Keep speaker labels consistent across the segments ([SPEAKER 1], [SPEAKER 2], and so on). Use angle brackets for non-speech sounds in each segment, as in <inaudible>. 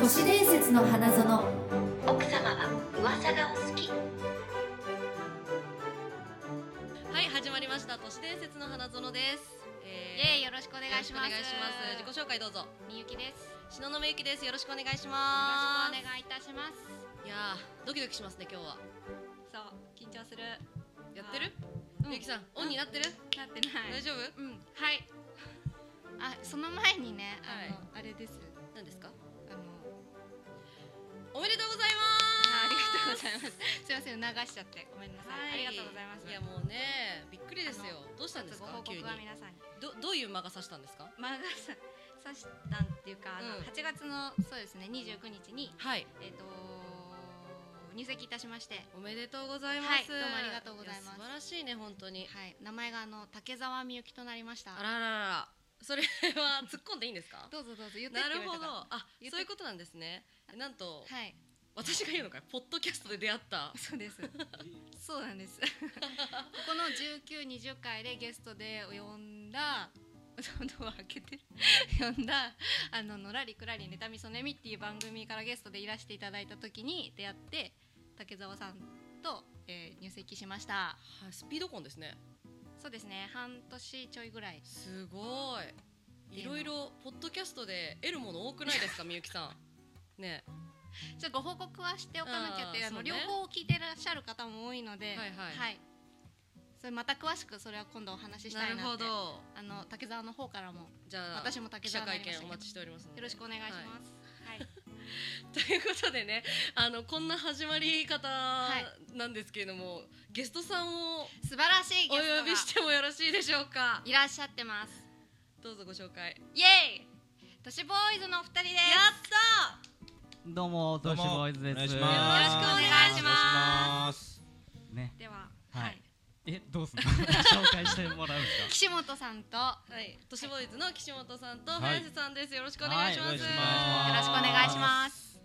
[SPEAKER 1] 都市伝説の花園
[SPEAKER 2] 奥様は噂がお好き
[SPEAKER 3] はい始まりました都市伝説の花園です、
[SPEAKER 4] イ
[SPEAKER 3] えー
[SPEAKER 4] エーイよろしくお願いしま
[SPEAKER 3] よろく
[SPEAKER 4] す。
[SPEAKER 3] お願いします自己紹介どうぞ
[SPEAKER 4] みゆきです。よ
[SPEAKER 3] 篠宮ゆきですよろしくお願いし
[SPEAKER 4] ろ
[SPEAKER 3] ます
[SPEAKER 4] しくお願いいたします。
[SPEAKER 3] いやードキドキしますね今日は
[SPEAKER 4] そう緊張する。
[SPEAKER 3] やってる
[SPEAKER 4] うん
[SPEAKER 3] ゆきさんオンになってる
[SPEAKER 4] なってな
[SPEAKER 3] 大
[SPEAKER 4] い。
[SPEAKER 3] 丈夫
[SPEAKER 4] うんはい。あその前にねあの、あれです。
[SPEAKER 3] 何ですか
[SPEAKER 4] あの
[SPEAKER 3] おめでとうござい
[SPEAKER 4] ああり
[SPEAKER 3] ま
[SPEAKER 4] がとうご
[SPEAKER 3] す
[SPEAKER 4] ざいます。 <laughs> すいません流しちゃってごめんなさい。
[SPEAKER 3] は
[SPEAKER 4] ありがとうございます。
[SPEAKER 3] いやもうねびっくりですよどうしたんです
[SPEAKER 4] ご
[SPEAKER 3] か
[SPEAKER 4] 報告
[SPEAKER 3] 急に
[SPEAKER 4] は皆さんに。
[SPEAKER 3] どどういう間がさしたんですか
[SPEAKER 4] まあささしたんっていうかあの、
[SPEAKER 3] うん
[SPEAKER 4] 8月のそうですね29日に
[SPEAKER 3] はい
[SPEAKER 4] えっ、と入籍いたしまして。
[SPEAKER 3] おめでとうございます、
[SPEAKER 4] はいどうもありがとうございます
[SPEAKER 3] や素晴らしいね本当に
[SPEAKER 4] はい、名前があの竹澤みゆきとなりました
[SPEAKER 3] あ。らあらあらそれは突っ込んでいいんですか
[SPEAKER 4] どうぞどうぞ言ってっ
[SPEAKER 3] な
[SPEAKER 4] て
[SPEAKER 3] る
[SPEAKER 4] 言わ
[SPEAKER 3] ほ
[SPEAKER 4] れた
[SPEAKER 3] ど
[SPEAKER 4] か
[SPEAKER 3] あ
[SPEAKER 4] 言って
[SPEAKER 3] そういうことなんですねなんと、
[SPEAKER 4] らはい、
[SPEAKER 3] 私が言うのかいポッドキャストで出会った
[SPEAKER 4] そう <laughs> です。そうなん <laughs> です。ここの19、20回でゲストで呼んだ。ドア開けて呼んだあののらりくらりネタみそねみっていう番組からゲストでいらしていただいた時に出会って竹澤さんと、えー入籍しました
[SPEAKER 3] はいスピード婚ですね
[SPEAKER 4] そうですね半年ちょいぐらい
[SPEAKER 3] すごいいろいろポッドキャストで得るもの多くない
[SPEAKER 4] <laughs>
[SPEAKER 3] ですかみゆきさんね
[SPEAKER 4] ちょっとご報告はしておかなきゃって
[SPEAKER 3] あー
[SPEAKER 4] あの、
[SPEAKER 3] そうね
[SPEAKER 4] 両方聞いてらっしゃる方も多いので、
[SPEAKER 3] はいはい
[SPEAKER 4] それまた詳しくそれは今度お話ししたいなって
[SPEAKER 3] ど
[SPEAKER 4] あの竹澤の方からも
[SPEAKER 3] じゃあ
[SPEAKER 4] 私も竹
[SPEAKER 3] 記者
[SPEAKER 4] 澤にな
[SPEAKER 3] 会
[SPEAKER 4] り
[SPEAKER 3] 見お
[SPEAKER 4] ましたけど
[SPEAKER 3] 待ちしておりますので
[SPEAKER 4] よろしくお願いします。はい、
[SPEAKER 3] <laughs> ということでねあのこんな始まり方なんですけれども、ゲストさんを
[SPEAKER 4] 素晴らしい
[SPEAKER 3] お
[SPEAKER 4] ゲ
[SPEAKER 3] 呼び
[SPEAKER 4] ス
[SPEAKER 3] し
[SPEAKER 4] ト
[SPEAKER 3] てもよろしいでしょうか
[SPEAKER 4] がいらっしゃってます。
[SPEAKER 3] どうぞご紹介
[SPEAKER 4] イエーイ、都市ボーイズのお二人です。
[SPEAKER 3] った
[SPEAKER 5] どうも、
[SPEAKER 6] ど
[SPEAKER 5] ト
[SPEAKER 6] う
[SPEAKER 5] シ
[SPEAKER 6] も
[SPEAKER 5] ボーイズです。
[SPEAKER 6] お願いし
[SPEAKER 4] よろしくお
[SPEAKER 6] ま
[SPEAKER 4] 願
[SPEAKER 6] す。
[SPEAKER 4] いします
[SPEAKER 5] ね、
[SPEAKER 4] では、
[SPEAKER 5] はい
[SPEAKER 4] はい、
[SPEAKER 5] え、どうすんの <laughs> 紹介してもらうんです
[SPEAKER 4] 岸本さんとよ
[SPEAKER 3] はい、都市ボーイズの岸本さんと
[SPEAKER 6] はい
[SPEAKER 3] 早瀬さんです、よろしくお願いします、
[SPEAKER 6] はいお願いし
[SPEAKER 4] ろ
[SPEAKER 6] ま
[SPEAKER 4] しくお願いします。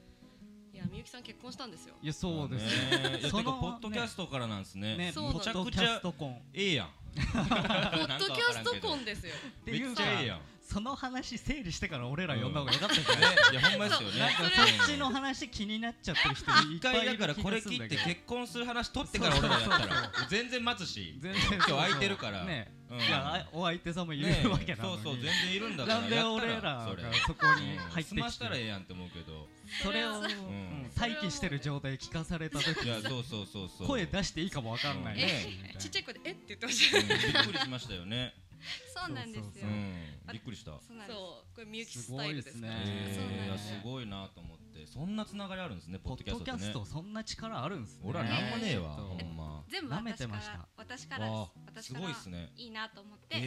[SPEAKER 3] いや、みゆきさん結婚したんですよ
[SPEAKER 5] かいや、そうです
[SPEAKER 6] ねいや
[SPEAKER 5] その
[SPEAKER 6] てかポッドキャストからなんですね。
[SPEAKER 5] ね、
[SPEAKER 3] そうな
[SPEAKER 5] ポ
[SPEAKER 3] の
[SPEAKER 5] ッドキャストコンっ
[SPEAKER 6] ええやん。
[SPEAKER 3] ポッドキャスト
[SPEAKER 6] コ
[SPEAKER 3] 婚
[SPEAKER 6] ン
[SPEAKER 3] ですよ
[SPEAKER 5] て
[SPEAKER 6] め
[SPEAKER 5] い
[SPEAKER 6] っ
[SPEAKER 5] う
[SPEAKER 6] ち
[SPEAKER 5] か
[SPEAKER 6] ゃええやん。ね、
[SPEAKER 5] その話整理してから俺ら呼んだ方がよかったじゃん、
[SPEAKER 6] いやほんまですよね。
[SPEAKER 5] なんか
[SPEAKER 6] うん
[SPEAKER 5] そっちの話気になっちゃってる人いっ
[SPEAKER 6] 一
[SPEAKER 5] ぱい
[SPEAKER 6] 回
[SPEAKER 5] いる気
[SPEAKER 6] だ
[SPEAKER 5] が
[SPEAKER 6] からこれ
[SPEAKER 5] するん
[SPEAKER 6] 切
[SPEAKER 5] だ
[SPEAKER 6] って
[SPEAKER 5] けど
[SPEAKER 6] 結婚する話取ってから俺らやったら全然待つし。
[SPEAKER 5] 全然
[SPEAKER 6] 今日空いてるから
[SPEAKER 5] ね、
[SPEAKER 6] うん
[SPEAKER 5] いやあお相手さんもい
[SPEAKER 6] ね
[SPEAKER 5] るわけなのに、
[SPEAKER 6] そうそう全然いるんだから。
[SPEAKER 5] なんで俺らが
[SPEAKER 6] やった
[SPEAKER 5] そこに入ってきてる
[SPEAKER 6] 済ましたらええやんって思うけど。
[SPEAKER 5] それを、うん
[SPEAKER 6] ん
[SPEAKER 5] 待機してる状態聞かされた時
[SPEAKER 6] いやそうそうそうそう。
[SPEAKER 5] 声出していいかもわかんない
[SPEAKER 6] ね
[SPEAKER 5] みたいな
[SPEAKER 3] ちっちゃい声で「えっ?」て言ってま
[SPEAKER 6] <laughs>
[SPEAKER 3] した
[SPEAKER 6] うんびっくりしましたよね。
[SPEAKER 4] そうなんです
[SPEAKER 5] <laughs> そ
[SPEAKER 6] うん
[SPEAKER 4] よ
[SPEAKER 5] う。
[SPEAKER 6] びっくりした。
[SPEAKER 4] そうなんです。
[SPEAKER 3] そうこれみゆきスタイルです
[SPEAKER 5] すごいですね
[SPEAKER 6] えーいや
[SPEAKER 4] そう
[SPEAKER 6] す
[SPEAKER 4] なんだ
[SPEAKER 6] ごいなと思ってそんなつながりあるんですね
[SPEAKER 5] ポ
[SPEAKER 6] ポッドキャ
[SPEAKER 5] ッ
[SPEAKER 6] ス
[SPEAKER 5] ド
[SPEAKER 6] ト
[SPEAKER 5] キ
[SPEAKER 6] っ
[SPEAKER 5] ャ
[SPEAKER 6] てね
[SPEAKER 5] ストそんな力あるんですね
[SPEAKER 6] 俺らなんもねえわ
[SPEAKER 5] ちょっ
[SPEAKER 6] ほ
[SPEAKER 5] と
[SPEAKER 6] んま
[SPEAKER 4] 全部
[SPEAKER 5] 舐めて
[SPEAKER 4] 私か
[SPEAKER 5] まし
[SPEAKER 4] ら
[SPEAKER 5] た
[SPEAKER 4] 私からです
[SPEAKER 6] わあ。
[SPEAKER 4] 私
[SPEAKER 6] す
[SPEAKER 4] か
[SPEAKER 6] ご
[SPEAKER 4] ら
[SPEAKER 6] いっすね
[SPEAKER 4] いいなと思って。
[SPEAKER 6] え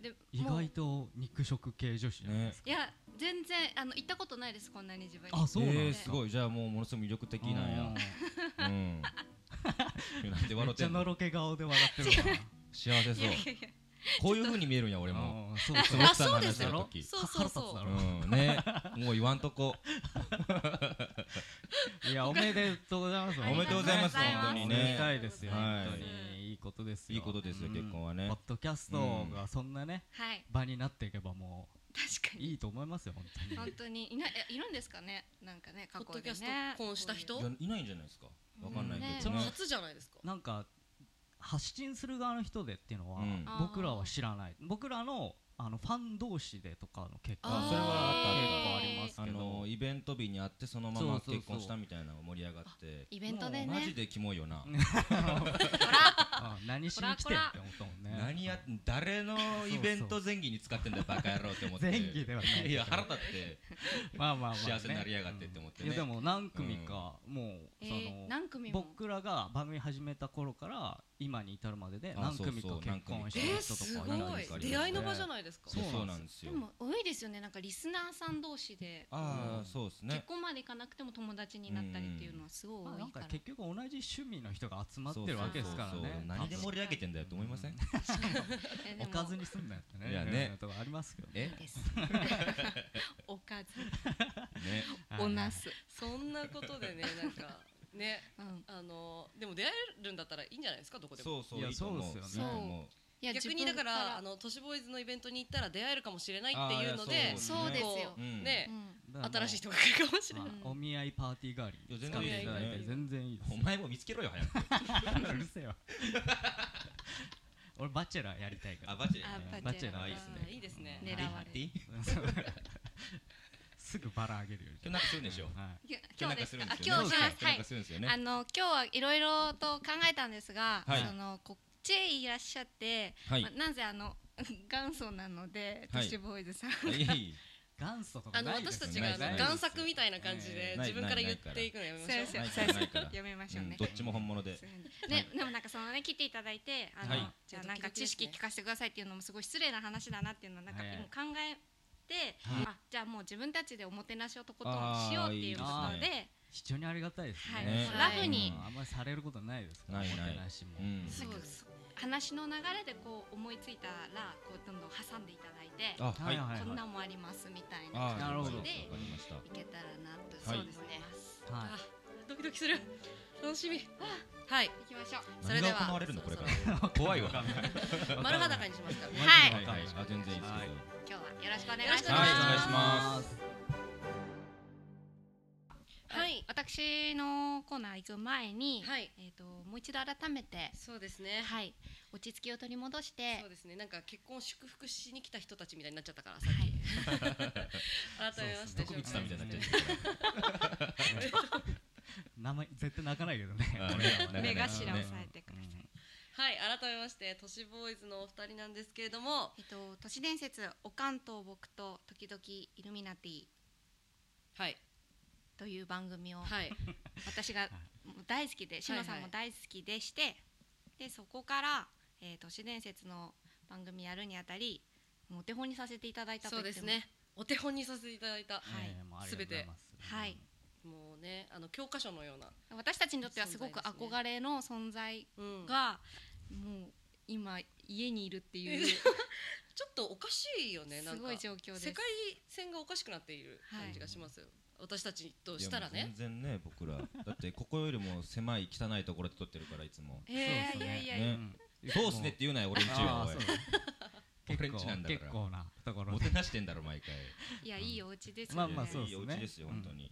[SPEAKER 3] えー
[SPEAKER 4] で
[SPEAKER 5] 意
[SPEAKER 4] もう
[SPEAKER 5] 外と肉食系女子じゃないです
[SPEAKER 4] いや全然あの行ったことないですこんなに自分に。
[SPEAKER 5] か、あそうなんだ、
[SPEAKER 6] えーすごいじゃあもうものすごい魅力的なんやうんなん
[SPEAKER 5] うんめ
[SPEAKER 6] で笑
[SPEAKER 5] っ
[SPEAKER 6] って
[SPEAKER 5] ちゃ
[SPEAKER 6] ん
[SPEAKER 5] の
[SPEAKER 6] の
[SPEAKER 5] ろけ顔で笑ってるわ
[SPEAKER 6] 幸せ
[SPEAKER 4] い
[SPEAKER 6] そう
[SPEAKER 4] やいやいや。
[SPEAKER 6] こういう風に見えるんや俺も
[SPEAKER 5] あーそうそう
[SPEAKER 3] あそうで
[SPEAKER 6] 話
[SPEAKER 3] す
[SPEAKER 6] してる
[SPEAKER 3] よ
[SPEAKER 6] 時
[SPEAKER 3] そうそうそう
[SPEAKER 5] 腹立つだ
[SPEAKER 6] うんねもう言わんとこ
[SPEAKER 5] いやおめでとうございます
[SPEAKER 4] おめでとうございます
[SPEAKER 5] 本当にね
[SPEAKER 6] 本当にね
[SPEAKER 5] おめでたいですよ、
[SPEAKER 6] はい
[SPEAKER 5] 本当にいいことですよ
[SPEAKER 6] いいことですよ
[SPEAKER 5] うん
[SPEAKER 6] 結婚はね
[SPEAKER 5] ポッドキャストがそんなね
[SPEAKER 4] はい
[SPEAKER 5] 場になっていけばも
[SPEAKER 4] 確か
[SPEAKER 5] う
[SPEAKER 4] に。
[SPEAKER 5] いいと思いますよ本当に
[SPEAKER 4] 本当にいないえいるんですかねなんかね過
[SPEAKER 3] ポッ
[SPEAKER 4] 去
[SPEAKER 3] ドキ
[SPEAKER 4] で
[SPEAKER 3] ャスト
[SPEAKER 4] ね。
[SPEAKER 3] 婚した人
[SPEAKER 6] いやいないんじゃないですかわかんないけ
[SPEAKER 5] そ
[SPEAKER 6] ど
[SPEAKER 5] の
[SPEAKER 6] ね
[SPEAKER 3] 初じゃないですか
[SPEAKER 5] なんか発信する側の人でっていうのは、
[SPEAKER 6] うん
[SPEAKER 4] あー
[SPEAKER 5] 僕らは知らない僕らのあのファン同士でとかの結果
[SPEAKER 3] あ
[SPEAKER 5] は
[SPEAKER 3] ー
[SPEAKER 5] 結構
[SPEAKER 6] そ
[SPEAKER 5] あります
[SPEAKER 6] あ
[SPEAKER 5] けど、
[SPEAKER 6] のイベント日に会ってそのま
[SPEAKER 5] そう
[SPEAKER 6] ま
[SPEAKER 5] そうそう
[SPEAKER 6] 結婚したみたいなの盛り上がって
[SPEAKER 4] イベントでね
[SPEAKER 6] もうマジでキモいよな
[SPEAKER 5] あ何しに来てんって思ったもんね
[SPEAKER 6] 何や誰のイベント前儀に使ってんだよバカ野郎って思って
[SPEAKER 5] 前儀ではないけど
[SPEAKER 6] いや腹立って
[SPEAKER 5] まあまあまあ、ね、
[SPEAKER 6] 幸せになりやがってって思ってね
[SPEAKER 5] うんいやでも何組か、もう
[SPEAKER 4] え
[SPEAKER 5] その、
[SPEAKER 4] ー何組も。
[SPEAKER 5] 僕らが番組始めた頃から今に至るまでで
[SPEAKER 6] あ
[SPEAKER 5] 何組か
[SPEAKER 6] そうそう
[SPEAKER 5] 結婚して
[SPEAKER 3] えー、
[SPEAKER 5] る人と
[SPEAKER 3] す
[SPEAKER 5] か
[SPEAKER 3] ご
[SPEAKER 5] はいるん
[SPEAKER 6] な
[SPEAKER 5] で
[SPEAKER 3] い
[SPEAKER 5] す
[SPEAKER 6] かありますね
[SPEAKER 3] 出会いの場じゃないですか
[SPEAKER 6] そうそうなんです
[SPEAKER 4] で
[SPEAKER 6] よ
[SPEAKER 4] も多いですよねなんかリスナーさん同士で
[SPEAKER 6] ああそうですね
[SPEAKER 4] 結婚までいかなくても友達になったりっていうのはすご
[SPEAKER 5] まあ
[SPEAKER 4] い
[SPEAKER 5] な
[SPEAKER 4] 多
[SPEAKER 5] ん
[SPEAKER 4] いか。
[SPEAKER 5] から結局同じ趣味の人が集まってるわけですから
[SPEAKER 6] そうそうそ
[SPEAKER 5] ね
[SPEAKER 6] うそう何で盛り上げてんだよと思いません
[SPEAKER 4] え
[SPEAKER 5] 多
[SPEAKER 4] で
[SPEAKER 5] 分
[SPEAKER 4] も
[SPEAKER 5] おかずにすんなよってね
[SPEAKER 6] いやね
[SPEAKER 5] ろいろなとこありますけど
[SPEAKER 6] え
[SPEAKER 4] です。 <laughs> おかず <laughs>
[SPEAKER 6] ね
[SPEAKER 4] おなす。
[SPEAKER 3] そんなことでねなんか <laughs> ね
[SPEAKER 4] うん。
[SPEAKER 3] あのでも出会えるんだったらいいんじゃないですかどこでも
[SPEAKER 6] そうそう
[SPEAKER 5] いや
[SPEAKER 6] いいと思う
[SPEAKER 5] そうっす
[SPEAKER 4] よね
[SPEAKER 6] いいと思う
[SPEAKER 4] いや
[SPEAKER 3] 逆にだからあ
[SPEAKER 4] の
[SPEAKER 3] の都市ボーイズのイベントに行ったら出会えるかもしれないっていうの
[SPEAKER 6] あーい
[SPEAKER 3] で
[SPEAKER 6] や
[SPEAKER 4] そうですよ
[SPEAKER 3] こうね
[SPEAKER 4] うん
[SPEAKER 3] 新しい人が来るかもしれない
[SPEAKER 5] ま
[SPEAKER 4] うん
[SPEAKER 5] あお見合いパーティー代わりに
[SPEAKER 6] いや
[SPEAKER 5] 使っていただいて全
[SPEAKER 6] 全
[SPEAKER 5] 然いいです
[SPEAKER 6] お前も見つけろよ早く
[SPEAKER 5] うるせえわ俺バチェラーやりたいから
[SPEAKER 6] あバチェラ
[SPEAKER 4] あ
[SPEAKER 6] ーね
[SPEAKER 5] バ
[SPEAKER 4] バ
[SPEAKER 5] チ
[SPEAKER 4] チ
[SPEAKER 5] ェ
[SPEAKER 4] ェ
[SPEAKER 5] ラ
[SPEAKER 4] ラ
[SPEAKER 6] ー
[SPEAKER 4] ー
[SPEAKER 6] いいです
[SPEAKER 3] あーいいですね
[SPEAKER 4] 狙われ
[SPEAKER 6] やっていい今
[SPEAKER 5] <laughs> すぐバラあげるよ
[SPEAKER 6] 日なんかするんでしょ
[SPEAKER 5] はい
[SPEAKER 4] 今
[SPEAKER 6] 今日
[SPEAKER 4] 日
[SPEAKER 6] なんか
[SPEAKER 4] ですす
[SPEAKER 6] る
[SPEAKER 4] か
[SPEAKER 6] ん
[SPEAKER 4] あ
[SPEAKER 6] ですよ
[SPEAKER 4] 今
[SPEAKER 6] ね
[SPEAKER 4] 日しますは
[SPEAKER 6] 今日なんか
[SPEAKER 4] い
[SPEAKER 6] するんですよ
[SPEAKER 4] あの
[SPEAKER 6] ね
[SPEAKER 4] 今日はいろいろと考えたんですが、
[SPEAKER 6] はい
[SPEAKER 4] そのこっちへいらっしゃって、
[SPEAKER 6] はい
[SPEAKER 4] まあなぜあの <laughs> 元祖なので、
[SPEAKER 6] はい
[SPEAKER 4] トシボーイズさん、
[SPEAKER 6] いやいや
[SPEAKER 5] 元祖と
[SPEAKER 3] あ
[SPEAKER 5] か
[SPEAKER 3] の
[SPEAKER 5] ないで
[SPEAKER 3] 私
[SPEAKER 5] す
[SPEAKER 3] た
[SPEAKER 5] よ
[SPEAKER 3] ち
[SPEAKER 5] ね
[SPEAKER 3] があ
[SPEAKER 5] ない
[SPEAKER 3] の
[SPEAKER 5] ですよ
[SPEAKER 3] 贋作みたいな感じで
[SPEAKER 6] ない
[SPEAKER 3] 自分から
[SPEAKER 6] ない
[SPEAKER 3] 言っ
[SPEAKER 6] ないから
[SPEAKER 3] ていくのやめま
[SPEAKER 4] そう
[SPEAKER 3] しょ
[SPEAKER 4] で
[SPEAKER 3] う
[SPEAKER 4] すよ
[SPEAKER 6] ない
[SPEAKER 4] そ
[SPEAKER 6] か
[SPEAKER 4] うで
[SPEAKER 6] ら
[SPEAKER 4] す
[SPEAKER 6] ないか
[SPEAKER 4] よや
[SPEAKER 6] ら
[SPEAKER 4] めましょうね
[SPEAKER 6] うん、どっちも本物で
[SPEAKER 4] ね、でもなんかそのね来ていただいてあの、
[SPEAKER 6] はい
[SPEAKER 4] じゃあなんか知識聞かせてくださいっていうのもすごい失礼な話だなっていうのはなんか
[SPEAKER 5] はい
[SPEAKER 4] 今考えて、
[SPEAKER 5] はい
[SPEAKER 4] あじゃあもう自分たちでおもてなしをとことんしようっていうこと
[SPEAKER 5] あーいい
[SPEAKER 4] で
[SPEAKER 5] で非常にありがたいです
[SPEAKER 4] はい
[SPEAKER 5] ね
[SPEAKER 3] ラフ
[SPEAKER 6] に
[SPEAKER 5] うんあんまりされることないですから
[SPEAKER 6] ないない
[SPEAKER 5] おもてなしも
[SPEAKER 6] うん
[SPEAKER 4] そうそう話の流れでこう思いついたらこうどんどん挟んでいただいて
[SPEAKER 6] あ
[SPEAKER 5] は
[SPEAKER 6] はいい
[SPEAKER 5] はい
[SPEAKER 4] こん
[SPEAKER 5] は
[SPEAKER 4] なんもありますみたいな
[SPEAKER 6] あ
[SPEAKER 5] なるほど
[SPEAKER 6] わ
[SPEAKER 4] で
[SPEAKER 6] かりました
[SPEAKER 4] いけたらなと
[SPEAKER 6] はい
[SPEAKER 4] 思います、
[SPEAKER 5] いはい
[SPEAKER 3] あドキドキする楽 <laughs> しみはい
[SPEAKER 4] 行きましょう
[SPEAKER 3] それでは
[SPEAKER 6] 何が行われるのこれか
[SPEAKER 3] そ
[SPEAKER 6] ら怖いわ
[SPEAKER 5] わかんない
[SPEAKER 3] 丸裸にしますからね
[SPEAKER 4] はい
[SPEAKER 6] はいはいあ全然いいです
[SPEAKER 5] はい
[SPEAKER 4] 今日はよろしくお願い
[SPEAKER 3] よろし
[SPEAKER 4] し
[SPEAKER 3] く
[SPEAKER 6] けどはいお願い
[SPEAKER 4] ま
[SPEAKER 6] し
[SPEAKER 4] す
[SPEAKER 6] ます
[SPEAKER 3] はい
[SPEAKER 4] 私のコーナー行く前に、
[SPEAKER 3] はい
[SPEAKER 4] えっ、ともう一度改めて
[SPEAKER 3] そうですね
[SPEAKER 4] はい、落ち着きを取り戻して、
[SPEAKER 3] そうですねなんか結婚を祝福しに来た人たちみたいになっちゃったからさ
[SPEAKER 4] はい、
[SPEAKER 3] っ <laughs> き改めまして
[SPEAKER 5] そ
[SPEAKER 6] 徳
[SPEAKER 5] うで
[SPEAKER 6] 光
[SPEAKER 5] す
[SPEAKER 6] さ
[SPEAKER 5] ね
[SPEAKER 6] んみたいになっちゃう
[SPEAKER 5] <laughs> 名前絶対泣かないけどね
[SPEAKER 6] あー
[SPEAKER 5] 俺らはね
[SPEAKER 4] 目頭
[SPEAKER 6] が
[SPEAKER 4] を
[SPEAKER 6] 白
[SPEAKER 4] 押さえてください。
[SPEAKER 3] はい改めまして都市ボーイズのお二人なんですけれども
[SPEAKER 4] えっと都市伝説おかんと僕と時々イルミナティ
[SPEAKER 3] はい
[SPEAKER 4] という番組を、
[SPEAKER 3] はい
[SPEAKER 4] 私がもう大好きで、しのさんも大好きでして、でそこから、えー、都市伝説の番組やるにあたり、もうお手本にさせていただいたと
[SPEAKER 3] そ
[SPEAKER 4] 言
[SPEAKER 3] う
[SPEAKER 4] って
[SPEAKER 3] で
[SPEAKER 4] も
[SPEAKER 3] すねお手本にさせていただいた
[SPEAKER 4] はい
[SPEAKER 5] えーもうありがとうございます
[SPEAKER 4] はい
[SPEAKER 3] もうねあの教科書のような
[SPEAKER 4] 私たちにとってはすごく憧れの存在
[SPEAKER 3] うん
[SPEAKER 4] が、もう今家にいるっていう
[SPEAKER 3] ちょっとおかしいよねなん
[SPEAKER 4] す
[SPEAKER 3] か
[SPEAKER 4] ごい状況です。
[SPEAKER 3] 世界線がおかしくなっている感じがしますよ、私たちとしたら
[SPEAKER 6] いやもう
[SPEAKER 3] ね
[SPEAKER 6] 全然ね僕らだ
[SPEAKER 5] <laughs>
[SPEAKER 6] ってここよりも狭い汚いところで撮ってるからいつも
[SPEAKER 4] えー、い
[SPEAKER 5] そうです
[SPEAKER 4] や
[SPEAKER 5] ね
[SPEAKER 4] いやいや、
[SPEAKER 6] ねそうっすねって言うなよ俺んちは
[SPEAKER 5] あー
[SPEAKER 6] おい
[SPEAKER 5] そうだ
[SPEAKER 6] 俺
[SPEAKER 5] 結
[SPEAKER 6] んちな
[SPEAKER 5] 構
[SPEAKER 6] んだか
[SPEAKER 5] 結
[SPEAKER 6] ら
[SPEAKER 5] 構なところ
[SPEAKER 6] も
[SPEAKER 5] で
[SPEAKER 6] てなしてんだろ毎回
[SPEAKER 4] いやいいお家ですよね。
[SPEAKER 5] まあまあそう
[SPEAKER 6] い
[SPEAKER 5] ですね
[SPEAKER 6] いお家ですよ本当に
[SPEAKER 5] い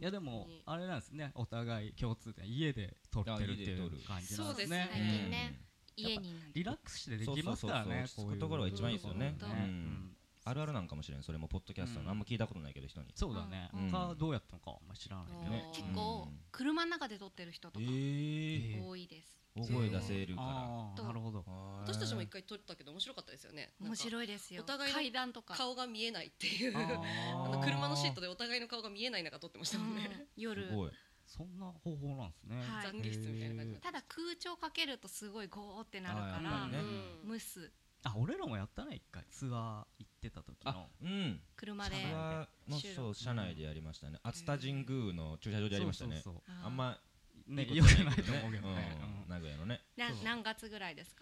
[SPEAKER 5] やでもあれなんですねお互い共通点家で撮ってるってい
[SPEAKER 6] あ家で撮
[SPEAKER 5] う
[SPEAKER 6] る
[SPEAKER 5] 感じなん
[SPEAKER 3] そうです
[SPEAKER 5] で
[SPEAKER 3] す
[SPEAKER 5] ね
[SPEAKER 3] ね
[SPEAKER 4] 最近ね
[SPEAKER 6] うん
[SPEAKER 4] 家になんて
[SPEAKER 5] リラックスしてできますからね
[SPEAKER 6] そうそうそうそう
[SPEAKER 5] こういう
[SPEAKER 6] 落ち着くところが一番いいですよね
[SPEAKER 5] ところ
[SPEAKER 6] うん
[SPEAKER 5] うん
[SPEAKER 6] あるあるなんかもしれんそれもポッドキャスト
[SPEAKER 5] うん
[SPEAKER 6] のあんま聞いたことないけど人に
[SPEAKER 5] そうだね
[SPEAKER 6] うん
[SPEAKER 5] 他どうやったのかあんま知らないけど
[SPEAKER 6] ね
[SPEAKER 4] 結構
[SPEAKER 6] うん
[SPEAKER 4] 車の中で撮ってる人と
[SPEAKER 6] え
[SPEAKER 4] か
[SPEAKER 5] え
[SPEAKER 6] ー
[SPEAKER 5] ー
[SPEAKER 4] 多いです。
[SPEAKER 6] 大声出せるか
[SPEAKER 5] ああ
[SPEAKER 4] と
[SPEAKER 5] なるほど
[SPEAKER 6] ら
[SPEAKER 3] 私たちも一回撮ったけど面白かったですよね
[SPEAKER 4] 面
[SPEAKER 3] い
[SPEAKER 4] 白いですよ。
[SPEAKER 3] お互いの
[SPEAKER 4] 階段とか、
[SPEAKER 3] 顔が見えないっていう
[SPEAKER 5] あ
[SPEAKER 3] あ
[SPEAKER 5] ー
[SPEAKER 3] の車のシートでお互いの顔が見えない中撮ってましたもんね、
[SPEAKER 4] うん夜
[SPEAKER 6] すごい
[SPEAKER 5] そんな方法なんですね
[SPEAKER 4] はい
[SPEAKER 3] 懺悔室みたいな感じ
[SPEAKER 5] へー
[SPEAKER 4] ただ空調かけるとすごいゴーってなるか
[SPEAKER 6] あーやっぱ
[SPEAKER 4] ら
[SPEAKER 6] りね
[SPEAKER 3] うん
[SPEAKER 4] 蒸す
[SPEAKER 5] あ俺らもやったね一回ツアー行ってた時の
[SPEAKER 6] あうん
[SPEAKER 4] 車
[SPEAKER 6] そ
[SPEAKER 4] で
[SPEAKER 6] れはもうそう車内でやりましたね熱田神宮の駐車場でやりましたね
[SPEAKER 5] そうそう
[SPEAKER 4] あー
[SPEAKER 6] あんま
[SPEAKER 5] そうね
[SPEAKER 6] いい
[SPEAKER 5] 良
[SPEAKER 6] こ
[SPEAKER 5] く
[SPEAKER 6] と
[SPEAKER 5] ないと思うけどね
[SPEAKER 6] うん名古屋のね
[SPEAKER 4] な
[SPEAKER 5] そう
[SPEAKER 4] 何月ぐらいですか。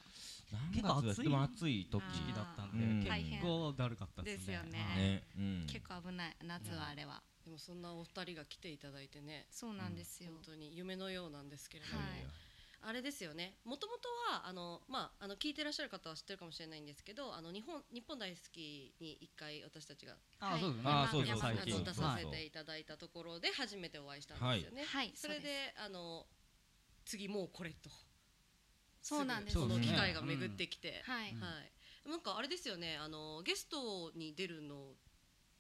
[SPEAKER 5] 結構暑い
[SPEAKER 6] 何月だでも暑い時
[SPEAKER 4] あ
[SPEAKER 5] 時期だった
[SPEAKER 6] うんん
[SPEAKER 5] で
[SPEAKER 4] 大
[SPEAKER 5] 結
[SPEAKER 4] 変
[SPEAKER 5] 構だるかったです
[SPEAKER 4] です
[SPEAKER 5] ね
[SPEAKER 4] よね
[SPEAKER 5] はい
[SPEAKER 6] ねうん
[SPEAKER 4] 結構危ない夏はあれは。
[SPEAKER 3] でもそんなお二人が来ていただいてね
[SPEAKER 4] そうなんですよ
[SPEAKER 3] 本。当に夢のようなんですけれど
[SPEAKER 6] い
[SPEAKER 3] も、
[SPEAKER 6] やいや
[SPEAKER 3] あれですよね。もともとはあのまああの聞いてらっしゃる方は知ってるかもしれないんですけど、あの日本日本大好きに一回私たちが
[SPEAKER 5] あーそうですね
[SPEAKER 6] あーそうそう
[SPEAKER 3] 山
[SPEAKER 6] そう
[SPEAKER 5] 最
[SPEAKER 3] 形
[SPEAKER 5] 近
[SPEAKER 3] を出さ
[SPEAKER 5] はい
[SPEAKER 3] せていただいたところで初めてお会いしたんですよね。
[SPEAKER 4] はい
[SPEAKER 3] それで
[SPEAKER 4] そうで
[SPEAKER 3] あの次もうこれと
[SPEAKER 4] そうなんです
[SPEAKER 5] そ
[SPEAKER 3] こ
[SPEAKER 5] うで
[SPEAKER 3] の
[SPEAKER 5] すね
[SPEAKER 3] 機会が巡ってきて、
[SPEAKER 4] はい
[SPEAKER 5] うん。
[SPEAKER 3] はい。なんかあれですよね。あのゲストに出るの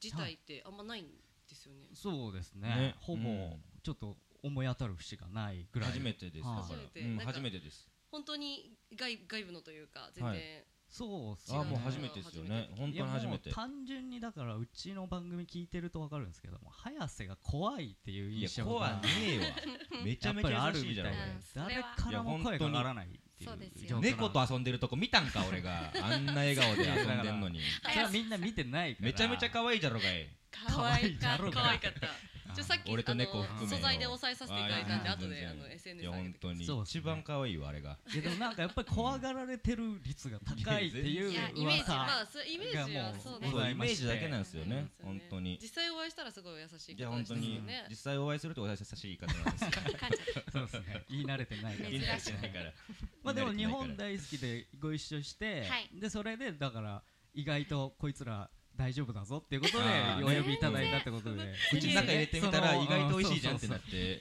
[SPEAKER 3] 自体ってあんまないんですよね。
[SPEAKER 5] そうですね
[SPEAKER 6] ね
[SPEAKER 5] ほぼ
[SPEAKER 6] うん
[SPEAKER 5] ちょっと思い当たる節がないぐらい
[SPEAKER 6] 初めてですだ
[SPEAKER 5] はい
[SPEAKER 6] か
[SPEAKER 3] 初
[SPEAKER 6] ら
[SPEAKER 3] めて
[SPEAKER 6] うん
[SPEAKER 3] なんか
[SPEAKER 6] 初めてです
[SPEAKER 3] 本当に外外部のというか全然、
[SPEAKER 6] はい
[SPEAKER 5] そうっす
[SPEAKER 6] あ
[SPEAKER 5] ね
[SPEAKER 6] ーもう初めてですよね本
[SPEAKER 5] い
[SPEAKER 6] 当
[SPEAKER 5] や
[SPEAKER 6] に
[SPEAKER 5] もう
[SPEAKER 6] 初めて
[SPEAKER 5] 単純にだからうちの番組聞いてるとわかるんですけども早瀬が怖いっていう
[SPEAKER 6] いや
[SPEAKER 5] 印象が
[SPEAKER 6] 怖ねえわ
[SPEAKER 3] <laughs>
[SPEAKER 6] めちゃめちゃ優しいじゃん
[SPEAKER 5] やっ
[SPEAKER 6] 俺
[SPEAKER 5] ぱ
[SPEAKER 4] 俺
[SPEAKER 5] りあるみたいで誰からも声が上がらないってい
[SPEAKER 4] いや本当にそ
[SPEAKER 5] う
[SPEAKER 4] うです
[SPEAKER 5] 状況
[SPEAKER 4] よ
[SPEAKER 5] なん
[SPEAKER 6] 猫と遊んでるとこ見たんか
[SPEAKER 5] <laughs>
[SPEAKER 6] 俺があんな笑顔で遊んでんのに
[SPEAKER 5] それはみんな見てないから
[SPEAKER 6] めちゃめちゃ可愛いじゃろがい
[SPEAKER 3] 可愛かった
[SPEAKER 5] 可愛
[SPEAKER 3] 可愛
[SPEAKER 5] い
[SPEAKER 3] かった
[SPEAKER 5] あー
[SPEAKER 3] ちょさっき
[SPEAKER 6] 俺と猫
[SPEAKER 3] あの
[SPEAKER 6] 含めよ
[SPEAKER 3] 素材で抑えさせていただいたんで
[SPEAKER 5] あ
[SPEAKER 3] 後で
[SPEAKER 6] 全然
[SPEAKER 3] あの SNS
[SPEAKER 6] いや
[SPEAKER 3] 上げ
[SPEAKER 6] 本
[SPEAKER 3] て
[SPEAKER 6] 当に
[SPEAKER 5] そうっすね
[SPEAKER 6] 一番可愛いわあれが
[SPEAKER 5] いやでもなんかやっぱり怖がられてる率が高いっていう
[SPEAKER 4] いやイメージ
[SPEAKER 5] 噂
[SPEAKER 4] は
[SPEAKER 3] まあそうイメージはそうね
[SPEAKER 5] ご
[SPEAKER 6] そう
[SPEAKER 5] ざ
[SPEAKER 6] イ
[SPEAKER 5] い
[SPEAKER 6] メ
[SPEAKER 5] まして
[SPEAKER 6] ージだけなんですよ
[SPEAKER 3] そう
[SPEAKER 6] ね
[SPEAKER 3] ですよ
[SPEAKER 6] 本当に
[SPEAKER 3] 実際お会いしたらすごい優しい
[SPEAKER 6] いや
[SPEAKER 3] 方
[SPEAKER 6] 本
[SPEAKER 3] でした
[SPEAKER 6] 当
[SPEAKER 3] よ
[SPEAKER 6] に
[SPEAKER 3] ね
[SPEAKER 6] 実際お会いするとお優しい方なんですよ
[SPEAKER 5] そうですね言い慣れてないから
[SPEAKER 6] 気になってないから
[SPEAKER 5] まあでも日本
[SPEAKER 6] で
[SPEAKER 5] 大好きでご一緒して、
[SPEAKER 4] はい
[SPEAKER 5] でそれでだから意外とこいつら大丈夫だぞっていうことで
[SPEAKER 6] あー
[SPEAKER 5] お呼びいただいたってことで
[SPEAKER 6] 口の中入れてみ
[SPEAKER 5] <laughs>
[SPEAKER 6] たら意外と美味しいじゃんってなってて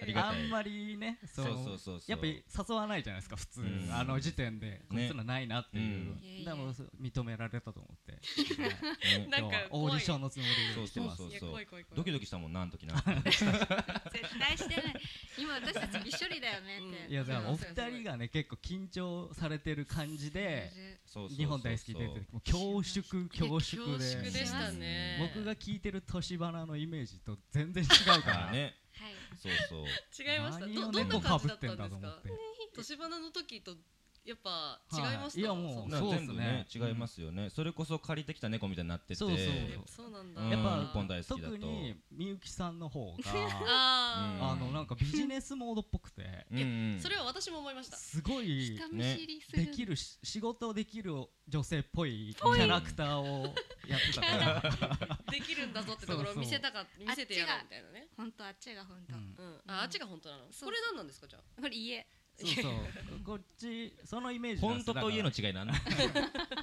[SPEAKER 6] ありが
[SPEAKER 5] あ
[SPEAKER 6] たい
[SPEAKER 5] んまりね
[SPEAKER 6] そ
[SPEAKER 5] そうの
[SPEAKER 6] そうそうそう
[SPEAKER 5] やっぱり誘わないじゃないですか普通
[SPEAKER 6] うん
[SPEAKER 5] あの時点でこいつらないなっていう
[SPEAKER 6] うん
[SPEAKER 4] いやいや
[SPEAKER 5] だからそう認められたと
[SPEAKER 3] <laughs>
[SPEAKER 5] 思って
[SPEAKER 6] ね
[SPEAKER 3] なん
[SPEAKER 5] 今
[SPEAKER 3] か
[SPEAKER 5] 日はオーディションのつもり
[SPEAKER 6] そう
[SPEAKER 5] で来てます
[SPEAKER 6] そうそう
[SPEAKER 3] いや怖い怖い怖い
[SPEAKER 6] ドキドキしたもんなん
[SPEAKER 5] <laughs>
[SPEAKER 6] 時なうん
[SPEAKER 4] 絶対してない今私たちびっしょりだよねって、
[SPEAKER 3] うん
[SPEAKER 5] いやだからお
[SPEAKER 3] そうそう
[SPEAKER 5] 二人がね結構緊張されてる感じで
[SPEAKER 6] そうそうそう
[SPEAKER 5] 日本大好きでもう恐縮恐縮で
[SPEAKER 3] 恐縮でしたね
[SPEAKER 5] 僕が聞いてる年花のイメージと全然違うか
[SPEAKER 6] だかららね
[SPEAKER 4] はい
[SPEAKER 6] そうそう
[SPEAKER 3] 違いました
[SPEAKER 5] 何を
[SPEAKER 3] どどんな
[SPEAKER 5] 猫
[SPEAKER 3] 感じ
[SPEAKER 5] かぶ
[SPEAKER 3] だ
[SPEAKER 5] っ
[SPEAKER 3] った
[SPEAKER 5] て
[SPEAKER 3] ん
[SPEAKER 5] んだ
[SPEAKER 3] です
[SPEAKER 5] と思
[SPEAKER 3] か
[SPEAKER 5] って
[SPEAKER 3] 年花の時とやっぱ違いました
[SPEAKER 5] はいいやもう
[SPEAKER 3] そんな
[SPEAKER 6] な
[SPEAKER 5] <laughs> そうっすね
[SPEAKER 6] 全部ね違いますよねそれこそ借りてきた猫みたいになってて
[SPEAKER 5] そうそう
[SPEAKER 3] やっぱそうなんだ
[SPEAKER 6] うん
[SPEAKER 5] やっ
[SPEAKER 6] 日
[SPEAKER 5] ぱ
[SPEAKER 6] 本大好きだと
[SPEAKER 5] 特にみゆきさんの方が
[SPEAKER 3] あ
[SPEAKER 5] あ
[SPEAKER 6] <laughs> う
[SPEAKER 5] のなんかビジネスモードっぽくて
[SPEAKER 6] うんうん
[SPEAKER 3] あそれは私も思いました
[SPEAKER 5] すごい
[SPEAKER 4] 人見知りする、
[SPEAKER 5] できるし仕事できる女性っぽいキャラクターをやってたから
[SPEAKER 3] できるんだぞってところを見せたか見せてやろうみたいなね
[SPEAKER 4] 本当あっちが本当、
[SPEAKER 5] うん
[SPEAKER 3] うんああっちが本当なの
[SPEAKER 4] そう
[SPEAKER 3] これ何なんですかじゃあ
[SPEAKER 4] これ家
[SPEAKER 5] そうそうこっちそのイメージなん
[SPEAKER 6] 本
[SPEAKER 5] です
[SPEAKER 6] 当
[SPEAKER 5] よ
[SPEAKER 6] と家の
[SPEAKER 5] だか
[SPEAKER 6] 違いなん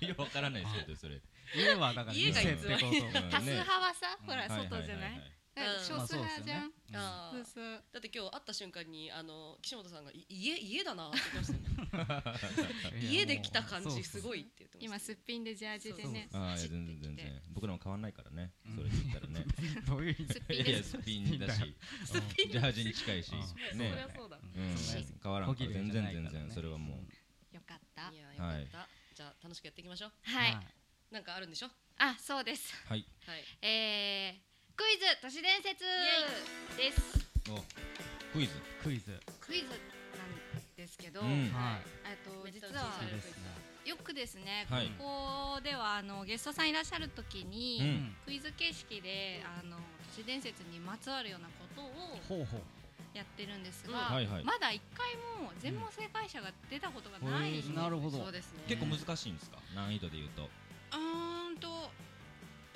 [SPEAKER 6] だよくわからないですけどそれ
[SPEAKER 5] ら家はだから
[SPEAKER 3] 家
[SPEAKER 6] が
[SPEAKER 5] 店ってこと
[SPEAKER 6] うんね
[SPEAKER 4] 多数派はさ、ほら
[SPEAKER 6] はいはいはい
[SPEAKER 4] 外じゃない,、
[SPEAKER 3] はいはい
[SPEAKER 4] 少数派じゃん、
[SPEAKER 5] まあ
[SPEAKER 3] あ
[SPEAKER 4] そう
[SPEAKER 3] ー
[SPEAKER 4] そう
[SPEAKER 3] だって今日会った瞬間にあの岸本さんがい家家だなって言ってましたよね
[SPEAKER 5] そうすよね
[SPEAKER 3] 家で来た感
[SPEAKER 5] い
[SPEAKER 3] じ
[SPEAKER 5] や
[SPEAKER 3] す
[SPEAKER 5] もう
[SPEAKER 3] ごいって言ってま
[SPEAKER 4] 今
[SPEAKER 3] した
[SPEAKER 4] すっ
[SPEAKER 3] ね
[SPEAKER 4] ぴんでジャージでね
[SPEAKER 6] ああ
[SPEAKER 4] 走
[SPEAKER 6] 全
[SPEAKER 4] ってき
[SPEAKER 6] 然全
[SPEAKER 4] て
[SPEAKER 6] 然僕らも変わんないからね
[SPEAKER 5] うん
[SPEAKER 6] それ言ったらね
[SPEAKER 5] <laughs> どういう意味
[SPEAKER 4] すっぴん
[SPEAKER 6] い
[SPEAKER 4] です
[SPEAKER 6] やスピンだし
[SPEAKER 5] うん
[SPEAKER 6] ジャージに近いし
[SPEAKER 5] うん
[SPEAKER 3] そり
[SPEAKER 6] ね
[SPEAKER 3] ゃそうだ
[SPEAKER 5] うん
[SPEAKER 6] うん
[SPEAKER 5] そんなやつ
[SPEAKER 6] 変わらん
[SPEAKER 5] 小
[SPEAKER 6] から
[SPEAKER 5] 切れ
[SPEAKER 6] 全
[SPEAKER 5] じゃ
[SPEAKER 6] 然
[SPEAKER 5] ない
[SPEAKER 6] 全
[SPEAKER 5] から
[SPEAKER 6] 然
[SPEAKER 5] ね
[SPEAKER 6] それはもう
[SPEAKER 4] よかったはい、
[SPEAKER 3] やよかったじゃあ楽しくやっていきましょう
[SPEAKER 5] はいい
[SPEAKER 3] なんかあるんでしょ
[SPEAKER 4] あそうです
[SPEAKER 6] はい
[SPEAKER 3] はい
[SPEAKER 4] えー、クイズ都市伝説です
[SPEAKER 6] おクイズ
[SPEAKER 5] クイズ
[SPEAKER 4] クイズなんですけど、
[SPEAKER 6] うん
[SPEAKER 5] は
[SPEAKER 4] えっと
[SPEAKER 3] めっちゃ教
[SPEAKER 4] 実
[SPEAKER 3] えて
[SPEAKER 4] は
[SPEAKER 5] そうですね
[SPEAKER 4] よくですね、
[SPEAKER 6] はい
[SPEAKER 4] ここではあのゲストさんいらっしゃる時に、
[SPEAKER 6] うん
[SPEAKER 4] クイズ形式であの都市伝説にまつわるようなことを
[SPEAKER 5] ほうほう
[SPEAKER 4] やってるんですが、
[SPEAKER 3] うん
[SPEAKER 6] はいはい
[SPEAKER 4] まだ一回も全問正解者が出たことがない、
[SPEAKER 5] うんなるほど
[SPEAKER 3] そうですね
[SPEAKER 6] 結構難しいんですか難易度で言うと
[SPEAKER 4] うーんと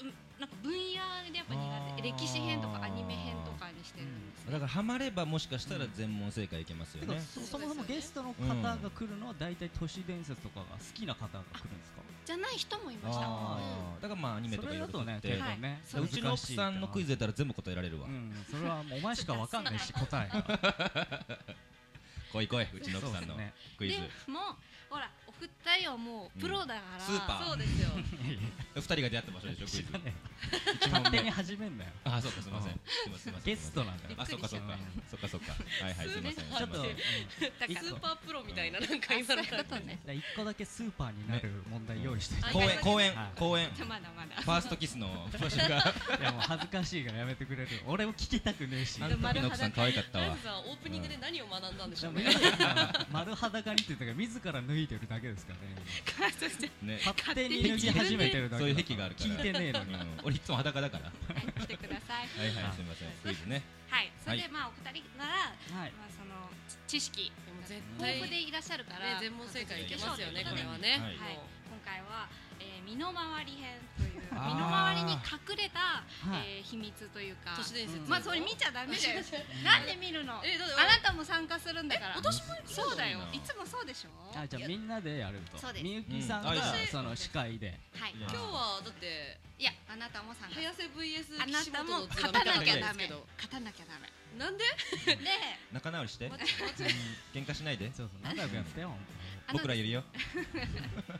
[SPEAKER 4] うんなんか分野でやっぱ
[SPEAKER 6] あ
[SPEAKER 4] 苦
[SPEAKER 6] ー
[SPEAKER 4] 手歴史編とかアニメ編とかにしてるんですね、
[SPEAKER 6] だからハマればもしかしたら全問正解いけます
[SPEAKER 5] て
[SPEAKER 6] よ
[SPEAKER 5] か
[SPEAKER 6] ね
[SPEAKER 5] そそもそもゲストの方が来るのは大体都市伝説とかが好きな方が来るんですか
[SPEAKER 4] じゃない人もいました
[SPEAKER 6] あーだからまあアニメと
[SPEAKER 5] そ
[SPEAKER 6] かい
[SPEAKER 5] れ
[SPEAKER 6] ろ
[SPEAKER 5] だ
[SPEAKER 6] いろ
[SPEAKER 5] と
[SPEAKER 6] と
[SPEAKER 5] ね
[SPEAKER 6] って
[SPEAKER 5] 結構
[SPEAKER 4] はい
[SPEAKER 5] ね
[SPEAKER 4] そう
[SPEAKER 6] うちの奥さんのクイ
[SPEAKER 5] ズ
[SPEAKER 6] ズやったら全部答えられるわ
[SPEAKER 5] うんそれはもうお前しかわかんないし答 <laughs> えが
[SPEAKER 6] 来い来いうちの奥さ
[SPEAKER 5] そ
[SPEAKER 6] ん
[SPEAKER 5] う
[SPEAKER 6] の
[SPEAKER 5] ですね
[SPEAKER 6] クイズ
[SPEAKER 4] でもほらお二人はもうプロだから、
[SPEAKER 6] うんスーパー
[SPEAKER 3] そうです
[SPEAKER 6] <laughs>
[SPEAKER 3] よ
[SPEAKER 6] 二人が出会った場所でしょクイズ
[SPEAKER 5] 知らね
[SPEAKER 6] 一問
[SPEAKER 5] 勝手に
[SPEAKER 6] 目
[SPEAKER 5] 始めんなよ
[SPEAKER 6] あーそうかすいませんすいませんすいません
[SPEAKER 5] ゲストなんだから
[SPEAKER 6] あそっかそっか
[SPEAKER 5] うん
[SPEAKER 6] そっかそっかはいはいすいません
[SPEAKER 5] ち
[SPEAKER 6] す
[SPEAKER 5] ょ
[SPEAKER 6] い
[SPEAKER 5] っ
[SPEAKER 6] ま
[SPEAKER 5] と、
[SPEAKER 6] せ
[SPEAKER 5] うんん
[SPEAKER 4] だ
[SPEAKER 5] 一
[SPEAKER 4] か
[SPEAKER 5] 個
[SPEAKER 4] ら
[SPEAKER 3] スーパープロみたいななんか今の
[SPEAKER 4] あそういうことね
[SPEAKER 5] だから一個だけスーパーになる問題用意して
[SPEAKER 3] ね
[SPEAKER 5] い
[SPEAKER 6] 公演公演
[SPEAKER 5] はい
[SPEAKER 6] 公演
[SPEAKER 4] まだ
[SPEAKER 3] <laughs>
[SPEAKER 4] まだ
[SPEAKER 6] ファーストキスの場所が
[SPEAKER 5] やもう恥ずかしいからやめてくれる俺も聞きたくねえし <laughs>
[SPEAKER 6] あの時の奥さん可愛かった
[SPEAKER 3] ま
[SPEAKER 6] わ
[SPEAKER 3] ずはオープニングで何を学んだんでし
[SPEAKER 5] で
[SPEAKER 3] ょう
[SPEAKER 5] も
[SPEAKER 3] ね
[SPEAKER 5] ゆうきさんは丸裸にって言ったから自ら脱いでるだけですからね
[SPEAKER 4] そして
[SPEAKER 6] ね
[SPEAKER 5] 勝手に脱ぎ始めてるだけ
[SPEAKER 6] そういう癖があるから
[SPEAKER 5] 聞いてねえの
[SPEAKER 6] う
[SPEAKER 5] に
[SPEAKER 6] ん俺いつも裸だからは
[SPEAKER 4] 来てください
[SPEAKER 6] いはいすいませんクイズね
[SPEAKER 4] はいそれで、まあお二人なら、
[SPEAKER 5] はい
[SPEAKER 4] まあ、その知識
[SPEAKER 3] でも絶
[SPEAKER 4] 豊
[SPEAKER 3] 対
[SPEAKER 4] 富でいらっしゃるから、
[SPEAKER 3] ね全問正解
[SPEAKER 6] いけ
[SPEAKER 3] ますよね
[SPEAKER 4] という
[SPEAKER 3] こ
[SPEAKER 4] と
[SPEAKER 3] れは
[SPEAKER 4] で
[SPEAKER 3] ね
[SPEAKER 6] はい
[SPEAKER 4] はい
[SPEAKER 3] も
[SPEAKER 4] 今回は、えー身の回り編という身の
[SPEAKER 5] あ
[SPEAKER 4] 回
[SPEAKER 5] ー
[SPEAKER 4] りに隠れた、
[SPEAKER 5] はい
[SPEAKER 4] えー秘密というか
[SPEAKER 3] 都市伝説
[SPEAKER 4] まあそれ見ちゃダメだよなんで見るのあ
[SPEAKER 3] えだって
[SPEAKER 4] なたも参加するんだから
[SPEAKER 6] 私も
[SPEAKER 4] そうだよ
[SPEAKER 6] そうなんだ
[SPEAKER 4] いつもそうでしょは
[SPEAKER 5] あ
[SPEAKER 4] い
[SPEAKER 5] じゃあみんなでやると
[SPEAKER 4] そうです
[SPEAKER 5] みゆきさんが
[SPEAKER 6] うんあ
[SPEAKER 3] いいじゃ
[SPEAKER 5] そ
[SPEAKER 3] ん
[SPEAKER 5] の司会で
[SPEAKER 6] いや
[SPEAKER 3] 今日はだって
[SPEAKER 4] いやあなたも参加
[SPEAKER 3] 早瀬 VS
[SPEAKER 4] あな
[SPEAKER 3] 岸
[SPEAKER 4] た
[SPEAKER 3] 本
[SPEAKER 4] も
[SPEAKER 3] の図が見た
[SPEAKER 4] 勝た
[SPEAKER 3] か
[SPEAKER 4] な
[SPEAKER 3] った
[SPEAKER 4] きゃ
[SPEAKER 3] んで
[SPEAKER 4] ダ
[SPEAKER 3] すけ
[SPEAKER 4] メ
[SPEAKER 3] ど
[SPEAKER 4] 勝たなきゃダメ
[SPEAKER 3] なんで
[SPEAKER 4] で
[SPEAKER 6] 仲直りして喧嘩しないで
[SPEAKER 5] そうそう仲良くやってよ本
[SPEAKER 4] あの
[SPEAKER 6] 僕らいるよ
[SPEAKER 4] 頼んだ
[SPEAKER 6] はい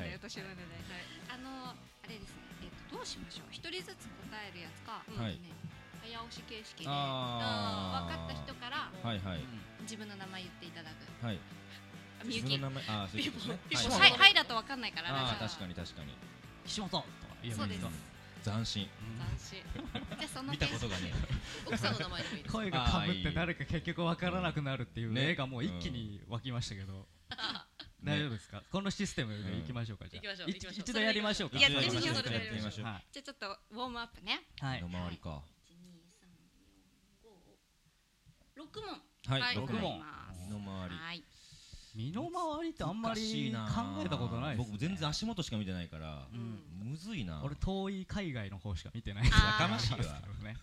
[SPEAKER 6] は
[SPEAKER 4] よ
[SPEAKER 6] い
[SPEAKER 4] 年上でね、あのあれですね、えっとどうしましょう一人ずつ答えるやつか、
[SPEAKER 3] うん
[SPEAKER 6] はい
[SPEAKER 4] ね早押し形式で分か
[SPEAKER 6] あー
[SPEAKER 4] った人から
[SPEAKER 6] はいはい
[SPEAKER 4] 自分の名前言っていただく
[SPEAKER 6] はい
[SPEAKER 4] あみゆ
[SPEAKER 6] 自分
[SPEAKER 4] き
[SPEAKER 6] の名前ああそういうことね
[SPEAKER 3] ピンポン
[SPEAKER 6] は
[SPEAKER 4] はいいはいだと分かんないから
[SPEAKER 6] あ
[SPEAKER 4] ラ
[SPEAKER 6] あ
[SPEAKER 4] ジ
[SPEAKER 6] 確
[SPEAKER 4] オ
[SPEAKER 6] かに確かに
[SPEAKER 5] 岸本とか言えばいいん
[SPEAKER 4] そう
[SPEAKER 5] だ
[SPEAKER 4] で
[SPEAKER 6] 斬新
[SPEAKER 3] 斬
[SPEAKER 4] じゃあその
[SPEAKER 6] 見たことがね
[SPEAKER 3] 新奥さんの名前でもいいです
[SPEAKER 5] 声がかぶって誰か結局わからなくなるっていう映
[SPEAKER 6] ね
[SPEAKER 5] 画もう一気に湧きましたけど、大丈夫ですかこのシステムでいきましょうか、じゃ
[SPEAKER 3] 行
[SPEAKER 5] あ
[SPEAKER 3] きましょう
[SPEAKER 5] い
[SPEAKER 3] 行きましょう
[SPEAKER 5] 一度やりましょうか
[SPEAKER 4] やってみましょう
[SPEAKER 5] 一度
[SPEAKER 6] やってみましょう
[SPEAKER 5] は
[SPEAKER 4] じゃあちょっとウォームアップね
[SPEAKER 5] い、はい
[SPEAKER 6] 身の回りか
[SPEAKER 4] 六問
[SPEAKER 6] はい
[SPEAKER 3] はい
[SPEAKER 6] 僕
[SPEAKER 5] 六問
[SPEAKER 6] も
[SPEAKER 4] 行います
[SPEAKER 6] 身の回り
[SPEAKER 4] はい
[SPEAKER 5] 身の回りってあんまり考えたことないです、ね、
[SPEAKER 6] 僕全然足元しか見てないから
[SPEAKER 5] うん
[SPEAKER 6] むずいな
[SPEAKER 5] 俺遠い海外の方しか見てないから
[SPEAKER 4] あーやかましい
[SPEAKER 6] わ
[SPEAKER 5] ね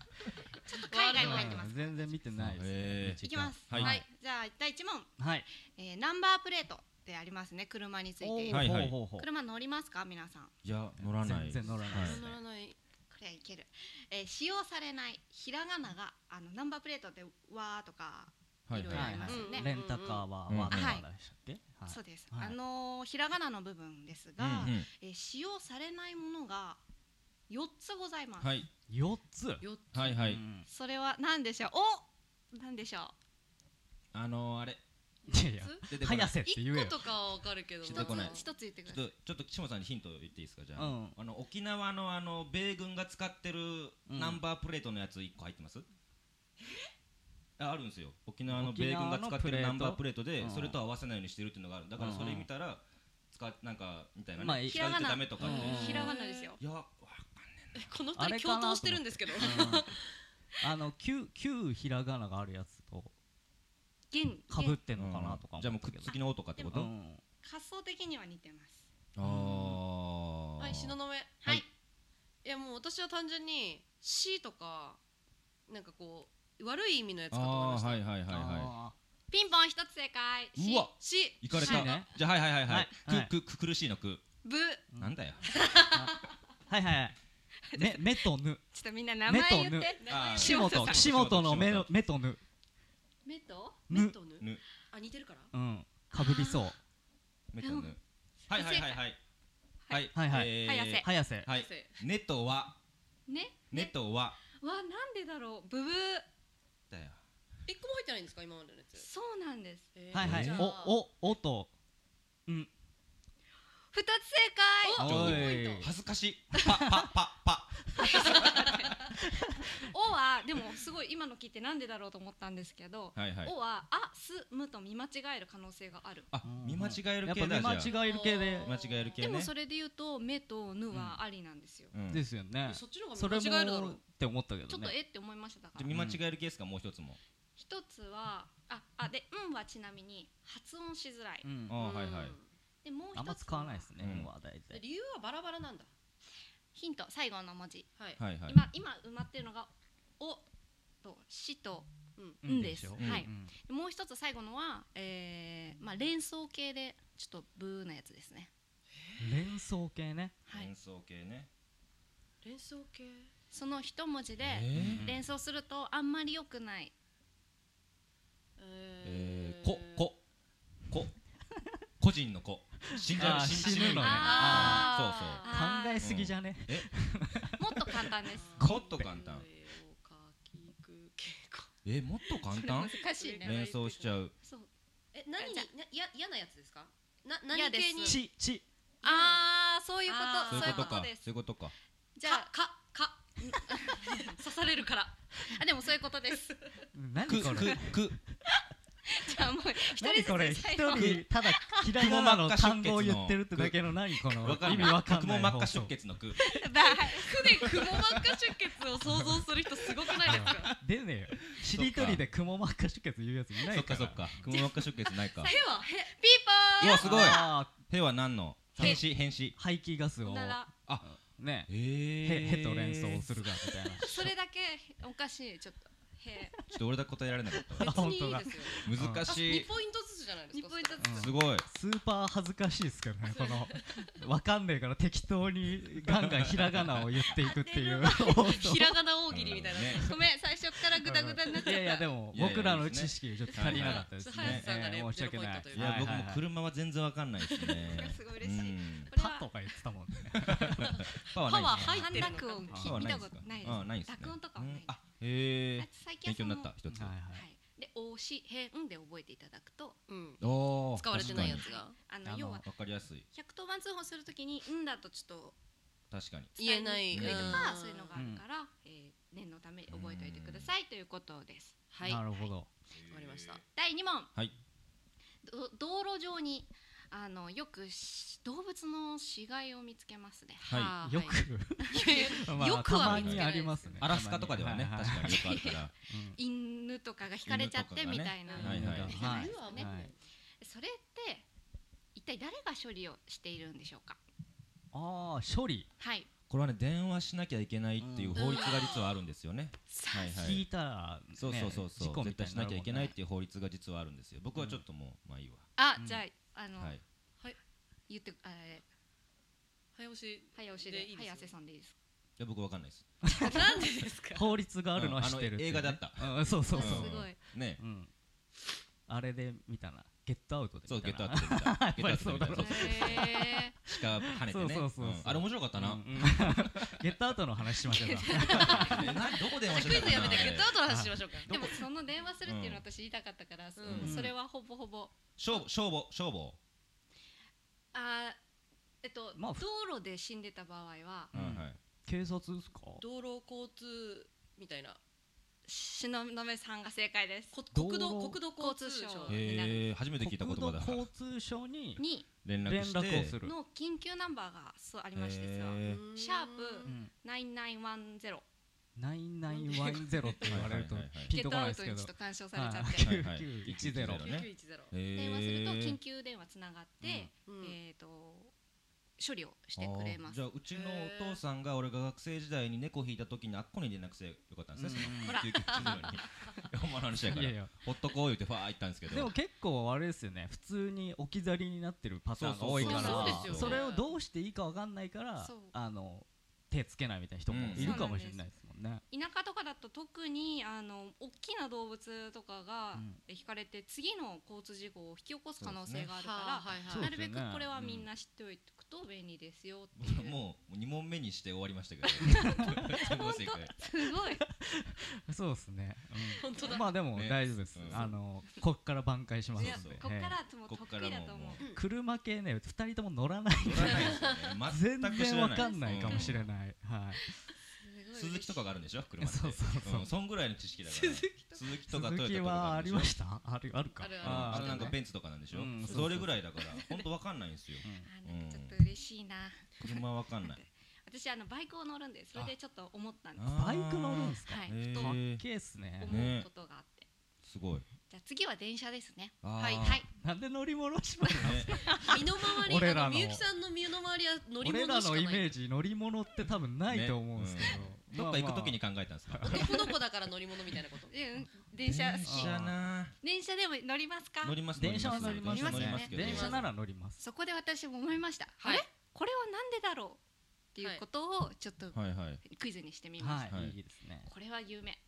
[SPEAKER 4] ちょっと海外も入ってます
[SPEAKER 5] うん全然見てないです、
[SPEAKER 6] へー
[SPEAKER 4] いきます
[SPEAKER 6] はい
[SPEAKER 4] じゃあ第一問、
[SPEAKER 5] はい
[SPEAKER 4] えー、ナンバープレートってありますね車につい
[SPEAKER 5] お
[SPEAKER 4] てい
[SPEAKER 5] ー
[SPEAKER 4] る、
[SPEAKER 6] はい
[SPEAKER 5] ほうほうほう
[SPEAKER 4] 車乗りますか皆さん
[SPEAKER 6] いや乗らない
[SPEAKER 5] 全然乗らないですね
[SPEAKER 3] 乗らない
[SPEAKER 4] これはいける、えー使用されないひらがながあのナンバープレートで「わ」とか
[SPEAKER 6] はい
[SPEAKER 4] いろいろあ
[SPEAKER 5] は
[SPEAKER 4] り
[SPEAKER 5] い
[SPEAKER 4] ま
[SPEAKER 5] は
[SPEAKER 4] すよね、
[SPEAKER 5] いレンタカーはワ
[SPEAKER 6] うん
[SPEAKER 5] ークマンでしたっけはい
[SPEAKER 4] そうです、
[SPEAKER 5] はい
[SPEAKER 4] あのーひらがなの部分ですが、
[SPEAKER 6] うんうん
[SPEAKER 4] えー使用されないものが4つございます、
[SPEAKER 6] はい
[SPEAKER 5] 四つは
[SPEAKER 3] よ
[SPEAKER 6] はいはい
[SPEAKER 4] それは何でしょうお何でしょう
[SPEAKER 6] あのー、あれ
[SPEAKER 5] いやいや
[SPEAKER 6] 出てこない
[SPEAKER 5] 早瀬って言
[SPEAKER 3] 一
[SPEAKER 5] え
[SPEAKER 3] 個
[SPEAKER 5] よ
[SPEAKER 3] とかはわかるけど
[SPEAKER 6] 出てこない
[SPEAKER 4] 一つ一つ言ってくだ
[SPEAKER 6] ち
[SPEAKER 4] さ
[SPEAKER 6] ょ
[SPEAKER 4] い
[SPEAKER 6] っとちょっと岸本さんにヒント言っていいですかじゃあ、
[SPEAKER 5] うん
[SPEAKER 6] あの沖縄のあの米軍が使ってる
[SPEAKER 5] うん
[SPEAKER 6] ナンバープレートのやつ一個入ってます、ああるんですよ沖縄の米軍が使ってる
[SPEAKER 5] 沖
[SPEAKER 6] ナ
[SPEAKER 5] 縄
[SPEAKER 6] ン
[SPEAKER 5] の
[SPEAKER 6] バープレートで
[SPEAKER 5] うん
[SPEAKER 6] それと合わせないようにしてるっていうのがあるだから
[SPEAKER 5] うん
[SPEAKER 6] それ見たら使っなんかみたいなね、
[SPEAKER 5] まあ
[SPEAKER 6] 使ってダメとかって、
[SPEAKER 5] ひらがなう
[SPEAKER 4] ひらがな
[SPEAKER 5] ん
[SPEAKER 4] ですよ
[SPEAKER 6] いやわ
[SPEAKER 3] えこの
[SPEAKER 5] あ
[SPEAKER 3] 二
[SPEAKER 5] れ
[SPEAKER 3] 人
[SPEAKER 5] かな
[SPEAKER 3] 共闘してるんですけど
[SPEAKER 5] うんあの旧旧ひらがながあるやつと
[SPEAKER 4] 現
[SPEAKER 5] かぶってんのか
[SPEAKER 6] う
[SPEAKER 5] なんとか
[SPEAKER 6] じゃあ
[SPEAKER 5] 思
[SPEAKER 6] も
[SPEAKER 5] っ
[SPEAKER 6] う
[SPEAKER 5] た
[SPEAKER 6] く
[SPEAKER 5] け
[SPEAKER 6] っ
[SPEAKER 5] ど
[SPEAKER 6] つきの音かってこと、
[SPEAKER 5] うん
[SPEAKER 4] 発想的には似てます
[SPEAKER 6] ああ
[SPEAKER 3] はい東雲はい
[SPEAKER 6] はい
[SPEAKER 3] いやもう私は単純に「し」とかなんかこう悪い意味のやつかと思い
[SPEAKER 6] あ
[SPEAKER 3] まし
[SPEAKER 6] ー
[SPEAKER 3] た
[SPEAKER 6] はいはいはいは
[SPEAKER 5] あ
[SPEAKER 4] ピンポン一つ正解
[SPEAKER 6] い
[SPEAKER 4] し
[SPEAKER 6] うわ
[SPEAKER 3] 「し」
[SPEAKER 6] 行かれ
[SPEAKER 5] は
[SPEAKER 6] た、
[SPEAKER 5] いね
[SPEAKER 6] じゃあはいはいはいは
[SPEAKER 5] はいい、
[SPEAKER 6] くくく苦しいのく、
[SPEAKER 4] ぶ
[SPEAKER 5] うん
[SPEAKER 6] なんだよ
[SPEAKER 5] ーはいはいはい <laughs> 目目とぬ
[SPEAKER 4] ちょっとみんな名前言っ
[SPEAKER 5] 目と
[SPEAKER 4] て
[SPEAKER 6] あー
[SPEAKER 5] 岸本岸
[SPEAKER 6] 岸
[SPEAKER 5] 本
[SPEAKER 6] 本
[SPEAKER 5] の目の目とぬ
[SPEAKER 4] 目と
[SPEAKER 5] ぬ
[SPEAKER 3] 目とぬ
[SPEAKER 6] ぬ
[SPEAKER 3] あ似てるから
[SPEAKER 5] うんかぶりそう
[SPEAKER 6] メタヌ。はいはいはいはい。はい
[SPEAKER 5] はいはい
[SPEAKER 6] えー
[SPEAKER 4] 早瀬
[SPEAKER 5] 早瀬
[SPEAKER 6] はい。ネトは
[SPEAKER 4] ね
[SPEAKER 6] ネトは
[SPEAKER 4] わなんでだろうブブ
[SPEAKER 6] だよ。
[SPEAKER 3] 一個も入ってないんですか今までのやつ
[SPEAKER 4] そうなんです
[SPEAKER 3] えー
[SPEAKER 5] はいはい
[SPEAKER 3] じゃあ
[SPEAKER 5] おおおと
[SPEAKER 4] 二つ正
[SPEAKER 3] お
[SPEAKER 5] お
[SPEAKER 3] 二ポイン
[SPEAKER 5] い
[SPEAKER 3] ト
[SPEAKER 6] 恥ずかしい。パパパパ。
[SPEAKER 4] 解おはでもすごい今の聞いてなんでだろうと思ったんですけど
[SPEAKER 6] はいはい。
[SPEAKER 4] おはあすむと見間違える可能性がある
[SPEAKER 6] あ見間違え
[SPEAKER 5] や
[SPEAKER 6] る
[SPEAKER 5] っ
[SPEAKER 6] 系
[SPEAKER 5] ぱ
[SPEAKER 6] だ
[SPEAKER 5] 見
[SPEAKER 6] じゃあ。見
[SPEAKER 5] 間違える系で
[SPEAKER 3] お
[SPEAKER 6] 間違える系ね。
[SPEAKER 4] でもそれで言うと目とぬはありなんですよ
[SPEAKER 6] うん。
[SPEAKER 5] で
[SPEAKER 6] です
[SPEAKER 5] よね
[SPEAKER 3] そっちの方
[SPEAKER 5] そ
[SPEAKER 3] が
[SPEAKER 5] れ
[SPEAKER 3] 見間違えるだろ
[SPEAKER 5] もっ
[SPEAKER 3] う
[SPEAKER 5] て思ったけ
[SPEAKER 4] ち
[SPEAKER 5] ど
[SPEAKER 4] ょっと
[SPEAKER 5] ね
[SPEAKER 4] えって思いましただから
[SPEAKER 6] 見間違える系ですかもう一つも。
[SPEAKER 4] 一つはああで「うん」はちなみに発音しづらい
[SPEAKER 5] うん
[SPEAKER 6] あーはいはい。
[SPEAKER 4] でもう一つ
[SPEAKER 5] あんま使わないですね
[SPEAKER 6] うん
[SPEAKER 5] うんは大
[SPEAKER 3] で
[SPEAKER 5] 体
[SPEAKER 3] 理由はバラバラなんだ
[SPEAKER 4] ヒント最後の文字
[SPEAKER 3] はい
[SPEAKER 6] はいはい。
[SPEAKER 4] 今今埋まってるのが「お」と「し」と「うん」です
[SPEAKER 5] しょ
[SPEAKER 4] はい
[SPEAKER 5] うん
[SPEAKER 4] もう一つ最後のは、えーまあ、連想系でちょっとブーなやつですね
[SPEAKER 5] 連想系ね
[SPEAKER 4] はい
[SPEAKER 6] 演奏系ね。
[SPEAKER 3] 連想系
[SPEAKER 4] その一文字で
[SPEAKER 6] え
[SPEAKER 5] ー
[SPEAKER 4] 連想するとあんまり良くない
[SPEAKER 6] え
[SPEAKER 3] え
[SPEAKER 6] ーこここ個人の子。死んじゃ
[SPEAKER 5] あ
[SPEAKER 6] う
[SPEAKER 5] ー
[SPEAKER 6] 死ん
[SPEAKER 5] 死ぬのね
[SPEAKER 6] あ
[SPEAKER 4] あ
[SPEAKER 6] ー
[SPEAKER 4] ー
[SPEAKER 5] 考えすぎじゃね
[SPEAKER 6] そうそう。
[SPEAKER 4] あーもっと簡単です
[SPEAKER 6] えもっと簡単。えもっと簡単？
[SPEAKER 4] 難しいね
[SPEAKER 6] 連想しちゃう。
[SPEAKER 4] そう
[SPEAKER 3] え何に
[SPEAKER 4] じゃ
[SPEAKER 3] なや嫌なやつですかな
[SPEAKER 4] 嫌
[SPEAKER 3] 何
[SPEAKER 4] です
[SPEAKER 3] 系に
[SPEAKER 5] ちち
[SPEAKER 4] ああそういうこ
[SPEAKER 3] あ
[SPEAKER 4] と
[SPEAKER 6] そう
[SPEAKER 3] ー
[SPEAKER 6] いう
[SPEAKER 4] そういうこと
[SPEAKER 6] こか
[SPEAKER 4] とです
[SPEAKER 6] そういうことか。
[SPEAKER 4] じゃあ
[SPEAKER 3] かか <laughs> 刺されるから
[SPEAKER 4] あでもそういうことです
[SPEAKER 5] 何
[SPEAKER 6] く
[SPEAKER 5] こ
[SPEAKER 6] く
[SPEAKER 5] れ
[SPEAKER 6] く
[SPEAKER 4] じゃあもう一人ず
[SPEAKER 5] 何
[SPEAKER 4] つ
[SPEAKER 5] これ一
[SPEAKER 4] 最後
[SPEAKER 5] 人ただひらがなの単語を言ってるってだけの何この
[SPEAKER 6] わかん
[SPEAKER 5] 意味
[SPEAKER 6] ない
[SPEAKER 5] わかんない
[SPEAKER 6] くも膜
[SPEAKER 5] 放
[SPEAKER 6] 下
[SPEAKER 5] 送
[SPEAKER 6] 出血のく
[SPEAKER 4] だ
[SPEAKER 3] <laughs> くでくも膜下出血を想像する人すごくないですか
[SPEAKER 5] 出ねえよしりとりでくも膜下出血言うやついない
[SPEAKER 6] そ
[SPEAKER 5] か
[SPEAKER 6] っからそっ <laughs> かくも膜下出血 <laughs> ないか
[SPEAKER 3] 手はへ
[SPEAKER 4] ピーポ
[SPEAKER 6] う
[SPEAKER 4] ー
[SPEAKER 6] わすごい
[SPEAKER 5] あ
[SPEAKER 6] へは何の変死変
[SPEAKER 5] ー
[SPEAKER 6] 死
[SPEAKER 5] 排気ガス
[SPEAKER 4] お
[SPEAKER 5] を
[SPEAKER 4] なら
[SPEAKER 5] ね
[SPEAKER 6] え
[SPEAKER 5] へ
[SPEAKER 6] ー
[SPEAKER 5] へと連想するがみたいな
[SPEAKER 6] <laughs>
[SPEAKER 4] それだけおかしいちょっとへ
[SPEAKER 6] ちょっと俺だけ答えられなかったわ
[SPEAKER 5] あ
[SPEAKER 3] 別に
[SPEAKER 5] 本当だ
[SPEAKER 3] いいですよ
[SPEAKER 6] 難し
[SPEAKER 3] 2
[SPEAKER 6] い
[SPEAKER 3] ポイントずつじゃないです
[SPEAKER 4] 2
[SPEAKER 3] か
[SPEAKER 4] ポイントずつ
[SPEAKER 5] うん
[SPEAKER 6] すごい
[SPEAKER 5] スーパー恥ずかしいですけどねこのわかんねえから適当にガンガンひらがなを言っていくって
[SPEAKER 3] <laughs>
[SPEAKER 5] いう
[SPEAKER 3] ひらがな大喜利みたいな、
[SPEAKER 6] <laughs> ね
[SPEAKER 4] ごめん最初からグダグダになっちゃ
[SPEAKER 5] い
[SPEAKER 4] っ
[SPEAKER 5] やいや
[SPEAKER 4] た
[SPEAKER 5] でも
[SPEAKER 6] いやいや
[SPEAKER 5] 僕らの知識ちょっと足りなかったです
[SPEAKER 3] はいは
[SPEAKER 5] ね
[SPEAKER 3] いそう早瀬さんがね
[SPEAKER 5] えー申し訳ない
[SPEAKER 3] ゼロポイントという
[SPEAKER 6] いや僕も
[SPEAKER 5] はいはいはい
[SPEAKER 6] 車は全然わかんないですね
[SPEAKER 4] すごい嬉しい
[SPEAKER 6] うん
[SPEAKER 4] これ
[SPEAKER 5] パ
[SPEAKER 4] は
[SPEAKER 5] とか言ってたもんね
[SPEAKER 6] パワー
[SPEAKER 3] パワー
[SPEAKER 6] ない
[SPEAKER 3] 入ってる
[SPEAKER 4] 半
[SPEAKER 3] の
[SPEAKER 4] 濁
[SPEAKER 3] か
[SPEAKER 4] 音
[SPEAKER 6] です
[SPEAKER 4] き
[SPEAKER 6] ね
[SPEAKER 4] 見たことないです
[SPEAKER 6] あないですね
[SPEAKER 4] 濁音とかはない
[SPEAKER 6] うんあへえ
[SPEAKER 4] あ最近
[SPEAKER 6] 勉
[SPEAKER 4] はその
[SPEAKER 6] 強になった一つ
[SPEAKER 5] はい
[SPEAKER 4] は
[SPEAKER 5] はい
[SPEAKER 4] いでおしへんで覚えていただくと
[SPEAKER 3] うん、
[SPEAKER 6] おー
[SPEAKER 3] 使われてないやつ
[SPEAKER 6] 確
[SPEAKER 3] が
[SPEAKER 4] あ
[SPEAKER 5] あ
[SPEAKER 4] の
[SPEAKER 5] の
[SPEAKER 4] 要は
[SPEAKER 6] かにわかりやすい
[SPEAKER 4] 110番通報するときに「ん」だとちょっと
[SPEAKER 6] 確かに
[SPEAKER 3] 言えない
[SPEAKER 4] 伝にくと
[SPEAKER 3] う
[SPEAKER 4] か
[SPEAKER 3] ん
[SPEAKER 4] そういうのがあるから、えー念のため覚えておいてくださいということです
[SPEAKER 3] はい
[SPEAKER 5] なるほど
[SPEAKER 3] わかりました
[SPEAKER 4] 第2問、
[SPEAKER 6] はい
[SPEAKER 4] ど道路上にあのよくし動物の死骸を見つけますね
[SPEAKER 6] はい
[SPEAKER 3] はあ
[SPEAKER 5] よ
[SPEAKER 3] はい
[SPEAKER 5] く
[SPEAKER 3] いやいや
[SPEAKER 5] ま
[SPEAKER 3] よ
[SPEAKER 5] あ
[SPEAKER 3] く
[SPEAKER 5] た
[SPEAKER 3] は
[SPEAKER 5] ま
[SPEAKER 3] 見つけ
[SPEAKER 5] に
[SPEAKER 3] ない
[SPEAKER 5] ありますね
[SPEAKER 6] アラスカとかではね
[SPEAKER 5] たま
[SPEAKER 6] 確かによくあるから
[SPEAKER 5] にはい
[SPEAKER 4] 犬とかが引かれちゃってみたいな、
[SPEAKER 3] 犬と
[SPEAKER 6] かがねはいはい
[SPEAKER 4] な
[SPEAKER 5] <laughs> はい
[SPEAKER 4] ですよね
[SPEAKER 5] はいはい
[SPEAKER 4] それって一体誰が処理をしているんでしょうか
[SPEAKER 5] ああ処理
[SPEAKER 4] はい
[SPEAKER 6] これはね電話しなきゃいけないっていう法律が実はあるんですよね
[SPEAKER 4] さあ
[SPEAKER 6] はいは
[SPEAKER 5] 聞い
[SPEAKER 6] い
[SPEAKER 5] たらね
[SPEAKER 6] そうそうそうそう
[SPEAKER 5] 事故み
[SPEAKER 6] 絶
[SPEAKER 5] たい
[SPEAKER 6] 対
[SPEAKER 5] に
[SPEAKER 6] し
[SPEAKER 5] なる
[SPEAKER 6] なき
[SPEAKER 5] もん
[SPEAKER 6] ゃい
[SPEAKER 5] ね
[SPEAKER 6] けないっていう法律が実はあるんですよ僕はちょっともうまあいいわ
[SPEAKER 4] あ、
[SPEAKER 5] うん
[SPEAKER 4] じゃああの、
[SPEAKER 6] はい
[SPEAKER 4] 言ってあれ
[SPEAKER 3] 早押し
[SPEAKER 4] 早押し
[SPEAKER 3] で
[SPEAKER 4] で
[SPEAKER 3] いいですよ
[SPEAKER 4] 早瀬さんでいいですか
[SPEAKER 6] いや僕わかんないです
[SPEAKER 3] なんでですか
[SPEAKER 5] 法律があるのは知ってるっていうね
[SPEAKER 6] うんあの映画だ
[SPEAKER 5] うんそうそう
[SPEAKER 6] うん
[SPEAKER 5] そう
[SPEAKER 4] すごい
[SPEAKER 6] ね
[SPEAKER 5] うんあれで見たなゲットアウトで
[SPEAKER 6] そうゲ
[SPEAKER 5] 見
[SPEAKER 6] ット
[SPEAKER 5] た
[SPEAKER 6] ア
[SPEAKER 5] な
[SPEAKER 6] ップで見たゲ
[SPEAKER 5] <laughs> やっぱり
[SPEAKER 6] ットアップで見た
[SPEAKER 5] そうだろう
[SPEAKER 4] へ
[SPEAKER 6] 鹿跳ねて
[SPEAKER 5] そうそ
[SPEAKER 6] ね
[SPEAKER 5] うそうそうん
[SPEAKER 6] あれ面白かったな、
[SPEAKER 5] うんうんゲットアウトの話しましょうか
[SPEAKER 6] えなどこで
[SPEAKER 3] じゃあ
[SPEAKER 6] 話し
[SPEAKER 3] クイ
[SPEAKER 6] て
[SPEAKER 3] ズやめてゲットアウトの話しましょうか
[SPEAKER 4] ーでもその電話するっていうのは私言いたかったから、そ
[SPEAKER 3] うん
[SPEAKER 4] それはほぼほぼ
[SPEAKER 6] 消防消防消防
[SPEAKER 4] あーえっと、
[SPEAKER 5] まあふ
[SPEAKER 4] 道路で死んでた場合は
[SPEAKER 5] うん
[SPEAKER 6] はいはい
[SPEAKER 5] 警察ですか
[SPEAKER 3] 道路交通みたいな
[SPEAKER 4] 東雲さんが正解です
[SPEAKER 3] こ
[SPEAKER 5] 道
[SPEAKER 3] 国道
[SPEAKER 5] 路
[SPEAKER 3] 国土交通省
[SPEAKER 4] 交通省
[SPEAKER 3] え
[SPEAKER 6] えー、初めて聞いた言葉だ
[SPEAKER 5] 国土交通省に
[SPEAKER 4] に
[SPEAKER 6] 連
[SPEAKER 5] 連
[SPEAKER 6] 絡して
[SPEAKER 5] 絡をする
[SPEAKER 4] の緊急ナンバーがそうありましてさ、
[SPEAKER 6] え
[SPEAKER 3] ー
[SPEAKER 4] シャープ
[SPEAKER 5] うん
[SPEAKER 4] 9910
[SPEAKER 5] 9910って言われると
[SPEAKER 6] はいはいはいはい
[SPEAKER 5] ピ
[SPEAKER 4] ゲ
[SPEAKER 5] ン
[SPEAKER 4] ッ
[SPEAKER 5] とこ
[SPEAKER 4] ト
[SPEAKER 5] ない
[SPEAKER 4] ア
[SPEAKER 5] で
[SPEAKER 4] ウ
[SPEAKER 5] す
[SPEAKER 4] ト
[SPEAKER 5] け
[SPEAKER 4] に
[SPEAKER 5] ど
[SPEAKER 4] ちょっと干渉されちゃって、
[SPEAKER 6] はいはい
[SPEAKER 5] 9910
[SPEAKER 6] 9910ね
[SPEAKER 3] 910
[SPEAKER 6] えー
[SPEAKER 4] <laughs> 電話すると緊急電話つながって、
[SPEAKER 3] うん
[SPEAKER 4] えー、と処理をしてくれま
[SPEAKER 6] あー
[SPEAKER 4] す
[SPEAKER 6] じゃあうちのお父さんが俺が学生時代に猫引いた時にあっこに連絡してよかったんですね
[SPEAKER 5] うん
[SPEAKER 6] その救急車のようにほんまの話やか
[SPEAKER 5] い
[SPEAKER 6] ら
[SPEAKER 5] やいや
[SPEAKER 6] <laughs> ほっとこう言ってファー行ったんですけど
[SPEAKER 5] でも結構あれですよね普通に置き去りになってるパターンが多いから
[SPEAKER 6] そうそうそ
[SPEAKER 3] そ
[SPEAKER 6] う
[SPEAKER 3] うですよ
[SPEAKER 5] そ
[SPEAKER 3] ね
[SPEAKER 5] れをどうしていいかわかんないから
[SPEAKER 4] そう
[SPEAKER 5] あの手つけないみたいな人も
[SPEAKER 6] うん
[SPEAKER 5] いるかもしれないですもんね
[SPEAKER 4] 田舎とかだと特にあの大きな動物とかが
[SPEAKER 5] うん
[SPEAKER 4] え引かれて次の交通事故を引き起こす可能
[SPEAKER 6] そう
[SPEAKER 4] 性
[SPEAKER 6] ですね
[SPEAKER 4] がある
[SPEAKER 3] はあ
[SPEAKER 4] か
[SPEAKER 3] はい
[SPEAKER 4] ら、
[SPEAKER 5] そう
[SPEAKER 3] はい
[SPEAKER 4] なるべく
[SPEAKER 5] ですよね
[SPEAKER 4] これはみんな知っておくと便利ですよっていう、
[SPEAKER 6] <laughs> もう2問目にして終わりましたけど全問正解
[SPEAKER 4] すごい
[SPEAKER 5] そうですねうん
[SPEAKER 3] 本当だ
[SPEAKER 5] まあでも
[SPEAKER 6] ね
[SPEAKER 5] 大丈夫です
[SPEAKER 6] うん
[SPEAKER 5] あのこっから挽回しますん
[SPEAKER 4] い
[SPEAKER 5] で
[SPEAKER 4] や
[SPEAKER 6] そう
[SPEAKER 4] こっか
[SPEAKER 5] え
[SPEAKER 4] らとも
[SPEAKER 6] <laughs> こっか
[SPEAKER 4] 得
[SPEAKER 6] ら
[SPEAKER 4] 意だ
[SPEAKER 6] も
[SPEAKER 4] と
[SPEAKER 6] も
[SPEAKER 4] 思う
[SPEAKER 6] う
[SPEAKER 5] え車系ね2人とも乗らない
[SPEAKER 6] 乗らないですよね
[SPEAKER 5] 全
[SPEAKER 6] 全く知
[SPEAKER 5] 然
[SPEAKER 6] ら
[SPEAKER 5] わ
[SPEAKER 6] ない
[SPEAKER 5] かんないかもしれ
[SPEAKER 6] い
[SPEAKER 5] ないはい
[SPEAKER 6] 鈴木とかがあるんでしょ車って
[SPEAKER 5] そうそうそうん
[SPEAKER 6] そんぐらいの知識だから
[SPEAKER 3] 鈴木と
[SPEAKER 6] 鈴木とかト
[SPEAKER 5] 続
[SPEAKER 6] ヨタと
[SPEAKER 5] き
[SPEAKER 6] か
[SPEAKER 5] はありましたあるあるか
[SPEAKER 3] ある
[SPEAKER 6] あ
[SPEAKER 3] あ
[SPEAKER 6] あ
[SPEAKER 3] る
[SPEAKER 6] れ
[SPEAKER 5] ー
[SPEAKER 6] なんかベンツとかなんでしょ
[SPEAKER 5] うん
[SPEAKER 6] それぐらいだから本当わかんないんですよ
[SPEAKER 4] あーなんかちょっと嬉しいな、
[SPEAKER 6] 車わかんない
[SPEAKER 4] 私あのバイクを乗るんでそれでちょっと思ったんです
[SPEAKER 5] バイク乗るんですか
[SPEAKER 4] はい、
[SPEAKER 6] へー
[SPEAKER 4] ふと
[SPEAKER 5] かっけえっすね
[SPEAKER 4] 思うことがあって、
[SPEAKER 6] すごい
[SPEAKER 4] じゃあ次は電車ですね
[SPEAKER 6] あー
[SPEAKER 4] はいはい
[SPEAKER 5] なんで乗り物し
[SPEAKER 6] <laughs>
[SPEAKER 5] ます
[SPEAKER 6] ね
[SPEAKER 5] <laughs>
[SPEAKER 3] 身の回り
[SPEAKER 5] 俺
[SPEAKER 3] あ
[SPEAKER 5] ら
[SPEAKER 3] の
[SPEAKER 5] の
[SPEAKER 3] みゆきさんの身の回りは乗り
[SPEAKER 5] 俺ら
[SPEAKER 3] 物しか
[SPEAKER 5] の
[SPEAKER 3] な
[SPEAKER 5] イ
[SPEAKER 3] い
[SPEAKER 5] メージ乗り物って多分ないと思うんですけど、
[SPEAKER 6] どっか行くときに
[SPEAKER 5] ま
[SPEAKER 6] 考えたんですか
[SPEAKER 3] 男の子だから乗り物みたいなこと
[SPEAKER 4] でうん電車好
[SPEAKER 6] 電
[SPEAKER 4] き
[SPEAKER 6] 車な
[SPEAKER 4] 電車でも乗りますか
[SPEAKER 6] 乗りま
[SPEAKER 5] あ
[SPEAKER 6] す
[SPEAKER 5] 電車は乗りますね
[SPEAKER 4] 乗ります
[SPEAKER 6] けど
[SPEAKER 5] 電車なら乗ります
[SPEAKER 4] そこで私も思いました、
[SPEAKER 3] はい
[SPEAKER 4] あれこれはなんでだろうっていうことをちょっと
[SPEAKER 6] はいはい
[SPEAKER 4] クイズにしてみました、
[SPEAKER 5] はい、、
[SPEAKER 6] はいい
[SPEAKER 5] いですね、
[SPEAKER 4] これは有名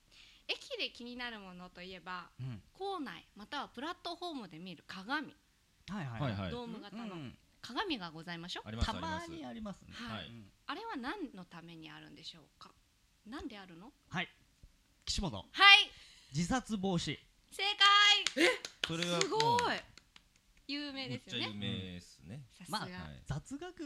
[SPEAKER 4] 駅で気になるものといえば
[SPEAKER 5] うん、
[SPEAKER 4] 構内またはプラットホームで見る鏡、
[SPEAKER 5] はいはい
[SPEAKER 6] はいはい
[SPEAKER 4] ドーム型
[SPEAKER 5] う
[SPEAKER 4] の
[SPEAKER 5] ん
[SPEAKER 4] 鏡がございましょう
[SPEAKER 6] あります
[SPEAKER 5] た
[SPEAKER 6] ありま
[SPEAKER 5] ますにありますね
[SPEAKER 4] はい
[SPEAKER 5] うん
[SPEAKER 4] あれは何のためにあるんでしょうかなんであるのは
[SPEAKER 5] はい岸本
[SPEAKER 4] い
[SPEAKER 5] 自殺防止
[SPEAKER 4] 正
[SPEAKER 6] それは
[SPEAKER 4] 解す
[SPEAKER 6] もう
[SPEAKER 4] ごい有名
[SPEAKER 6] めっ
[SPEAKER 4] です
[SPEAKER 6] ちゃ
[SPEAKER 4] よね
[SPEAKER 6] 有名ですね
[SPEAKER 4] さす
[SPEAKER 5] ま
[SPEAKER 4] が、
[SPEAKER 5] あ
[SPEAKER 6] はい
[SPEAKER 5] 雑学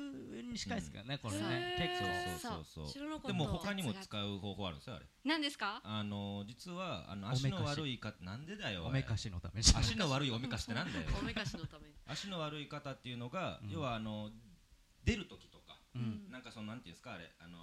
[SPEAKER 5] に近いですからね、これね
[SPEAKER 3] へー
[SPEAKER 5] 結構
[SPEAKER 6] そうそう
[SPEAKER 3] 知
[SPEAKER 6] そう
[SPEAKER 3] らなかった
[SPEAKER 6] でも他にも使う方法あるんですよあれ
[SPEAKER 4] 何ですか
[SPEAKER 6] あの実はあの
[SPEAKER 5] おめかし
[SPEAKER 6] 足の悪いかなんでだよ
[SPEAKER 5] おめかしのためじゃない
[SPEAKER 6] 足の悪いおめかしってなんだよ
[SPEAKER 3] おめかしのために
[SPEAKER 6] 足の悪い方っていうのが
[SPEAKER 5] うん
[SPEAKER 6] 要はあの出る時とか
[SPEAKER 5] うん、
[SPEAKER 6] なんかそのなんていうんですかあれあの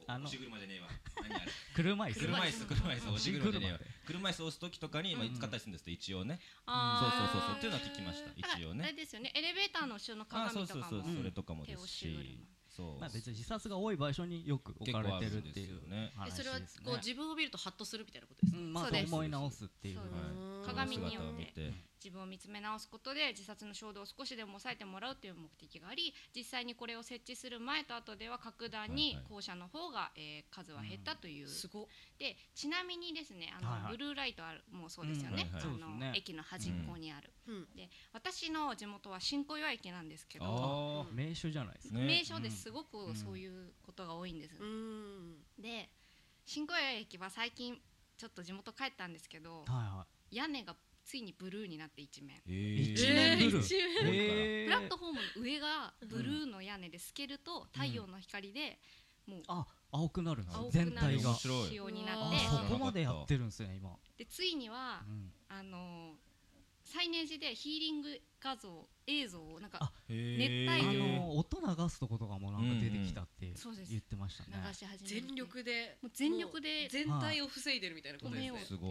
[SPEAKER 6] お
[SPEAKER 5] あの
[SPEAKER 6] 押し車じゃねえわ何あれ
[SPEAKER 5] 車椅子
[SPEAKER 6] 車椅子車椅子押し車じゃねえわ
[SPEAKER 5] 押し
[SPEAKER 6] 車椅子押す時とかに今使ったりするんですって一応ねそう
[SPEAKER 4] あ
[SPEAKER 6] そうそうそう
[SPEAKER 4] ー
[SPEAKER 6] っていうのは聞きました
[SPEAKER 4] だから
[SPEAKER 6] 一応
[SPEAKER 4] あれ
[SPEAKER 6] ね
[SPEAKER 4] ですよねエレベーターの後ろの
[SPEAKER 6] あそう
[SPEAKER 4] 鏡と
[SPEAKER 6] そう
[SPEAKER 4] か
[SPEAKER 6] そう
[SPEAKER 4] も
[SPEAKER 5] うん
[SPEAKER 6] それとかもで
[SPEAKER 4] 手
[SPEAKER 6] す
[SPEAKER 4] 押し
[SPEAKER 6] しそう
[SPEAKER 5] まあ別に自殺が多い場所によく置かれてるってい
[SPEAKER 6] 結構あるんです
[SPEAKER 5] う
[SPEAKER 6] よ
[SPEAKER 5] 話
[SPEAKER 6] ね
[SPEAKER 3] え
[SPEAKER 5] で
[SPEAKER 3] そ
[SPEAKER 5] す
[SPEAKER 3] れはこう
[SPEAKER 5] ね
[SPEAKER 3] 自分を見るとハッとするみたいなことですか
[SPEAKER 5] うんま
[SPEAKER 4] そ
[SPEAKER 5] あ
[SPEAKER 4] うです
[SPEAKER 5] 思い直すってい
[SPEAKER 4] そ
[SPEAKER 5] う
[SPEAKER 4] う
[SPEAKER 6] は
[SPEAKER 3] う
[SPEAKER 6] い
[SPEAKER 3] ん
[SPEAKER 4] 鏡によ
[SPEAKER 6] 姿を見
[SPEAKER 4] って
[SPEAKER 6] て
[SPEAKER 4] 自分を見つめ直すことで自殺の衝動を少しでも抑えてもらうという目的があり実際にこれを設置する前と後では格段
[SPEAKER 6] はい
[SPEAKER 4] に
[SPEAKER 6] はい
[SPEAKER 4] 校舎の方が、えー数は減ったという、
[SPEAKER 3] すごっ
[SPEAKER 4] でちなみにですねあの、
[SPEAKER 5] はいはい
[SPEAKER 4] ブルーライトあるもうそうですよね,、
[SPEAKER 6] うんはいはい
[SPEAKER 5] そう
[SPEAKER 4] あ
[SPEAKER 5] です
[SPEAKER 4] の
[SPEAKER 5] ね
[SPEAKER 4] 駅の端っこにある、
[SPEAKER 3] うん
[SPEAKER 4] で私の地元は新小岩駅なんですけど
[SPEAKER 6] あ
[SPEAKER 5] 名所じゃないです
[SPEAKER 6] あ
[SPEAKER 5] か、
[SPEAKER 4] 名
[SPEAKER 6] ね
[SPEAKER 4] 所ですごくそういうことが多いんです、ね
[SPEAKER 3] うーん
[SPEAKER 4] で新小岩駅は最近ちょっと地元帰ったんですけど
[SPEAKER 5] はいは
[SPEAKER 4] 屋根がついにブルーになって一面
[SPEAKER 6] え
[SPEAKER 5] 一面ブルー
[SPEAKER 3] 一面
[SPEAKER 5] い、
[SPEAKER 4] プ
[SPEAKER 5] え
[SPEAKER 4] ラットホームの上がブルーの屋根で透けると太陽の光でもう
[SPEAKER 5] あ青くなるんです
[SPEAKER 4] 青く
[SPEAKER 5] 全
[SPEAKER 4] なる
[SPEAKER 5] 体が
[SPEAKER 6] 面白い
[SPEAKER 4] 仕様になっ
[SPEAKER 3] あ
[SPEAKER 4] て
[SPEAKER 5] あそこまでやってるんですね今、
[SPEAKER 4] でついには
[SPEAKER 5] うん
[SPEAKER 4] あのーサイネージでヒーリング画像映像をなんか
[SPEAKER 5] あ
[SPEAKER 4] 熱
[SPEAKER 5] あ
[SPEAKER 4] 帯魚
[SPEAKER 6] へー
[SPEAKER 5] の音流すとことかもなんか出てきたって
[SPEAKER 4] そうです
[SPEAKER 5] 言ってましたね、
[SPEAKER 4] 流し始めて
[SPEAKER 3] 全力で
[SPEAKER 4] もう全力で
[SPEAKER 3] 全体を防いでるみたいなことです
[SPEAKER 4] 米を
[SPEAKER 3] ね
[SPEAKER 6] すごい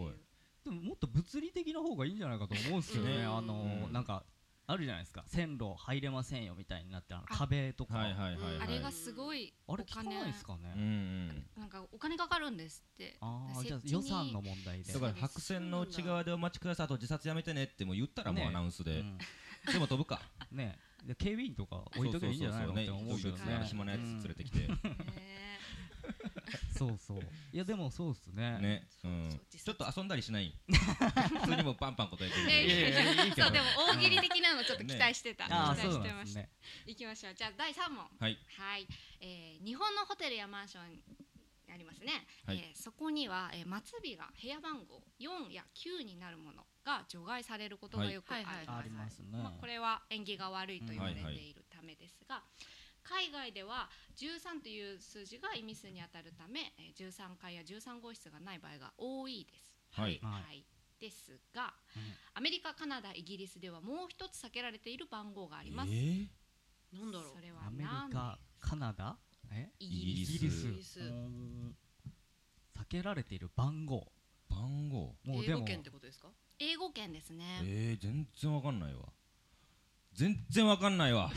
[SPEAKER 5] でももっと物理的な方がいいんじゃないかと思うんですよね
[SPEAKER 3] ね
[SPEAKER 5] あの、
[SPEAKER 6] うん
[SPEAKER 5] なんかあるじゃないですか線路入れませんよみたいになってあの壁とか、
[SPEAKER 6] はいはいはいはい
[SPEAKER 4] あれがすごい
[SPEAKER 5] あ
[SPEAKER 4] お
[SPEAKER 5] れ聞かない
[SPEAKER 4] 金
[SPEAKER 5] ですかね、
[SPEAKER 6] うんうん
[SPEAKER 4] なんかお金かかるんですって
[SPEAKER 5] ああ
[SPEAKER 4] 設
[SPEAKER 5] じゃあ
[SPEAKER 4] 置に
[SPEAKER 5] 予算の問題で
[SPEAKER 6] だから白線の内側でお待ちくださいあと自殺やめてねってもう言ったらもう
[SPEAKER 5] ね
[SPEAKER 6] アナウンスで
[SPEAKER 5] うん
[SPEAKER 6] でも飛ぶか
[SPEAKER 5] ねで警備員とか置いとけばいいんじゃないのって思うけど
[SPEAKER 6] そうそうそうそう
[SPEAKER 5] ね
[SPEAKER 6] ね暇なやつ連れてきて
[SPEAKER 4] ね
[SPEAKER 5] そうそういやでもそうっすね
[SPEAKER 6] ねうんちょっと遊んだりしない普通にもうパンパン答えてる
[SPEAKER 4] え
[SPEAKER 5] いやいやいいけど
[SPEAKER 4] そうでも大喜利的なのちょっと期待してた、
[SPEAKER 6] ね
[SPEAKER 5] ああ
[SPEAKER 4] 期
[SPEAKER 5] そ
[SPEAKER 4] 待して
[SPEAKER 5] うなん
[SPEAKER 4] ま
[SPEAKER 5] で
[SPEAKER 4] し
[SPEAKER 5] す
[SPEAKER 4] た、
[SPEAKER 5] ね
[SPEAKER 4] いきましょうじゃあ第三問
[SPEAKER 6] はい
[SPEAKER 4] はい、えー日本のホテルやマンションありますね、
[SPEAKER 6] はい
[SPEAKER 4] えーそこには、えー末尾が部屋番号4や9になるものが除外されることがよくあ
[SPEAKER 7] は
[SPEAKER 4] り
[SPEAKER 7] い
[SPEAKER 4] ます,、
[SPEAKER 5] ありますね
[SPEAKER 4] まあ、これは縁起が悪いと言われて
[SPEAKER 6] うんはいはい
[SPEAKER 4] いるためですが、海外では13という数字が意味数に当たるため、えー13階や13号室がない場合が多いです。
[SPEAKER 6] はい
[SPEAKER 5] はい
[SPEAKER 4] ですが、
[SPEAKER 5] うん
[SPEAKER 4] アメリカ、カナダ、イギリスではもう一つ避けられている番号があります。
[SPEAKER 6] え
[SPEAKER 3] なんだろ
[SPEAKER 4] それは
[SPEAKER 5] アメリ
[SPEAKER 4] 何で
[SPEAKER 5] カカナダえ
[SPEAKER 4] イ
[SPEAKER 6] イギ
[SPEAKER 5] イ
[SPEAKER 6] リス
[SPEAKER 5] ギリス
[SPEAKER 3] イギリス
[SPEAKER 5] うーん避けられている番号
[SPEAKER 6] ー番号
[SPEAKER 5] もう
[SPEAKER 3] う英
[SPEAKER 5] で
[SPEAKER 3] 語
[SPEAKER 5] も
[SPEAKER 3] 圏ってことですか
[SPEAKER 4] 英語圏ですね。
[SPEAKER 6] えー全然わかんないわ全然わかんないわ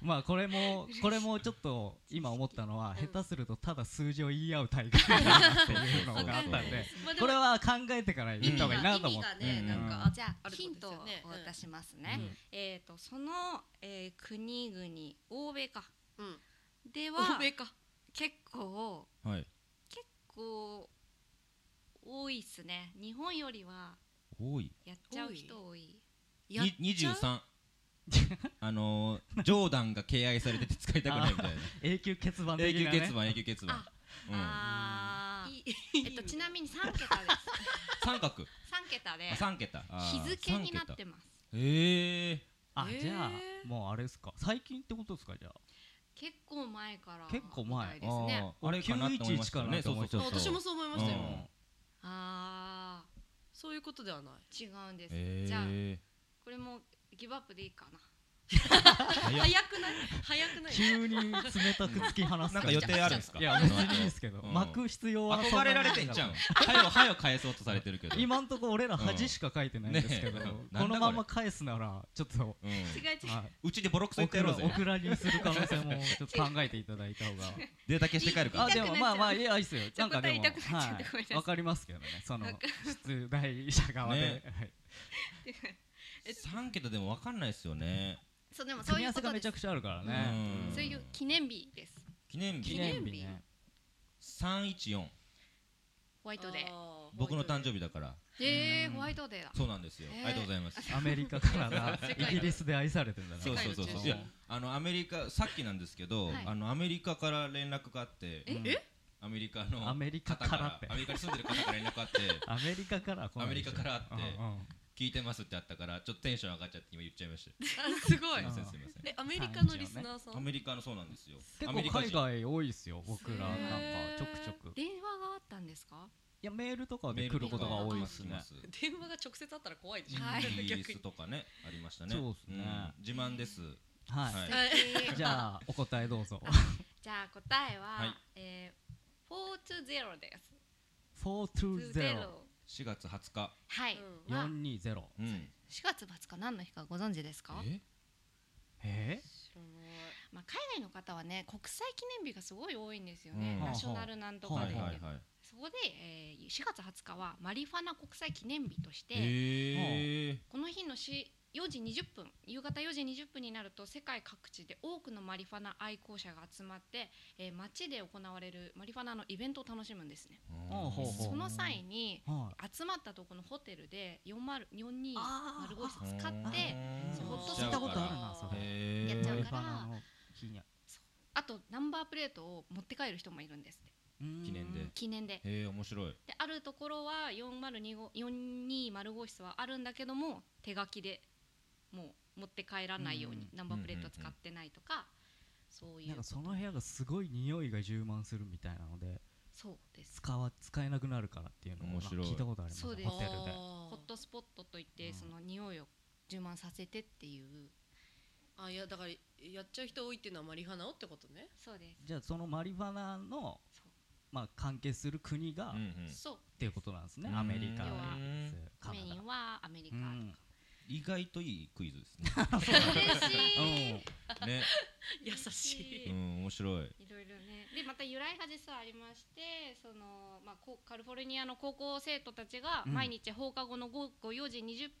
[SPEAKER 5] まあこれもこれもちょっと今思ったのは下手するとただ数字を言い合う大会だなっていう <laughs> のがあったん
[SPEAKER 6] わかんな
[SPEAKER 5] で
[SPEAKER 6] い
[SPEAKER 3] まあでも
[SPEAKER 5] これは考えてから言った方がいいなと
[SPEAKER 3] 意
[SPEAKER 5] 思
[SPEAKER 3] 味
[SPEAKER 5] っ
[SPEAKER 3] が
[SPEAKER 5] て
[SPEAKER 3] ね
[SPEAKER 6] うん
[SPEAKER 3] なんかあ
[SPEAKER 4] じゃあ
[SPEAKER 3] あるって
[SPEAKER 4] ヒ
[SPEAKER 3] こ
[SPEAKER 4] ン
[SPEAKER 3] と
[SPEAKER 4] ト
[SPEAKER 3] ですよ
[SPEAKER 4] を
[SPEAKER 3] ね
[SPEAKER 4] 出します
[SPEAKER 5] う
[SPEAKER 4] ね。
[SPEAKER 5] ん
[SPEAKER 4] えっ、とその、えー国々欧米か
[SPEAKER 3] うん
[SPEAKER 4] では
[SPEAKER 3] 欧米か
[SPEAKER 4] 結構
[SPEAKER 6] はい
[SPEAKER 4] 結構多いっすね。日本よりは
[SPEAKER 6] 多い
[SPEAKER 4] やっちゃう人多い。
[SPEAKER 3] やっ
[SPEAKER 6] に
[SPEAKER 3] ちゃう
[SPEAKER 6] 23あのージョーダンが敬愛されてて使いたくないみたいな
[SPEAKER 5] 永久欠番
[SPEAKER 6] 永
[SPEAKER 5] 的な
[SPEAKER 6] 久欠
[SPEAKER 5] ね
[SPEAKER 6] 番永久欠番うん
[SPEAKER 4] ああ
[SPEAKER 3] いい
[SPEAKER 4] えっとちなみに三桁です。
[SPEAKER 6] 三角
[SPEAKER 4] 三桁で
[SPEAKER 6] あ三桁あー
[SPEAKER 4] 日付になっ
[SPEAKER 6] 三桁
[SPEAKER 4] てます。
[SPEAKER 6] ええ
[SPEAKER 5] あ
[SPEAKER 3] えー
[SPEAKER 5] じゃあもうあれですか最近ってことですかじゃあ
[SPEAKER 4] 結構前から
[SPEAKER 5] 結構前
[SPEAKER 4] みたいですね。
[SPEAKER 6] あーあれかなと思いましたよね
[SPEAKER 5] 911かなと思っちゃ
[SPEAKER 3] あ
[SPEAKER 5] った
[SPEAKER 3] 私もそう思いましたよ
[SPEAKER 6] うん
[SPEAKER 4] ああ
[SPEAKER 3] そういうことではない
[SPEAKER 4] 違うんです。
[SPEAKER 6] え
[SPEAKER 4] じゃあ
[SPEAKER 6] え
[SPEAKER 4] これもギブアップでいいかな。
[SPEAKER 6] 早
[SPEAKER 3] 早
[SPEAKER 6] っ
[SPEAKER 3] くない早くない
[SPEAKER 5] 急に冷たく突き放す
[SPEAKER 6] なん
[SPEAKER 5] ら
[SPEAKER 6] か予定あるんですか
[SPEAKER 5] いや別にいいですけど
[SPEAKER 6] うん
[SPEAKER 5] 巻く必要はそ
[SPEAKER 6] 憧
[SPEAKER 5] なに
[SPEAKER 6] れられてんじゃんはよはよ返そうとされてるけど
[SPEAKER 5] 今んところ俺ら恥しか書いてないんですけど
[SPEAKER 6] ねえ
[SPEAKER 5] こ
[SPEAKER 6] なんだこれ
[SPEAKER 5] のまま返すならちょっと
[SPEAKER 4] <laughs>
[SPEAKER 6] うん
[SPEAKER 4] 違う違う。
[SPEAKER 5] は
[SPEAKER 6] うちでボロクソ
[SPEAKER 5] い
[SPEAKER 6] 言ってやろう
[SPEAKER 5] オ
[SPEAKER 6] ぜ
[SPEAKER 5] クラにする可能性もちょっと考えていただいた方が
[SPEAKER 6] データ消して帰るから
[SPEAKER 5] あでもまあまあいやいいっすよ
[SPEAKER 4] ちょ
[SPEAKER 5] な
[SPEAKER 4] っと
[SPEAKER 5] んかでも
[SPEAKER 4] 痛くなっちゃってごめんなさい
[SPEAKER 5] わかりますけどねその
[SPEAKER 4] わか
[SPEAKER 5] 出題者側で、
[SPEAKER 6] ね
[SPEAKER 5] はい
[SPEAKER 6] 三桁でもわかんないですよね
[SPEAKER 4] そうでもそ
[SPEAKER 5] 組
[SPEAKER 4] ういう
[SPEAKER 5] み合わ
[SPEAKER 4] こ
[SPEAKER 5] せ
[SPEAKER 4] と
[SPEAKER 5] が
[SPEAKER 4] で
[SPEAKER 5] めち
[SPEAKER 4] す
[SPEAKER 5] ゃくちゃあるから
[SPEAKER 6] う
[SPEAKER 5] ね、
[SPEAKER 6] ん
[SPEAKER 4] そういう記念日です。
[SPEAKER 6] 記念
[SPEAKER 5] 記
[SPEAKER 6] 日
[SPEAKER 5] 念
[SPEAKER 4] 念
[SPEAKER 5] 日
[SPEAKER 4] 日
[SPEAKER 5] ね
[SPEAKER 6] 三一四
[SPEAKER 4] ホワイトデー。
[SPEAKER 3] あー
[SPEAKER 6] 僕の誕生日だから
[SPEAKER 4] えー、ホワイトデーだ。
[SPEAKER 6] そうなんですよ
[SPEAKER 4] えー
[SPEAKER 6] ありがとうございます
[SPEAKER 5] アメリカカナ <laughs> ダ
[SPEAKER 3] 世界の
[SPEAKER 5] イギリスで愛されてんだな
[SPEAKER 6] そうそうそう
[SPEAKER 3] 世界の中
[SPEAKER 6] そう
[SPEAKER 3] 心
[SPEAKER 6] いやあのアメリカさっきなんですけど
[SPEAKER 4] はい
[SPEAKER 6] あのアメリカから連絡があって
[SPEAKER 5] え
[SPEAKER 6] アメリカの
[SPEAKER 5] アメリカ
[SPEAKER 6] 方
[SPEAKER 5] からって
[SPEAKER 6] アメリカに住んでる方から連絡があって
[SPEAKER 5] アメリカから来ないでしょ
[SPEAKER 6] アメリカからあって
[SPEAKER 5] うんうん
[SPEAKER 6] 聞いてますってあったからちょっとテンション上がっちゃって今言っちゃいました
[SPEAKER 3] あ <laughs> すごい
[SPEAKER 6] すいません
[SPEAKER 5] あー
[SPEAKER 6] すいません
[SPEAKER 3] えアメリカのリスナーさ
[SPEAKER 6] ア
[SPEAKER 3] ん
[SPEAKER 6] メリカのそうなんですよア
[SPEAKER 5] 結
[SPEAKER 6] メリ
[SPEAKER 5] 構
[SPEAKER 6] カ
[SPEAKER 5] 海
[SPEAKER 6] 人
[SPEAKER 5] 外多いですよ僕らなんか
[SPEAKER 3] へー
[SPEAKER 5] ちょくちょくい
[SPEAKER 4] 電話があったんですか？
[SPEAKER 5] やメールとかで来ることが多いです
[SPEAKER 6] メー
[SPEAKER 5] ね
[SPEAKER 6] ルとか来ます
[SPEAKER 3] <laughs> 電話が直接あったら怖いでしょ
[SPEAKER 4] はい
[SPEAKER 6] イギリ
[SPEAKER 3] <laughs> 逆
[SPEAKER 6] ス
[SPEAKER 3] に
[SPEAKER 6] とかねありましたね
[SPEAKER 5] そうっすね
[SPEAKER 6] ん自慢です
[SPEAKER 5] はい、
[SPEAKER 6] はい
[SPEAKER 3] はい
[SPEAKER 5] じゃあお答えどう <laughs> ぞ
[SPEAKER 4] じゃあ答えは、
[SPEAKER 6] はい
[SPEAKER 4] えー、four to zero です。
[SPEAKER 5] 420
[SPEAKER 6] 4月20日
[SPEAKER 4] はい。
[SPEAKER 3] う
[SPEAKER 4] は
[SPEAKER 5] 420
[SPEAKER 6] うん
[SPEAKER 4] 4月末か何の日かご存知ですか？
[SPEAKER 6] え
[SPEAKER 5] え
[SPEAKER 3] 知らな
[SPEAKER 4] まあ海外の方はね、国際記念日がすごい多いんですよね。
[SPEAKER 6] うん
[SPEAKER 4] ナショナルなんとか
[SPEAKER 6] は
[SPEAKER 5] はい
[SPEAKER 4] で。
[SPEAKER 6] いはいはい
[SPEAKER 4] そこで、えー、4月20日はマリファナ国際記念日として、
[SPEAKER 6] へえ
[SPEAKER 4] この日のし4時20分夕方4時20分になると世界各地で多くのマリファナ愛好者が集まって、えー街で行われるマリファナのイベントを楽しむんですね
[SPEAKER 5] ほうほうほう
[SPEAKER 4] その際に
[SPEAKER 5] はい
[SPEAKER 4] 集まったとこのホテルで404205
[SPEAKER 3] あー
[SPEAKER 4] 室使って
[SPEAKER 3] そう
[SPEAKER 4] ほっと
[SPEAKER 5] 聞いたことあ
[SPEAKER 3] しちゃう
[SPEAKER 5] るな
[SPEAKER 3] から
[SPEAKER 5] それ
[SPEAKER 6] へ
[SPEAKER 4] やっちゃうから
[SPEAKER 5] マリファナの日に
[SPEAKER 4] あとナンバープレートを持って帰る人もいるんですって
[SPEAKER 5] 記
[SPEAKER 6] 記念で
[SPEAKER 4] 記念で
[SPEAKER 6] へえ面白い
[SPEAKER 4] であるところは4025室はあるんだけども手書きでもう持って帰らないように
[SPEAKER 5] う
[SPEAKER 4] ナンバープレート使ってないとかそうい
[SPEAKER 5] なん
[SPEAKER 4] う
[SPEAKER 5] かその部屋がすごい匂いが充満するみたいなので
[SPEAKER 4] そうです
[SPEAKER 5] 使わ使えなくなるからっていうのをなんか
[SPEAKER 6] 面白い
[SPEAKER 5] 聞いたことあります
[SPEAKER 4] そう
[SPEAKER 5] ホ
[SPEAKER 4] で
[SPEAKER 5] テ
[SPEAKER 4] す
[SPEAKER 5] ル
[SPEAKER 3] い
[SPEAKER 5] で
[SPEAKER 3] あー
[SPEAKER 4] ホットスポットといっ
[SPEAKER 5] う
[SPEAKER 4] て、
[SPEAKER 5] ん
[SPEAKER 4] その匂いを充満させてっていう
[SPEAKER 3] あいやだからやっちゃう人多いっていうのはマリファナをってことね
[SPEAKER 4] そうです
[SPEAKER 5] じゃあそのマリファナの
[SPEAKER 4] そう
[SPEAKER 5] まあ関係する国が
[SPEAKER 6] うん
[SPEAKER 5] っ
[SPEAKER 6] うん
[SPEAKER 4] そう
[SPEAKER 5] ていうことなんですね
[SPEAKER 6] うん
[SPEAKER 5] アメリカイ
[SPEAKER 4] 要は
[SPEAKER 5] ギリスカ
[SPEAKER 4] メイン
[SPEAKER 5] ナ
[SPEAKER 4] はアメリカ
[SPEAKER 5] ダ
[SPEAKER 6] 意外といいクイズです
[SPEAKER 4] <laughs> 嬉しい
[SPEAKER 6] ねね
[SPEAKER 3] 優しい
[SPEAKER 6] うん面白い
[SPEAKER 4] いろいろねでまた由来が実はありましてその、まあ、こうカリフォルニアの高校生徒たちが
[SPEAKER 5] うん
[SPEAKER 4] 毎日放課後の午後4時20分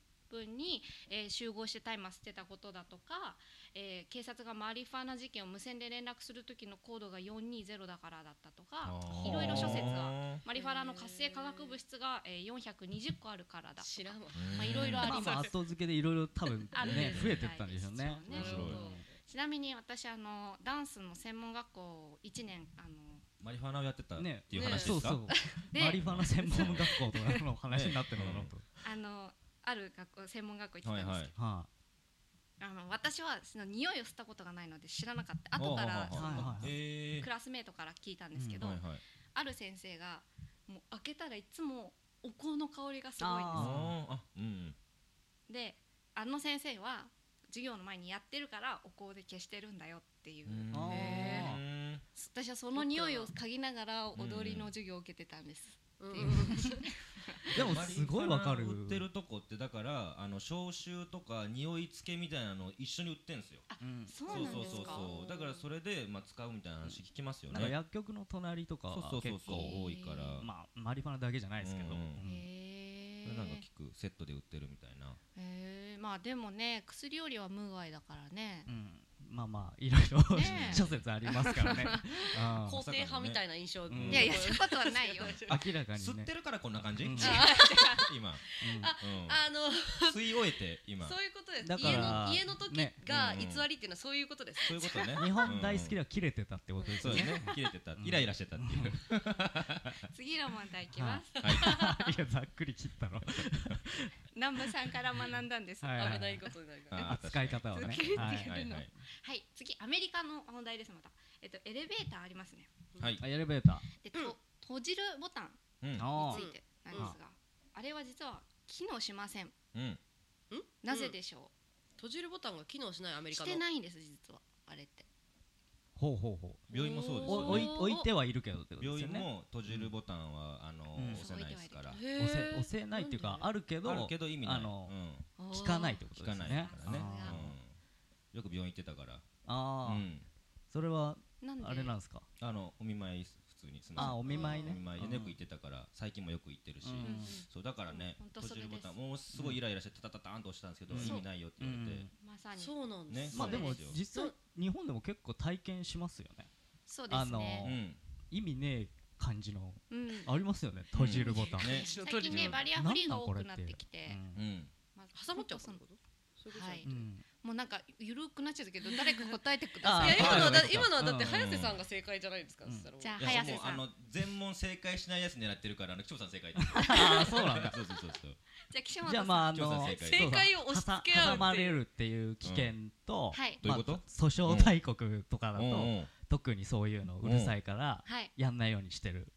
[SPEAKER 4] に、えー集合して大麻捨てたことだとか、えー警察がマリファナ事件を無線で連絡する時のコードが420だからだったとか
[SPEAKER 6] あー
[SPEAKER 4] いろいろ諸説が
[SPEAKER 6] うん
[SPEAKER 4] マリファナの活性化学物質が、えー420個あるからだ
[SPEAKER 3] 知らんわ
[SPEAKER 4] まあいろいろあり
[SPEAKER 5] まあ
[SPEAKER 4] ます
[SPEAKER 5] まあ後付けでいろいろ多分
[SPEAKER 4] <laughs> あるみたい
[SPEAKER 5] ね
[SPEAKER 4] です
[SPEAKER 5] 増えてったんでしょうね。
[SPEAKER 4] そうね
[SPEAKER 6] 面白い
[SPEAKER 4] ちなみに私あのダンスの専門学校1年あの
[SPEAKER 6] マリファナをやってたって
[SPEAKER 5] ね
[SPEAKER 6] いう話で
[SPEAKER 5] そう
[SPEAKER 6] す
[SPEAKER 5] そ
[SPEAKER 6] か、
[SPEAKER 5] う。
[SPEAKER 4] で
[SPEAKER 5] マリファナ専門学校とかの話になってるのかなと。
[SPEAKER 4] あのある学校専門学校行ってたん
[SPEAKER 6] は
[SPEAKER 4] で
[SPEAKER 6] い
[SPEAKER 4] すけど、
[SPEAKER 6] はい
[SPEAKER 5] は
[SPEAKER 4] あの私はその匂いを吸ったことがないので知らなかった後から
[SPEAKER 5] おうおうおう
[SPEAKER 4] その
[SPEAKER 5] はいはい
[SPEAKER 6] えー
[SPEAKER 4] クラスメートから聞いたんですけど、
[SPEAKER 6] はいはい
[SPEAKER 4] ある先生がもう開けたらいつもお香の香りがすごいんで
[SPEAKER 5] あ
[SPEAKER 6] あーあうんうん
[SPEAKER 4] すであの先生は授業の前にやってるからお香で消してるんだよっていう、
[SPEAKER 6] うん
[SPEAKER 5] あー
[SPEAKER 6] うん
[SPEAKER 4] 私はその匂いを嗅ぎながら踊りの授業を受けてたんです、
[SPEAKER 3] うん
[SPEAKER 4] っ
[SPEAKER 3] う
[SPEAKER 4] て
[SPEAKER 3] ん
[SPEAKER 4] いう
[SPEAKER 3] うん
[SPEAKER 5] い。でもすごいわかる。
[SPEAKER 6] マリファナ売ってるとこってだからあの消臭とか匂い付けみたいなのを一緒に売ってんすよ
[SPEAKER 5] うん
[SPEAKER 4] そう
[SPEAKER 6] そ
[SPEAKER 4] な
[SPEAKER 6] うん
[SPEAKER 4] です
[SPEAKER 6] そ
[SPEAKER 4] か
[SPEAKER 6] うそうそうだからそれでまあ使うみたいな話聞きますよ
[SPEAKER 5] なんか
[SPEAKER 6] ね
[SPEAKER 5] 薬局の隣とか
[SPEAKER 6] そう
[SPEAKER 5] は
[SPEAKER 6] そうそう
[SPEAKER 5] 結
[SPEAKER 6] そう
[SPEAKER 5] 構
[SPEAKER 6] 多いから
[SPEAKER 5] まあマリファナだけじゃないですけど。
[SPEAKER 6] うんうん
[SPEAKER 5] うん
[SPEAKER 4] へ
[SPEAKER 6] それ
[SPEAKER 4] ー
[SPEAKER 6] なんか聞くセットで売ってるみたいな
[SPEAKER 4] へーまあでもね薬よりは無害だからね
[SPEAKER 5] うんまあまあいろいろ
[SPEAKER 4] ねえ
[SPEAKER 5] <laughs> 諸説ありますからね。あ
[SPEAKER 3] 肯定派みたいな印象
[SPEAKER 5] うん
[SPEAKER 4] いやいやそんなことはない
[SPEAKER 6] <laughs>
[SPEAKER 4] よ
[SPEAKER 5] あ明らかに
[SPEAKER 6] 吸っ
[SPEAKER 5] ね
[SPEAKER 6] て。るからこんな感じ
[SPEAKER 5] うん
[SPEAKER 6] 今
[SPEAKER 5] うん
[SPEAKER 6] うん
[SPEAKER 3] あの
[SPEAKER 6] 吸い終えて今
[SPEAKER 3] そういうことです
[SPEAKER 5] だから
[SPEAKER 3] 家の家の時
[SPEAKER 5] ね
[SPEAKER 3] が
[SPEAKER 6] うんうん
[SPEAKER 3] 偽りっていうのはそういうことです
[SPEAKER 6] そういうことね
[SPEAKER 5] <laughs> 日本大好き
[SPEAKER 6] だ
[SPEAKER 5] では切れてたってことです
[SPEAKER 6] そう
[SPEAKER 5] よ
[SPEAKER 6] です
[SPEAKER 5] ね。
[SPEAKER 6] ね切れてた
[SPEAKER 5] ん
[SPEAKER 6] イライラしてたっていう
[SPEAKER 4] 次の問題いきます
[SPEAKER 6] は
[SPEAKER 5] <laughs>
[SPEAKER 6] い
[SPEAKER 5] いやざっくり切ったの。
[SPEAKER 4] 南部さんから学んだんです
[SPEAKER 5] はい
[SPEAKER 3] 危ないことになるからね
[SPEAKER 6] あー
[SPEAKER 5] 扱い方をね。
[SPEAKER 4] 確か
[SPEAKER 5] は
[SPEAKER 4] に
[SPEAKER 5] い。
[SPEAKER 6] はいはい
[SPEAKER 4] はい次アメリカの問題ですまたえっとエレベーターありますね
[SPEAKER 6] はい
[SPEAKER 5] あエレベーター。
[SPEAKER 4] で、と閉じるボタン
[SPEAKER 6] うん
[SPEAKER 5] あ
[SPEAKER 4] についてなんですが、あれは実は機能しません
[SPEAKER 6] うん
[SPEAKER 4] なぜでしょ
[SPEAKER 3] 閉じるボタンが機能しないアメ
[SPEAKER 4] う
[SPEAKER 3] リカ
[SPEAKER 4] し
[SPEAKER 3] の
[SPEAKER 4] てないんです実はあれって
[SPEAKER 5] あ。ほうほうほう。
[SPEAKER 6] 病院もそうです
[SPEAKER 5] お
[SPEAKER 6] よ
[SPEAKER 5] 置い
[SPEAKER 6] ね
[SPEAKER 5] 置いてはいるけどってことで
[SPEAKER 6] 病
[SPEAKER 5] すよ
[SPEAKER 6] 院
[SPEAKER 5] ね。
[SPEAKER 6] も閉じるボタンはあの
[SPEAKER 5] うん
[SPEAKER 6] 押せないですから
[SPEAKER 3] へー
[SPEAKER 5] 押せ押せないっていうか
[SPEAKER 3] なんで
[SPEAKER 5] あるけど
[SPEAKER 6] あるけど意味ない
[SPEAKER 5] あの
[SPEAKER 6] うん
[SPEAKER 5] 聞かないっ
[SPEAKER 4] と
[SPEAKER 5] てこと
[SPEAKER 6] 聞
[SPEAKER 5] で
[SPEAKER 6] か
[SPEAKER 5] す
[SPEAKER 6] ない
[SPEAKER 5] ね。
[SPEAKER 6] からね
[SPEAKER 5] あー
[SPEAKER 6] うんよく病院行ってたから
[SPEAKER 5] あー、
[SPEAKER 6] うん
[SPEAKER 5] それは
[SPEAKER 4] なんで
[SPEAKER 5] あれなんですか。
[SPEAKER 6] あのお見舞い普通にすみません
[SPEAKER 5] あーお見舞いね。
[SPEAKER 6] お見舞いでねよく行ってたから最近もよく行ってるし
[SPEAKER 5] うん
[SPEAKER 6] そうだからね
[SPEAKER 4] ほんとそれ
[SPEAKER 6] 閉じ
[SPEAKER 4] で
[SPEAKER 6] る
[SPEAKER 4] す
[SPEAKER 6] ボタンもうすごいイライラしてタタタタンと押したんですけど
[SPEAKER 5] うん
[SPEAKER 6] 意味ないよって言われ
[SPEAKER 5] う
[SPEAKER 6] て
[SPEAKER 5] ん
[SPEAKER 4] まさにそう
[SPEAKER 3] そうなんです
[SPEAKER 6] ね
[SPEAKER 5] まあでも
[SPEAKER 6] そうですよ
[SPEAKER 5] 実際日本でも結構体験しますよ
[SPEAKER 4] で
[SPEAKER 5] ね。
[SPEAKER 4] す
[SPEAKER 5] う
[SPEAKER 6] う
[SPEAKER 5] あ
[SPEAKER 4] ね、
[SPEAKER 6] ん
[SPEAKER 5] 意味ねえ感じの
[SPEAKER 4] うん
[SPEAKER 5] ありますよね。閉じるボタン。
[SPEAKER 6] ね
[SPEAKER 4] 最近ねバリアフリーが多くなってきて
[SPEAKER 5] うん
[SPEAKER 6] うん
[SPEAKER 4] まあ
[SPEAKER 3] 挟まっちゃうってこ
[SPEAKER 4] その
[SPEAKER 3] とそういうことじゃな
[SPEAKER 4] はい
[SPEAKER 5] うん
[SPEAKER 4] もうなんかゆるくなっちゃったけど誰か答えてくださ
[SPEAKER 5] あー
[SPEAKER 4] い
[SPEAKER 3] いや今のはだ今のは
[SPEAKER 5] あー
[SPEAKER 3] だって
[SPEAKER 5] うん
[SPEAKER 3] 早瀬さんが正解じゃないですか、
[SPEAKER 5] うん
[SPEAKER 3] そしたらもう
[SPEAKER 4] じゃ
[SPEAKER 6] いやも
[SPEAKER 4] 早
[SPEAKER 6] う
[SPEAKER 4] 瀬さん
[SPEAKER 6] あの全問正解しないやつ狙ってるからあの紀藤さん正解
[SPEAKER 5] あー <laughs> そうなんだ。
[SPEAKER 6] <laughs> そうそうそうそう
[SPEAKER 4] じゃあ岸本
[SPEAKER 5] じ
[SPEAKER 4] さ
[SPEAKER 5] ゃ
[SPEAKER 4] ん
[SPEAKER 5] あまああ
[SPEAKER 6] 調査
[SPEAKER 5] の
[SPEAKER 6] 正解
[SPEAKER 3] 正解を押し付け合うっていう
[SPEAKER 5] 挟まれるっていう危険と、
[SPEAKER 4] はい
[SPEAKER 6] どういうこと
[SPEAKER 5] まあ訴訟大国とかだと、
[SPEAKER 6] うんうん
[SPEAKER 5] 特にそういうのうるさいから、
[SPEAKER 4] はい
[SPEAKER 5] やんないようにしてる。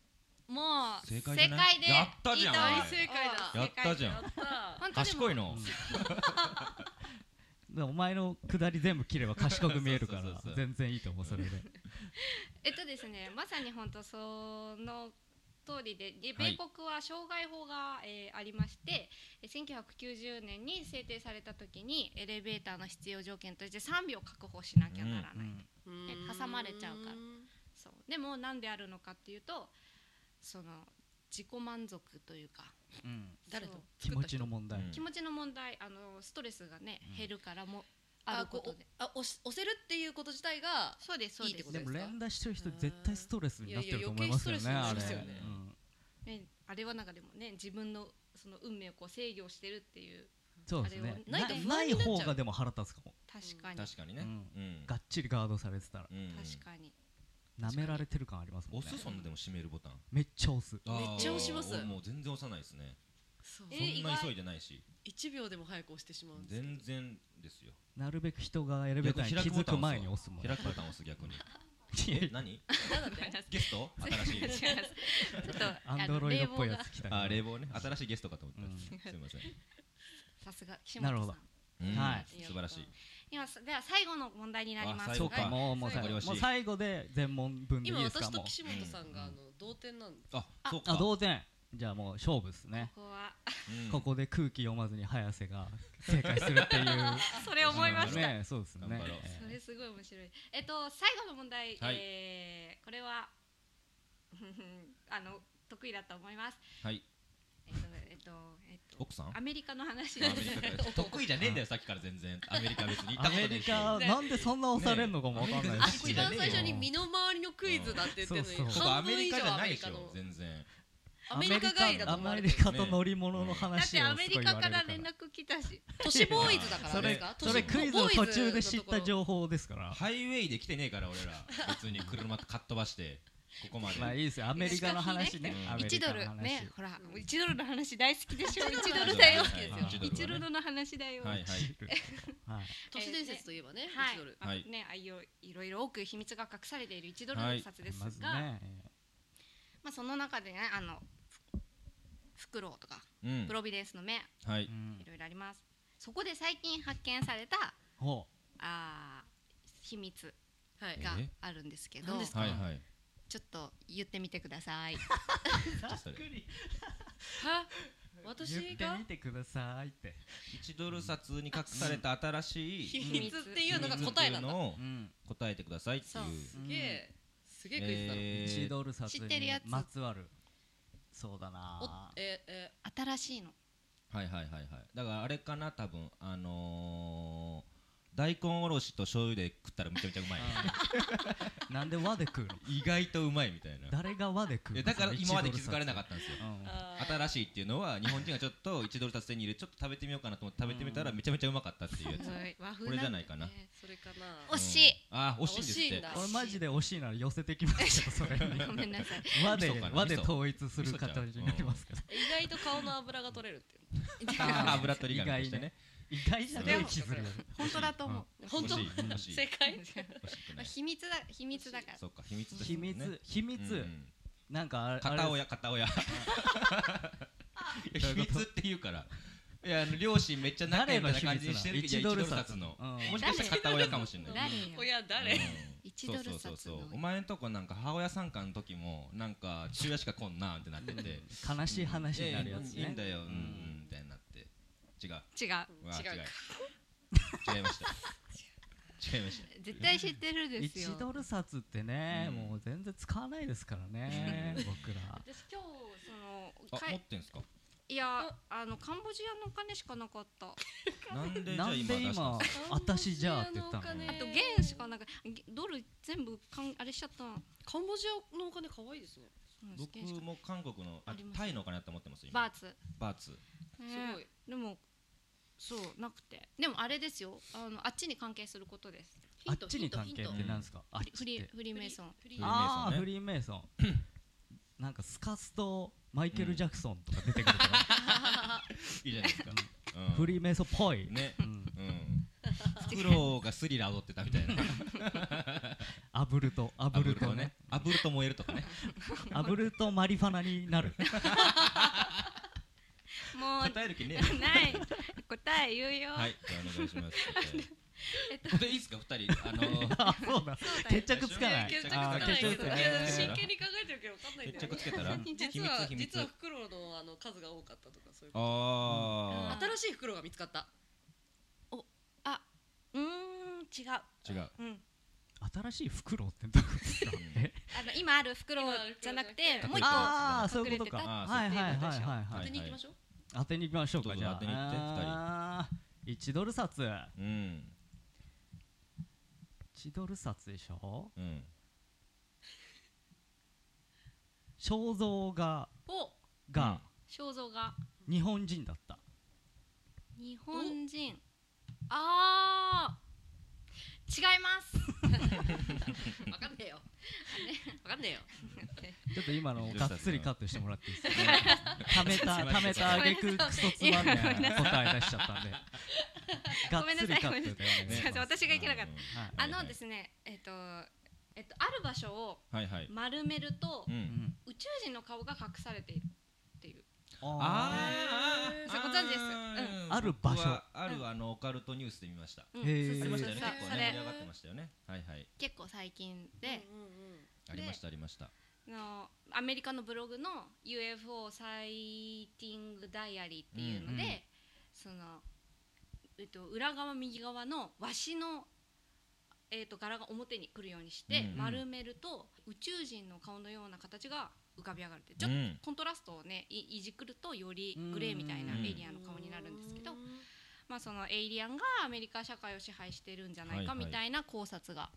[SPEAKER 4] もう
[SPEAKER 6] 正
[SPEAKER 4] 正
[SPEAKER 6] 解
[SPEAKER 4] 解
[SPEAKER 6] じ
[SPEAKER 4] でいい
[SPEAKER 6] ゃないやったじゃん
[SPEAKER 4] と思う
[SPEAKER 3] 大正解だ
[SPEAKER 4] お
[SPEAKER 6] やったじゃ
[SPEAKER 3] や
[SPEAKER 6] ん
[SPEAKER 3] った
[SPEAKER 4] 本当でも
[SPEAKER 6] 賢いの
[SPEAKER 5] でお前の下り全部切れば賢く見えるか
[SPEAKER 6] そうそうそうそ
[SPEAKER 5] ら
[SPEAKER 6] う
[SPEAKER 5] 全然いいと思うそれで
[SPEAKER 4] えっとですねまさに本当その通りでで
[SPEAKER 6] はい
[SPEAKER 4] 米国は障害法が、えーありましてえー1990年に制定された時にエレベーターの必要条件として3秒確保しなきゃならない、
[SPEAKER 3] う
[SPEAKER 4] ね
[SPEAKER 3] ん
[SPEAKER 4] 挟まれちゃうからそうでもなんであるのかっていうとその自己満足というか
[SPEAKER 5] うん
[SPEAKER 3] 誰と
[SPEAKER 4] そう
[SPEAKER 5] 気持ちの問題
[SPEAKER 6] うん
[SPEAKER 4] 気持ちの問題あのストレスがね
[SPEAKER 5] うん
[SPEAKER 4] 減るからも
[SPEAKER 3] あ
[SPEAKER 4] あるこ
[SPEAKER 3] ことう
[SPEAKER 4] で
[SPEAKER 3] あ押し押せるっていうこと自体が
[SPEAKER 4] そうです
[SPEAKER 3] そうですいいってこと
[SPEAKER 5] でも連打してる人
[SPEAKER 3] うん
[SPEAKER 5] 絶対ストレスになってると思いますよね
[SPEAKER 3] いやいや
[SPEAKER 5] あ
[SPEAKER 3] 余計
[SPEAKER 5] れ
[SPEAKER 3] ストレスになりますよね
[SPEAKER 5] うん
[SPEAKER 4] ね、あれはなんかでもね自分のその運命をこう制御してるっていう
[SPEAKER 5] そうですね
[SPEAKER 4] あれをない
[SPEAKER 5] な
[SPEAKER 3] と不
[SPEAKER 5] な
[SPEAKER 3] 安
[SPEAKER 5] い
[SPEAKER 3] になっちゃう
[SPEAKER 5] 方がでも腹立つかも
[SPEAKER 4] 確かに、確
[SPEAKER 6] 確かにね
[SPEAKER 5] うん
[SPEAKER 6] うん
[SPEAKER 5] がっちりガードされてたら
[SPEAKER 6] うん
[SPEAKER 4] かに
[SPEAKER 5] 舐められてる感ありますもんね
[SPEAKER 6] 押すそんなでも閉めるボタン
[SPEAKER 5] めっちゃ押す
[SPEAKER 3] めっちゃ押します
[SPEAKER 6] あーもう全然押さないですね
[SPEAKER 3] そう
[SPEAKER 4] え
[SPEAKER 6] そんな急いでないし
[SPEAKER 3] 一秒でも早く押してしまうんです
[SPEAKER 6] 全然ですよ
[SPEAKER 5] なるべく人がエレベーターに気づく前に押すもん
[SPEAKER 6] 開くボタン押す <laughs> 逆に
[SPEAKER 5] いや
[SPEAKER 6] え何ゲスト新しい
[SPEAKER 4] 違いますちょっと
[SPEAKER 5] アン
[SPEAKER 4] あ
[SPEAKER 5] ド
[SPEAKER 4] の
[SPEAKER 5] ロイドっぽい
[SPEAKER 4] 冷
[SPEAKER 5] や
[SPEAKER 4] 房が
[SPEAKER 5] つ来たけど
[SPEAKER 6] <laughs> あー冷房ね新しいゲストかと思って
[SPEAKER 5] うん
[SPEAKER 6] たすいません
[SPEAKER 4] さすが岸
[SPEAKER 5] なる
[SPEAKER 4] 本
[SPEAKER 5] ほ
[SPEAKER 4] さ
[SPEAKER 5] ど
[SPEAKER 4] ん
[SPEAKER 6] うん
[SPEAKER 5] はい
[SPEAKER 6] 素晴らしい
[SPEAKER 4] 今すでは最後の問題になりま
[SPEAKER 6] あ
[SPEAKER 4] す
[SPEAKER 6] 最
[SPEAKER 5] そう
[SPEAKER 6] 後
[SPEAKER 5] か
[SPEAKER 6] はい
[SPEAKER 5] もうもう
[SPEAKER 6] 最
[SPEAKER 5] 最
[SPEAKER 6] 後
[SPEAKER 5] 後もう最後で全問分でい
[SPEAKER 3] 今
[SPEAKER 5] いですか
[SPEAKER 3] 私
[SPEAKER 5] も
[SPEAKER 3] と
[SPEAKER 5] う
[SPEAKER 3] 岸本さんがあの同点なんです
[SPEAKER 6] あそう
[SPEAKER 5] あ
[SPEAKER 6] か
[SPEAKER 5] 同点じゃあもう勝負ですね
[SPEAKER 4] ここは
[SPEAKER 6] うん
[SPEAKER 5] ここで空気読まずに早瀬が正解するっていう
[SPEAKER 3] <laughs>
[SPEAKER 4] それ思いました、
[SPEAKER 5] ねそうですね
[SPEAKER 6] 頑張ろう
[SPEAKER 5] え
[SPEAKER 4] そ
[SPEAKER 5] ー
[SPEAKER 4] れすごい面白いえっと最後の問題、
[SPEAKER 6] はい
[SPEAKER 4] えーこれはあの得意だと思います
[SPEAKER 6] はい
[SPEAKER 4] えっとえっとえっと
[SPEAKER 6] 奥さん
[SPEAKER 4] アメリカの話です
[SPEAKER 6] アメリカからです得意じゃねえんだよさっきから全然アメリカ別に行っ
[SPEAKER 5] ア
[SPEAKER 6] たことね
[SPEAKER 5] メ
[SPEAKER 6] え
[SPEAKER 5] リ
[SPEAKER 6] し
[SPEAKER 5] カなんでそんな押されるのかもわかんないし
[SPEAKER 6] ね
[SPEAKER 3] 一番最初に
[SPEAKER 5] うん
[SPEAKER 3] 身の回りのクイズだって言ってるのに
[SPEAKER 5] そうそう
[SPEAKER 6] 僕ア
[SPEAKER 3] 半
[SPEAKER 6] メ
[SPEAKER 3] 分
[SPEAKER 6] リ
[SPEAKER 3] 以上
[SPEAKER 6] カじゃ
[SPEAKER 3] ア
[SPEAKER 6] な
[SPEAKER 3] メ
[SPEAKER 6] い
[SPEAKER 3] リ
[SPEAKER 6] でし
[SPEAKER 3] カの
[SPEAKER 6] ょ全然
[SPEAKER 3] アメリカ帰りだと
[SPEAKER 5] ア
[SPEAKER 3] 思わ
[SPEAKER 5] メ
[SPEAKER 3] れて
[SPEAKER 5] リ
[SPEAKER 3] る
[SPEAKER 5] カと乗り物
[SPEAKER 4] だ
[SPEAKER 5] の
[SPEAKER 4] っ
[SPEAKER 5] 話
[SPEAKER 4] て
[SPEAKER 5] を
[SPEAKER 4] ア
[SPEAKER 5] す
[SPEAKER 4] メリ
[SPEAKER 5] ごい言
[SPEAKER 4] カ
[SPEAKER 5] わ
[SPEAKER 4] か
[SPEAKER 5] れるからら
[SPEAKER 4] 連絡来たし
[SPEAKER 3] 都市ボーイズだから
[SPEAKER 5] そ
[SPEAKER 3] です
[SPEAKER 5] れ
[SPEAKER 3] か
[SPEAKER 5] それクイズを途中で知った
[SPEAKER 3] 報
[SPEAKER 5] 情報ですから
[SPEAKER 6] ハイウェイで来てねえから俺 <laughs> ら別に車かっ飛ばしてここまで
[SPEAKER 5] まあいいですよアメリカの話ね
[SPEAKER 6] うん
[SPEAKER 5] アメリ
[SPEAKER 4] 1
[SPEAKER 5] カ
[SPEAKER 4] ド
[SPEAKER 5] の
[SPEAKER 4] ル
[SPEAKER 5] 話
[SPEAKER 4] ねほら1ドルの話大好きでしょ1ド
[SPEAKER 3] ド
[SPEAKER 4] ル
[SPEAKER 3] ル
[SPEAKER 4] だよ
[SPEAKER 3] 大好きですよ
[SPEAKER 5] 一
[SPEAKER 4] 1ド
[SPEAKER 6] はね
[SPEAKER 4] ルの話だよ
[SPEAKER 6] はいはい
[SPEAKER 5] はい
[SPEAKER 3] 都市伝説といえばね
[SPEAKER 4] はい
[SPEAKER 3] 1ドル、
[SPEAKER 4] まあ
[SPEAKER 6] はい
[SPEAKER 4] ねあいよいろいろ多く秘密が隠されている1ドル
[SPEAKER 6] は
[SPEAKER 4] の
[SPEAKER 6] い
[SPEAKER 4] 一冊ですが、
[SPEAKER 5] まずね
[SPEAKER 4] まあ、その中でねあのフクロウとか
[SPEAKER 6] うん
[SPEAKER 4] プロビデンスの目、
[SPEAKER 6] は
[SPEAKER 5] う
[SPEAKER 6] い
[SPEAKER 5] ん
[SPEAKER 4] いろいろありますそこで最近発見された
[SPEAKER 5] ほ
[SPEAKER 4] あー秘密
[SPEAKER 3] はい
[SPEAKER 4] が
[SPEAKER 6] え
[SPEAKER 4] あるんですけど
[SPEAKER 3] 何ですか
[SPEAKER 6] はいはい
[SPEAKER 4] ちょっと言ってみてください
[SPEAKER 6] ちょっとそれ
[SPEAKER 3] は
[SPEAKER 5] う
[SPEAKER 3] 私
[SPEAKER 5] 言って
[SPEAKER 3] が
[SPEAKER 5] みてくださいって
[SPEAKER 6] 1ドル札に隠された新し
[SPEAKER 3] <laughs>
[SPEAKER 6] い
[SPEAKER 3] 秘密っていうのが答えなんだ
[SPEAKER 6] のを
[SPEAKER 5] うん
[SPEAKER 6] 答えてくださいっていう
[SPEAKER 4] そう
[SPEAKER 3] すげえすげえクイズだな、
[SPEAKER 6] えー
[SPEAKER 5] 1ドル札
[SPEAKER 4] 知ってる
[SPEAKER 5] に
[SPEAKER 4] やつ
[SPEAKER 5] まつわるそうだ
[SPEAKER 3] お
[SPEAKER 5] な
[SPEAKER 3] ええ
[SPEAKER 4] 新しいの
[SPEAKER 6] はいはいはいはいだからあれかな多分あのー、大根おろしと醤油で食ったらめちゃめちゃうまい
[SPEAKER 5] うんなんで和で食うの
[SPEAKER 6] 意外とうまいみたいな
[SPEAKER 5] 誰が和で食う
[SPEAKER 6] い
[SPEAKER 5] の
[SPEAKER 6] やだから今まで気づかれなか
[SPEAKER 5] っ
[SPEAKER 6] ったんですよ
[SPEAKER 5] た、うん
[SPEAKER 3] あー
[SPEAKER 6] 新しいっていうのは日本人がちょっと1ドル達成に入れちょっと食べてみようかなと思って食べてみたらめちゃめちゃうまかったっていうやつ
[SPEAKER 4] 和風
[SPEAKER 6] これじゃないかな
[SPEAKER 3] それか
[SPEAKER 4] 惜
[SPEAKER 3] な
[SPEAKER 4] しい
[SPEAKER 6] うんあー惜しいんです
[SPEAKER 3] 惜しい
[SPEAKER 6] っ
[SPEAKER 3] ん
[SPEAKER 6] て
[SPEAKER 3] だ
[SPEAKER 5] 俺マジで惜しいなら寄せてきますよそれに
[SPEAKER 4] ごめんな
[SPEAKER 6] <laughs>
[SPEAKER 4] さい
[SPEAKER 5] 和で
[SPEAKER 6] 味噌かな
[SPEAKER 5] 和で
[SPEAKER 6] 味噌
[SPEAKER 5] 統一する形になりますから
[SPEAKER 3] 意外と顔の油が取れるっていう
[SPEAKER 6] あー油取り紙としてね
[SPEAKER 5] 意外じゃねえ気づる
[SPEAKER 4] 本当だと思う
[SPEAKER 3] 本当
[SPEAKER 6] 惜しい惜しい
[SPEAKER 3] 正解
[SPEAKER 6] 惜しく
[SPEAKER 4] ま
[SPEAKER 6] な
[SPEAKER 4] あ
[SPEAKER 6] い
[SPEAKER 4] 秘密だ秘密だから
[SPEAKER 6] そうか秘密です
[SPEAKER 5] 秘
[SPEAKER 6] もんね
[SPEAKER 5] 密秘密、
[SPEAKER 6] うん
[SPEAKER 5] なんかあれ
[SPEAKER 6] 片
[SPEAKER 5] あれ
[SPEAKER 6] 親片親いや
[SPEAKER 5] どう
[SPEAKER 6] 秘
[SPEAKER 5] いうこと
[SPEAKER 6] 密って言うからいやあの両親めっちゃ仲良いみたいな感じにしてるけど
[SPEAKER 5] 誰の
[SPEAKER 6] 1
[SPEAKER 5] 秘密
[SPEAKER 6] ド
[SPEAKER 5] なの
[SPEAKER 6] ル札の
[SPEAKER 5] うん
[SPEAKER 6] もしかしたら片親かもしれない
[SPEAKER 4] 誰よ
[SPEAKER 3] 親誰
[SPEAKER 4] 一ドル札の
[SPEAKER 6] そうそうそうそうお前んとこなんか母親参加の時もなんか中夜しか来んなってなってて
[SPEAKER 5] 悲しい話になるやつ
[SPEAKER 6] いいんだ
[SPEAKER 5] ね
[SPEAKER 6] ようん
[SPEAKER 5] ん
[SPEAKER 6] うんみたいになって違
[SPEAKER 4] 違う
[SPEAKER 6] ううわ
[SPEAKER 3] 違うか
[SPEAKER 6] 違いました違い
[SPEAKER 4] <laughs>
[SPEAKER 6] ました
[SPEAKER 4] 絶対知ってるですよ
[SPEAKER 5] 1ドル札ってね、
[SPEAKER 6] うん
[SPEAKER 5] もう全然使わないですからね、僕ら
[SPEAKER 4] 私今日その
[SPEAKER 6] あ
[SPEAKER 4] か
[SPEAKER 6] 持っ
[SPEAKER 4] い
[SPEAKER 6] てんすか
[SPEAKER 4] いやあのカンボジアのお金しかなかった
[SPEAKER 6] なん <laughs> でじゃ
[SPEAKER 5] な
[SPEAKER 6] あ
[SPEAKER 5] ん
[SPEAKER 6] 今出
[SPEAKER 5] で
[SPEAKER 6] したん
[SPEAKER 5] 今
[SPEAKER 6] です
[SPEAKER 5] 「
[SPEAKER 6] か
[SPEAKER 5] 私じゃあ」って言ったの
[SPEAKER 3] カンボジアのお
[SPEAKER 4] あ
[SPEAKER 3] 金
[SPEAKER 4] と元しかなんかげドル全部かんあれしちゃったの
[SPEAKER 3] カンボジアのお金可愛いですね
[SPEAKER 4] うん
[SPEAKER 6] 僕
[SPEAKER 4] 元しか
[SPEAKER 6] も韓国のあ
[SPEAKER 4] あります
[SPEAKER 6] タイのお金だと思ってます
[SPEAKER 4] バ
[SPEAKER 6] 今
[SPEAKER 4] ーツ、
[SPEAKER 6] バーツ
[SPEAKER 4] ね
[SPEAKER 3] すごい
[SPEAKER 4] でもそうなくてでもあれですよあのあっちに関係することです
[SPEAKER 5] あっちに関係っ
[SPEAKER 3] ヒント
[SPEAKER 5] てなんですかあっ
[SPEAKER 4] フリ
[SPEAKER 5] ち
[SPEAKER 4] フリ
[SPEAKER 5] って
[SPEAKER 4] フリーメイソン
[SPEAKER 3] フリー
[SPEAKER 6] ーメイソンね
[SPEAKER 5] ああフリーメイ
[SPEAKER 6] <clears throat>
[SPEAKER 5] ソンなんかスカスとマイケル・ジャクソンとか出てくるから、
[SPEAKER 6] いいじゃないですかうん
[SPEAKER 5] フリーメイソンっぽい、
[SPEAKER 6] ね
[SPEAKER 5] うん、
[SPEAKER 6] うん
[SPEAKER 4] <laughs>
[SPEAKER 6] フクロウがスリラー踊ってたみ
[SPEAKER 5] <laughs>
[SPEAKER 6] たいな
[SPEAKER 5] 炙ると炙るとね
[SPEAKER 6] 炙ると燃えるとかね
[SPEAKER 5] 炙るとマリファナになる
[SPEAKER 4] もう
[SPEAKER 6] 答え
[SPEAKER 4] <laughs>
[SPEAKER 6] る気ねえ
[SPEAKER 4] ない答え言うよ、
[SPEAKER 6] なはいじゃあお願
[SPEAKER 4] <laughs>
[SPEAKER 6] いします
[SPEAKER 4] えっと
[SPEAKER 6] 答えいいっすか二人あの
[SPEAKER 4] <laughs>
[SPEAKER 6] ー
[SPEAKER 5] あそうだ
[SPEAKER 4] そうだよ
[SPEAKER 5] 決着つかない
[SPEAKER 3] 決着つかないけどい
[SPEAKER 5] あー決
[SPEAKER 3] や
[SPEAKER 5] 着つ
[SPEAKER 3] 真
[SPEAKER 5] かない
[SPEAKER 3] 剣に考えてるけど分かんないんだ
[SPEAKER 6] 決
[SPEAKER 3] よね
[SPEAKER 6] 着つけ
[SPEAKER 4] <laughs>
[SPEAKER 6] たら秘
[SPEAKER 3] 実
[SPEAKER 6] 密
[SPEAKER 3] は
[SPEAKER 6] 秘密
[SPEAKER 3] 実はフクロウのあの数が多かったとかそういうこ
[SPEAKER 6] あ
[SPEAKER 4] あ
[SPEAKER 3] と新しいフクロウが見つかった
[SPEAKER 4] うーん違う、
[SPEAKER 6] ー違う
[SPEAKER 4] うん、
[SPEAKER 5] 新しいフクロウってどういうことですか
[SPEAKER 6] うん
[SPEAKER 5] え
[SPEAKER 4] あの今ある袋
[SPEAKER 3] 今ある袋
[SPEAKER 4] じゃなくて
[SPEAKER 3] じゃなく
[SPEAKER 6] て
[SPEAKER 4] もう一個
[SPEAKER 5] ああ
[SPEAKER 4] 隠
[SPEAKER 5] そうい
[SPEAKER 4] れ
[SPEAKER 5] うこ
[SPEAKER 4] て
[SPEAKER 5] と
[SPEAKER 4] た
[SPEAKER 5] か
[SPEAKER 6] あー
[SPEAKER 5] はいはいはいはい
[SPEAKER 6] そう
[SPEAKER 5] は
[SPEAKER 3] 当
[SPEAKER 5] い
[SPEAKER 3] てに行きましょう
[SPEAKER 5] 当てに行きましょうかじゃあ
[SPEAKER 6] どうぞ当てに行って
[SPEAKER 5] あー1ドル札1
[SPEAKER 6] うん
[SPEAKER 5] ドル札でしょ
[SPEAKER 6] うん
[SPEAKER 5] 肖像画
[SPEAKER 3] お
[SPEAKER 4] <laughs>
[SPEAKER 5] が
[SPEAKER 4] 肖像が
[SPEAKER 5] 日本人だった
[SPEAKER 4] 日本人あー違います <laughs>
[SPEAKER 3] 分かんねえよ分かんねえよ
[SPEAKER 5] ちょっと今の
[SPEAKER 6] 1ドル
[SPEAKER 5] が
[SPEAKER 6] 札
[SPEAKER 5] っつりカットしてもらっていいで
[SPEAKER 6] <laughs>
[SPEAKER 5] すかためたためたあげくクソつま
[SPEAKER 4] ご
[SPEAKER 5] ん
[SPEAKER 4] めん
[SPEAKER 5] ね
[SPEAKER 4] な
[SPEAKER 5] え答え出しちゃったんでがっ
[SPEAKER 4] ごめんな
[SPEAKER 5] つ
[SPEAKER 4] さ
[SPEAKER 5] り
[SPEAKER 4] い
[SPEAKER 5] カットでお願い
[SPEAKER 4] すいま
[SPEAKER 5] しま
[SPEAKER 4] すせん <laughs> 私がいけなかった
[SPEAKER 5] はい
[SPEAKER 4] あのですねえっ、とえっとある場所を
[SPEAKER 6] たはいはい
[SPEAKER 4] 丸めると
[SPEAKER 6] う
[SPEAKER 5] うんん
[SPEAKER 4] 宇宙人の顔が隠されているっていう
[SPEAKER 5] あ
[SPEAKER 4] ーそうご存知です
[SPEAKER 6] ー
[SPEAKER 5] うんある場所
[SPEAKER 6] 僕はあるあのオカルトニュースで見ました
[SPEAKER 4] うん
[SPEAKER 5] へー
[SPEAKER 6] あ
[SPEAKER 4] そ
[SPEAKER 6] り
[SPEAKER 4] う
[SPEAKER 6] ま
[SPEAKER 4] そ
[SPEAKER 6] し
[SPEAKER 4] う
[SPEAKER 6] た
[SPEAKER 4] そうそ
[SPEAKER 6] よね
[SPEAKER 4] うそ
[SPEAKER 6] 結構ね盛り
[SPEAKER 4] れ
[SPEAKER 6] 上がってましたよねはいはい
[SPEAKER 4] 結構最近で、
[SPEAKER 3] うんうんうん
[SPEAKER 6] ありましたありました
[SPEAKER 4] あのアメリカのブログの UFO サイティングダイアリーっていうので、
[SPEAKER 5] うんうん
[SPEAKER 4] その、えっと、裏側右側のワシのえー、と柄が表に来るようにして
[SPEAKER 6] うん
[SPEAKER 4] 丸めると宇宙人の顔のような形が浮かび上がるってち
[SPEAKER 6] う
[SPEAKER 4] ょっと
[SPEAKER 6] ん
[SPEAKER 4] コントラストをねいいじくるとよりグレーみたいなエイリアンの顔になるんですけど、まあ、そのエイリアンがアメリカ社会を支配してるんじゃない
[SPEAKER 6] は
[SPEAKER 4] か
[SPEAKER 6] いはい
[SPEAKER 4] みたいな考察が。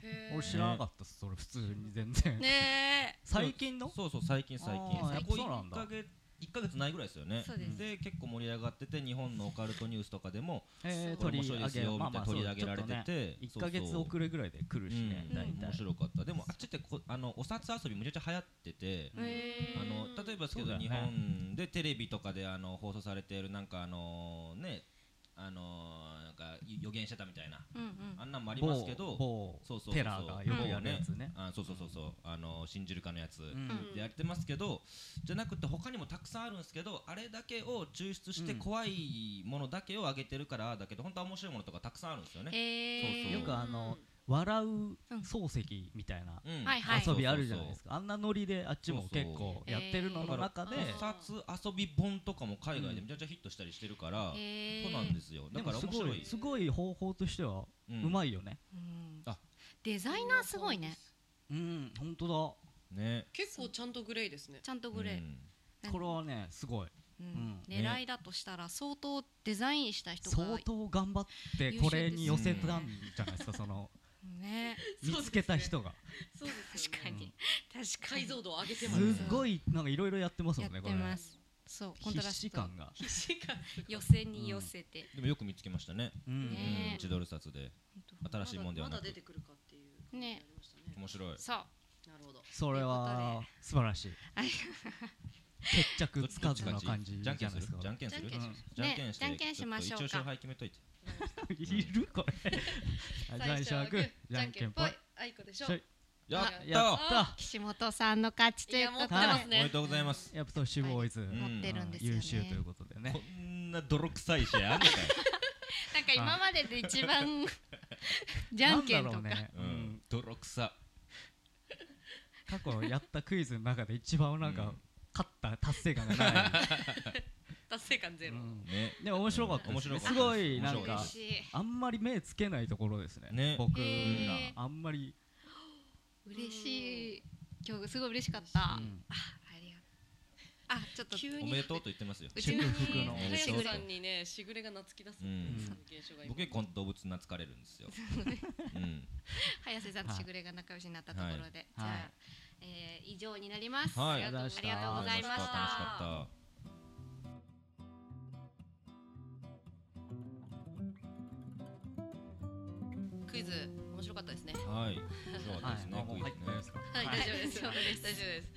[SPEAKER 3] へ
[SPEAKER 5] え
[SPEAKER 3] ー
[SPEAKER 5] 俺知らなかったっすそれ普通に全然、
[SPEAKER 4] ね
[SPEAKER 5] <laughs> 最近の
[SPEAKER 6] そうそう最近最近
[SPEAKER 5] あーやっぱ
[SPEAKER 6] ここ
[SPEAKER 5] そうなん
[SPEAKER 6] 1
[SPEAKER 5] だ
[SPEAKER 6] か月1ヶ月ないぐらいですよね
[SPEAKER 4] そうです
[SPEAKER 6] で結構盛り上がってて日本のオカルトニュースとかでも
[SPEAKER 5] えー
[SPEAKER 6] こ
[SPEAKER 5] 取
[SPEAKER 6] れ面
[SPEAKER 5] り
[SPEAKER 6] 白い
[SPEAKER 5] 上
[SPEAKER 6] です
[SPEAKER 5] げ
[SPEAKER 6] よみたいな取り
[SPEAKER 5] まあ
[SPEAKER 6] 上
[SPEAKER 5] ま
[SPEAKER 6] げら
[SPEAKER 5] あそうち
[SPEAKER 6] れ
[SPEAKER 5] ょっとね
[SPEAKER 6] てて
[SPEAKER 5] 1ヶ月
[SPEAKER 6] そうそう
[SPEAKER 5] 遅れぐらいで来るしね、
[SPEAKER 6] うん
[SPEAKER 5] 大
[SPEAKER 6] 面
[SPEAKER 5] 体
[SPEAKER 6] 白かったでもあっちってこあのお札遊びめちゃくちゃ流行ってて
[SPEAKER 4] えへ
[SPEAKER 6] あ
[SPEAKER 4] ー
[SPEAKER 6] の例えばですけ
[SPEAKER 5] そうだ
[SPEAKER 6] ど
[SPEAKER 5] よね
[SPEAKER 6] 日本でテレビとかであの放送されているなんかあのねあのなんか予言してたみたいな
[SPEAKER 4] うんうん
[SPEAKER 6] あんなんもありますけど
[SPEAKER 5] 某
[SPEAKER 6] そうそうそうそう
[SPEAKER 5] テラーがよくやるやつね、
[SPEAKER 6] あそうそうそうそうあの信じるかのやつ
[SPEAKER 5] うん
[SPEAKER 4] うん
[SPEAKER 6] でやってますけどじゃなくて他にもたくさんあるんですけどあれだけを抽出して
[SPEAKER 5] うん
[SPEAKER 6] 怖いものだけを上げてるからだけど本当は面白いものとかたくさんあるんですよね。
[SPEAKER 4] えー
[SPEAKER 6] そうそう
[SPEAKER 5] よくあの笑う
[SPEAKER 4] うん
[SPEAKER 5] 漱石みたいな
[SPEAKER 6] うん
[SPEAKER 4] はいはい
[SPEAKER 5] 遊びあるじゃないですか、あんなノリであっちも結構やってるのの中で、
[SPEAKER 6] そうそうそうお札遊び本とかも海外でめちゃくちゃヒットしたりしてるから、
[SPEAKER 4] へー
[SPEAKER 6] そうなんですよ
[SPEAKER 5] で
[SPEAKER 6] だか
[SPEAKER 5] も
[SPEAKER 6] ら
[SPEAKER 5] す
[SPEAKER 6] 面
[SPEAKER 5] ご
[SPEAKER 6] 白
[SPEAKER 5] い
[SPEAKER 6] い
[SPEAKER 5] すごい方法としては
[SPEAKER 6] う
[SPEAKER 5] うま
[SPEAKER 6] い
[SPEAKER 5] いよね
[SPEAKER 4] うん
[SPEAKER 6] あ
[SPEAKER 4] デザイナーすごいね
[SPEAKER 5] うん本当
[SPEAKER 6] ね
[SPEAKER 3] 結構ちゃんとグレーですね
[SPEAKER 4] ちゃんとグレー、
[SPEAKER 5] だこれはねすごい
[SPEAKER 4] うん
[SPEAKER 5] うん
[SPEAKER 6] ね
[SPEAKER 4] 狙いだとしたら相当デザインした人が
[SPEAKER 5] 相当頑張ってこれに寄せたんじゃないですかその
[SPEAKER 4] ね
[SPEAKER 5] <laughs> 見つけた人が
[SPEAKER 3] そうですよね
[SPEAKER 4] 確かに、確か
[SPEAKER 3] 解
[SPEAKER 4] に
[SPEAKER 3] 像度を上げて
[SPEAKER 5] す
[SPEAKER 3] ます
[SPEAKER 5] っごいなんかいろいろやってます
[SPEAKER 4] や
[SPEAKER 5] も
[SPEAKER 4] って
[SPEAKER 5] んねこれ
[SPEAKER 4] ますそうコントラ
[SPEAKER 5] 必
[SPEAKER 4] ス
[SPEAKER 5] 死
[SPEAKER 4] ト
[SPEAKER 5] 感が
[SPEAKER 3] 必死感すごい
[SPEAKER 4] 寄せに寄せて、
[SPEAKER 6] でもよく見つけましたね、
[SPEAKER 5] うん
[SPEAKER 6] う
[SPEAKER 4] ね
[SPEAKER 6] ん、1ドル札で
[SPEAKER 4] ほんと
[SPEAKER 6] 新しいもんでは
[SPEAKER 3] ま
[SPEAKER 6] な
[SPEAKER 3] だまだ
[SPEAKER 6] く
[SPEAKER 3] 出てくるかっていう感じになりましたね
[SPEAKER 6] 面白い
[SPEAKER 4] そう
[SPEAKER 3] なるほど
[SPEAKER 5] それは素晴らしい決着つかずの感じじ
[SPEAKER 6] じ
[SPEAKER 5] ゃなん
[SPEAKER 6] ゃ
[SPEAKER 5] いで
[SPEAKER 6] けんする
[SPEAKER 5] すか
[SPEAKER 6] じゃんけんする
[SPEAKER 4] じ
[SPEAKER 5] ゃんけんしましょ
[SPEAKER 4] うねじゃんけんしましょうか
[SPEAKER 6] してちっと一応勝敗決めといて
[SPEAKER 5] いるこれじゃあ
[SPEAKER 7] 最初
[SPEAKER 5] 石原
[SPEAKER 7] はグー
[SPEAKER 5] 君じ
[SPEAKER 7] じ
[SPEAKER 5] ゃ
[SPEAKER 7] ゃ
[SPEAKER 5] ん
[SPEAKER 7] ん
[SPEAKER 5] け
[SPEAKER 7] け
[SPEAKER 5] ん
[SPEAKER 7] ん
[SPEAKER 5] ぽ
[SPEAKER 7] ぽ
[SPEAKER 5] い
[SPEAKER 7] いあいこでしょ
[SPEAKER 5] しょい
[SPEAKER 6] やっ
[SPEAKER 7] あ
[SPEAKER 6] た
[SPEAKER 5] やっ
[SPEAKER 6] よ
[SPEAKER 5] た
[SPEAKER 4] 岸本さんの勝ちと
[SPEAKER 7] い
[SPEAKER 4] いう
[SPEAKER 7] や
[SPEAKER 4] こ
[SPEAKER 7] 持っ
[SPEAKER 4] と
[SPEAKER 7] て
[SPEAKER 4] で
[SPEAKER 7] ます
[SPEAKER 6] おめで
[SPEAKER 7] ね
[SPEAKER 6] とうございます
[SPEAKER 5] やっぱそうシブボーイズ
[SPEAKER 6] ん
[SPEAKER 4] 持ってるんですよね
[SPEAKER 5] 優秀ということでね
[SPEAKER 6] こんな泥臭い試合あん
[SPEAKER 5] <laughs>
[SPEAKER 6] のかよ
[SPEAKER 4] なんか今までで一 <laughs> 番じゃんけんとか、
[SPEAKER 5] なんだろうね、
[SPEAKER 6] う
[SPEAKER 5] うん
[SPEAKER 6] ん、泥臭
[SPEAKER 5] 過去やったクイズの中で一番なんか、
[SPEAKER 6] うん
[SPEAKER 5] 勝った達成感がない、
[SPEAKER 3] 達成感ゼ
[SPEAKER 5] う
[SPEAKER 3] ロ、
[SPEAKER 5] ん
[SPEAKER 6] ね
[SPEAKER 5] でも面白かったです,、
[SPEAKER 6] 面白かったです
[SPEAKER 5] すごいなん
[SPEAKER 6] 面白
[SPEAKER 5] か
[SPEAKER 6] か
[SPEAKER 4] 嬉しい
[SPEAKER 5] あんまり目つけないところですね
[SPEAKER 6] ね
[SPEAKER 5] 僕ら
[SPEAKER 4] へー
[SPEAKER 5] あんまり、
[SPEAKER 4] 嬉しい今日すごい嬉しかった、
[SPEAKER 5] うん
[SPEAKER 4] あありがとうあちょっと
[SPEAKER 3] 急
[SPEAKER 6] お
[SPEAKER 3] に
[SPEAKER 6] めでとうと言ってますよ
[SPEAKER 4] うちの
[SPEAKER 5] 祝福の
[SPEAKER 3] 早
[SPEAKER 4] しぐ
[SPEAKER 3] 瀬
[SPEAKER 4] れ
[SPEAKER 3] さんにねしぐれが懐き出すっていう現象が今
[SPEAKER 6] 僕結構動物懐かれるんですよ、うん、
[SPEAKER 4] 早瀬さんとしぐれが仲良しになったところで、じゃあ、
[SPEAKER 5] はい
[SPEAKER 4] えー以上になります、
[SPEAKER 6] はい
[SPEAKER 4] ありがとう
[SPEAKER 5] ありがとう
[SPEAKER 4] ご
[SPEAKER 5] ご
[SPEAKER 4] ざ
[SPEAKER 5] ざ
[SPEAKER 4] い
[SPEAKER 5] い
[SPEAKER 4] まし
[SPEAKER 6] 楽したかった
[SPEAKER 3] クイズ面白かったですね
[SPEAKER 6] はい、面白かったですね。
[SPEAKER 5] あもう入ってないですか、
[SPEAKER 3] はい、
[SPEAKER 5] はい
[SPEAKER 3] 大丈夫です。
[SPEAKER 4] 大丈夫です
[SPEAKER 3] 大丈夫です。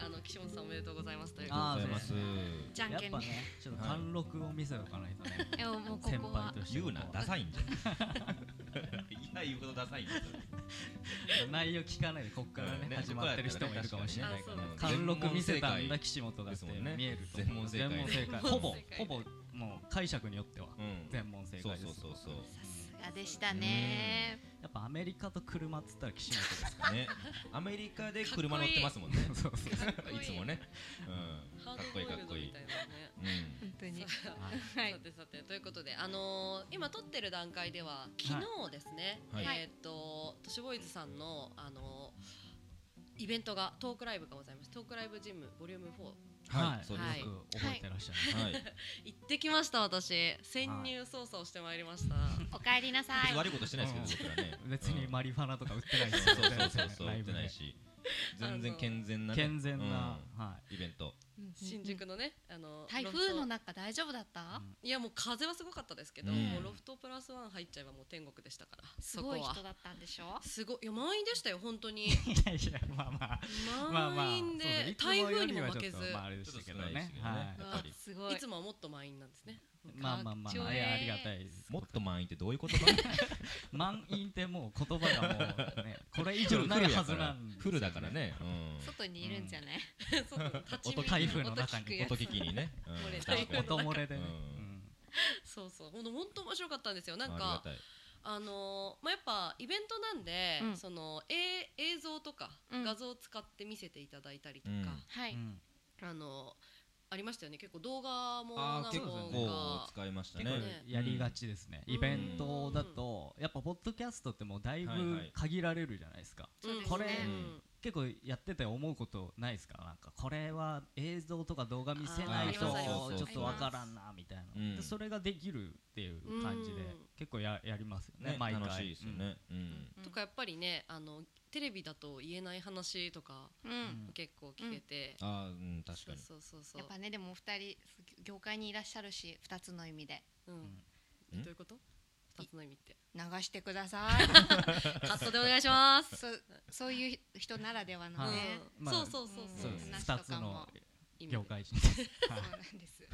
[SPEAKER 3] あの岸本さんおめでとうございますということで。
[SPEAKER 5] あ
[SPEAKER 6] あ
[SPEAKER 5] ー
[SPEAKER 6] り
[SPEAKER 5] そうです
[SPEAKER 6] がとうござい
[SPEAKER 5] ね
[SPEAKER 4] じゃん
[SPEAKER 5] やっ
[SPEAKER 4] けん
[SPEAKER 5] ぱ
[SPEAKER 4] ね
[SPEAKER 5] ねちょっと貫禄を見せとかないとね、
[SPEAKER 4] いやもうこ
[SPEAKER 5] 先
[SPEAKER 4] こ
[SPEAKER 5] 輩
[SPEAKER 4] は
[SPEAKER 5] として
[SPEAKER 6] 言うな、ダサいんじゃん。いや、言うほどダサいんじゃん。
[SPEAKER 5] 内容聞かないでこっからね
[SPEAKER 6] ね
[SPEAKER 5] 始まってる人もいるかもしれないから、
[SPEAKER 3] ねあそうです
[SPEAKER 5] 貫禄見せたんだ
[SPEAKER 6] う
[SPEAKER 5] 岸本だって見えると
[SPEAKER 6] 全問正解
[SPEAKER 5] 全問正
[SPEAKER 3] 全問
[SPEAKER 5] 解
[SPEAKER 3] 正解
[SPEAKER 5] ほぼほぼもう解釈によっては
[SPEAKER 6] ん。
[SPEAKER 5] 全問正
[SPEAKER 6] そう
[SPEAKER 5] 解
[SPEAKER 6] そ
[SPEAKER 5] で
[SPEAKER 6] う
[SPEAKER 5] す
[SPEAKER 6] そうそう。
[SPEAKER 4] がでしたね
[SPEAKER 5] やっぱアメリカと車っつったら岸本ですか
[SPEAKER 6] ね、アメリカで車乗ってますもんね。
[SPEAKER 5] らそうそうそう
[SPEAKER 3] こいい
[SPEAKER 6] <laughs> いつもね。うん。
[SPEAKER 3] ハー
[SPEAKER 6] かっ
[SPEAKER 3] ドボ
[SPEAKER 6] こい
[SPEAKER 3] イ
[SPEAKER 6] い
[SPEAKER 3] ル
[SPEAKER 6] かっこ
[SPEAKER 3] ド
[SPEAKER 6] い
[SPEAKER 3] み
[SPEAKER 6] い
[SPEAKER 3] た。いなね。
[SPEAKER 6] うん。
[SPEAKER 4] 本当に
[SPEAKER 3] さあ
[SPEAKER 5] <laughs> はい
[SPEAKER 4] は
[SPEAKER 3] さ
[SPEAKER 4] い
[SPEAKER 3] てさてということで、あのー今撮ってる段階では昨日ですね、
[SPEAKER 6] はい
[SPEAKER 4] はい
[SPEAKER 3] えーっと都市ボーイズさんのあのーイベントがトークライブがございますトークライブジムボリューム4
[SPEAKER 5] は
[SPEAKER 6] はいい、
[SPEAKER 5] そ
[SPEAKER 6] そうう
[SPEAKER 5] で
[SPEAKER 6] で
[SPEAKER 5] よ
[SPEAKER 6] すす。
[SPEAKER 5] く覚えてらっしゃる
[SPEAKER 6] はい。
[SPEAKER 3] 行ってきました私潜入捜査をしてまいりま
[SPEAKER 4] <laughs>
[SPEAKER 3] した、
[SPEAKER 4] おかえりなさ
[SPEAKER 6] 別に
[SPEAKER 4] い
[SPEAKER 6] 悪いことしてないですけど、僕らね。
[SPEAKER 5] 別に
[SPEAKER 6] うん
[SPEAKER 5] マリファナとか売ってないで
[SPEAKER 6] そう
[SPEAKER 5] すよ
[SPEAKER 6] そうそうそう、
[SPEAKER 5] ラ
[SPEAKER 6] 言
[SPEAKER 5] イ
[SPEAKER 6] って
[SPEAKER 5] ブ
[SPEAKER 6] ない
[SPEAKER 5] で
[SPEAKER 6] し。全然健全なね。
[SPEAKER 5] 健全な
[SPEAKER 6] う
[SPEAKER 5] は
[SPEAKER 6] んイベント。
[SPEAKER 3] 新宿のねあのー
[SPEAKER 4] 台
[SPEAKER 3] ロフ
[SPEAKER 4] 風
[SPEAKER 3] ト
[SPEAKER 4] の中大丈夫だった
[SPEAKER 5] うん
[SPEAKER 3] いやもう風はすごかったですけど、
[SPEAKER 6] うん
[SPEAKER 3] もうロフトプラスワン入っちゃえばもう天国でしたから
[SPEAKER 4] すごい
[SPEAKER 3] そこは
[SPEAKER 4] 人だったんでしょ
[SPEAKER 3] すごいいや満員でしたよ本当に
[SPEAKER 5] いいやいやまあまあ <laughs> まあまあ
[SPEAKER 3] 満員で、
[SPEAKER 5] そうそうい
[SPEAKER 3] 台
[SPEAKER 5] つもよ
[SPEAKER 3] 風
[SPEAKER 5] り
[SPEAKER 3] にも
[SPEAKER 5] は
[SPEAKER 3] 負
[SPEAKER 5] ち
[SPEAKER 3] け
[SPEAKER 5] ょっ
[SPEAKER 3] ず、
[SPEAKER 5] とまああれでしたけど
[SPEAKER 6] ちょっと少ないで
[SPEAKER 5] ね
[SPEAKER 6] すけどね
[SPEAKER 5] はい
[SPEAKER 6] やっぱり
[SPEAKER 4] すごい
[SPEAKER 3] いつもはもっと満員なんですね <laughs>
[SPEAKER 5] まあまあま
[SPEAKER 4] かっちょ
[SPEAKER 5] あ
[SPEAKER 4] ええ
[SPEAKER 5] いやありがたいです
[SPEAKER 6] もっと満員ってどういうことかな。
[SPEAKER 5] 満員ってもう言葉がもう
[SPEAKER 6] <laughs>
[SPEAKER 5] ねこれ以上ないはずなんですよ
[SPEAKER 6] フルだからね。う
[SPEAKER 4] 外にいるんじゃない、
[SPEAKER 3] そう立ち見
[SPEAKER 5] 音台風の中
[SPEAKER 4] 音聞く
[SPEAKER 5] に
[SPEAKER 6] ん。音聞きにね。うん
[SPEAKER 3] 漏れた
[SPEAKER 6] 確かに
[SPEAKER 5] 音漏れでね
[SPEAKER 6] うん
[SPEAKER 3] そうそうほんと本当面白かったんですよなん
[SPEAKER 6] ありが
[SPEAKER 3] か
[SPEAKER 6] たい
[SPEAKER 3] あのーまあやっぱイベントなんで、
[SPEAKER 4] うん
[SPEAKER 3] そのえ映像とか
[SPEAKER 4] うん
[SPEAKER 3] 画像を使って見せていただいたりとか、
[SPEAKER 6] うん
[SPEAKER 4] は
[SPEAKER 5] う
[SPEAKER 4] い
[SPEAKER 5] ん
[SPEAKER 3] あのーありましたよね結構動画も
[SPEAKER 5] あー
[SPEAKER 3] なんか
[SPEAKER 5] 結構
[SPEAKER 6] こう使いました
[SPEAKER 5] 結構
[SPEAKER 6] ね
[SPEAKER 3] ね
[SPEAKER 5] やりがちですね、
[SPEAKER 3] うん
[SPEAKER 5] イベントだとやっぱポッドキャストってもうだいぶ
[SPEAKER 6] はいはい
[SPEAKER 5] 限られるじゃないですか、
[SPEAKER 4] そうですね
[SPEAKER 5] これ
[SPEAKER 3] うん
[SPEAKER 5] 結構やってて思うことないですかなんかこれは映像とか動画見せないとち
[SPEAKER 3] あ
[SPEAKER 5] ょ
[SPEAKER 3] ーあります
[SPEAKER 6] あります
[SPEAKER 5] っとわからんなみたいな、
[SPEAKER 6] うん
[SPEAKER 5] でそれができるっていう感じで
[SPEAKER 3] うん
[SPEAKER 5] 結構ややりますよね
[SPEAKER 6] ね
[SPEAKER 5] 毎回
[SPEAKER 6] 楽しいですよねうん
[SPEAKER 3] とかやっぱりねあのテレビだと言えない話とか
[SPEAKER 4] うん、
[SPEAKER 5] うん
[SPEAKER 3] 結構聞けて、
[SPEAKER 6] あーうん確かに
[SPEAKER 3] そうそうそう
[SPEAKER 4] やっ
[SPEAKER 3] そう
[SPEAKER 4] ぱねでもお二人業界にいらっしゃるし二つの意味で
[SPEAKER 3] うん
[SPEAKER 6] うん
[SPEAKER 3] どういうこと二つの意味って
[SPEAKER 4] 流してください
[SPEAKER 3] カットでお願いします、
[SPEAKER 4] そそういう人ならではの
[SPEAKER 5] はい
[SPEAKER 4] ね、
[SPEAKER 3] うん
[SPEAKER 5] まあ
[SPEAKER 3] そうそうそう
[SPEAKER 5] そ
[SPEAKER 3] そうう
[SPEAKER 5] です
[SPEAKER 4] 話
[SPEAKER 5] 2
[SPEAKER 4] と
[SPEAKER 5] つ
[SPEAKER 4] かも
[SPEAKER 5] の業界人
[SPEAKER 4] そう
[SPEAKER 5] <laughs> は
[SPEAKER 4] なんです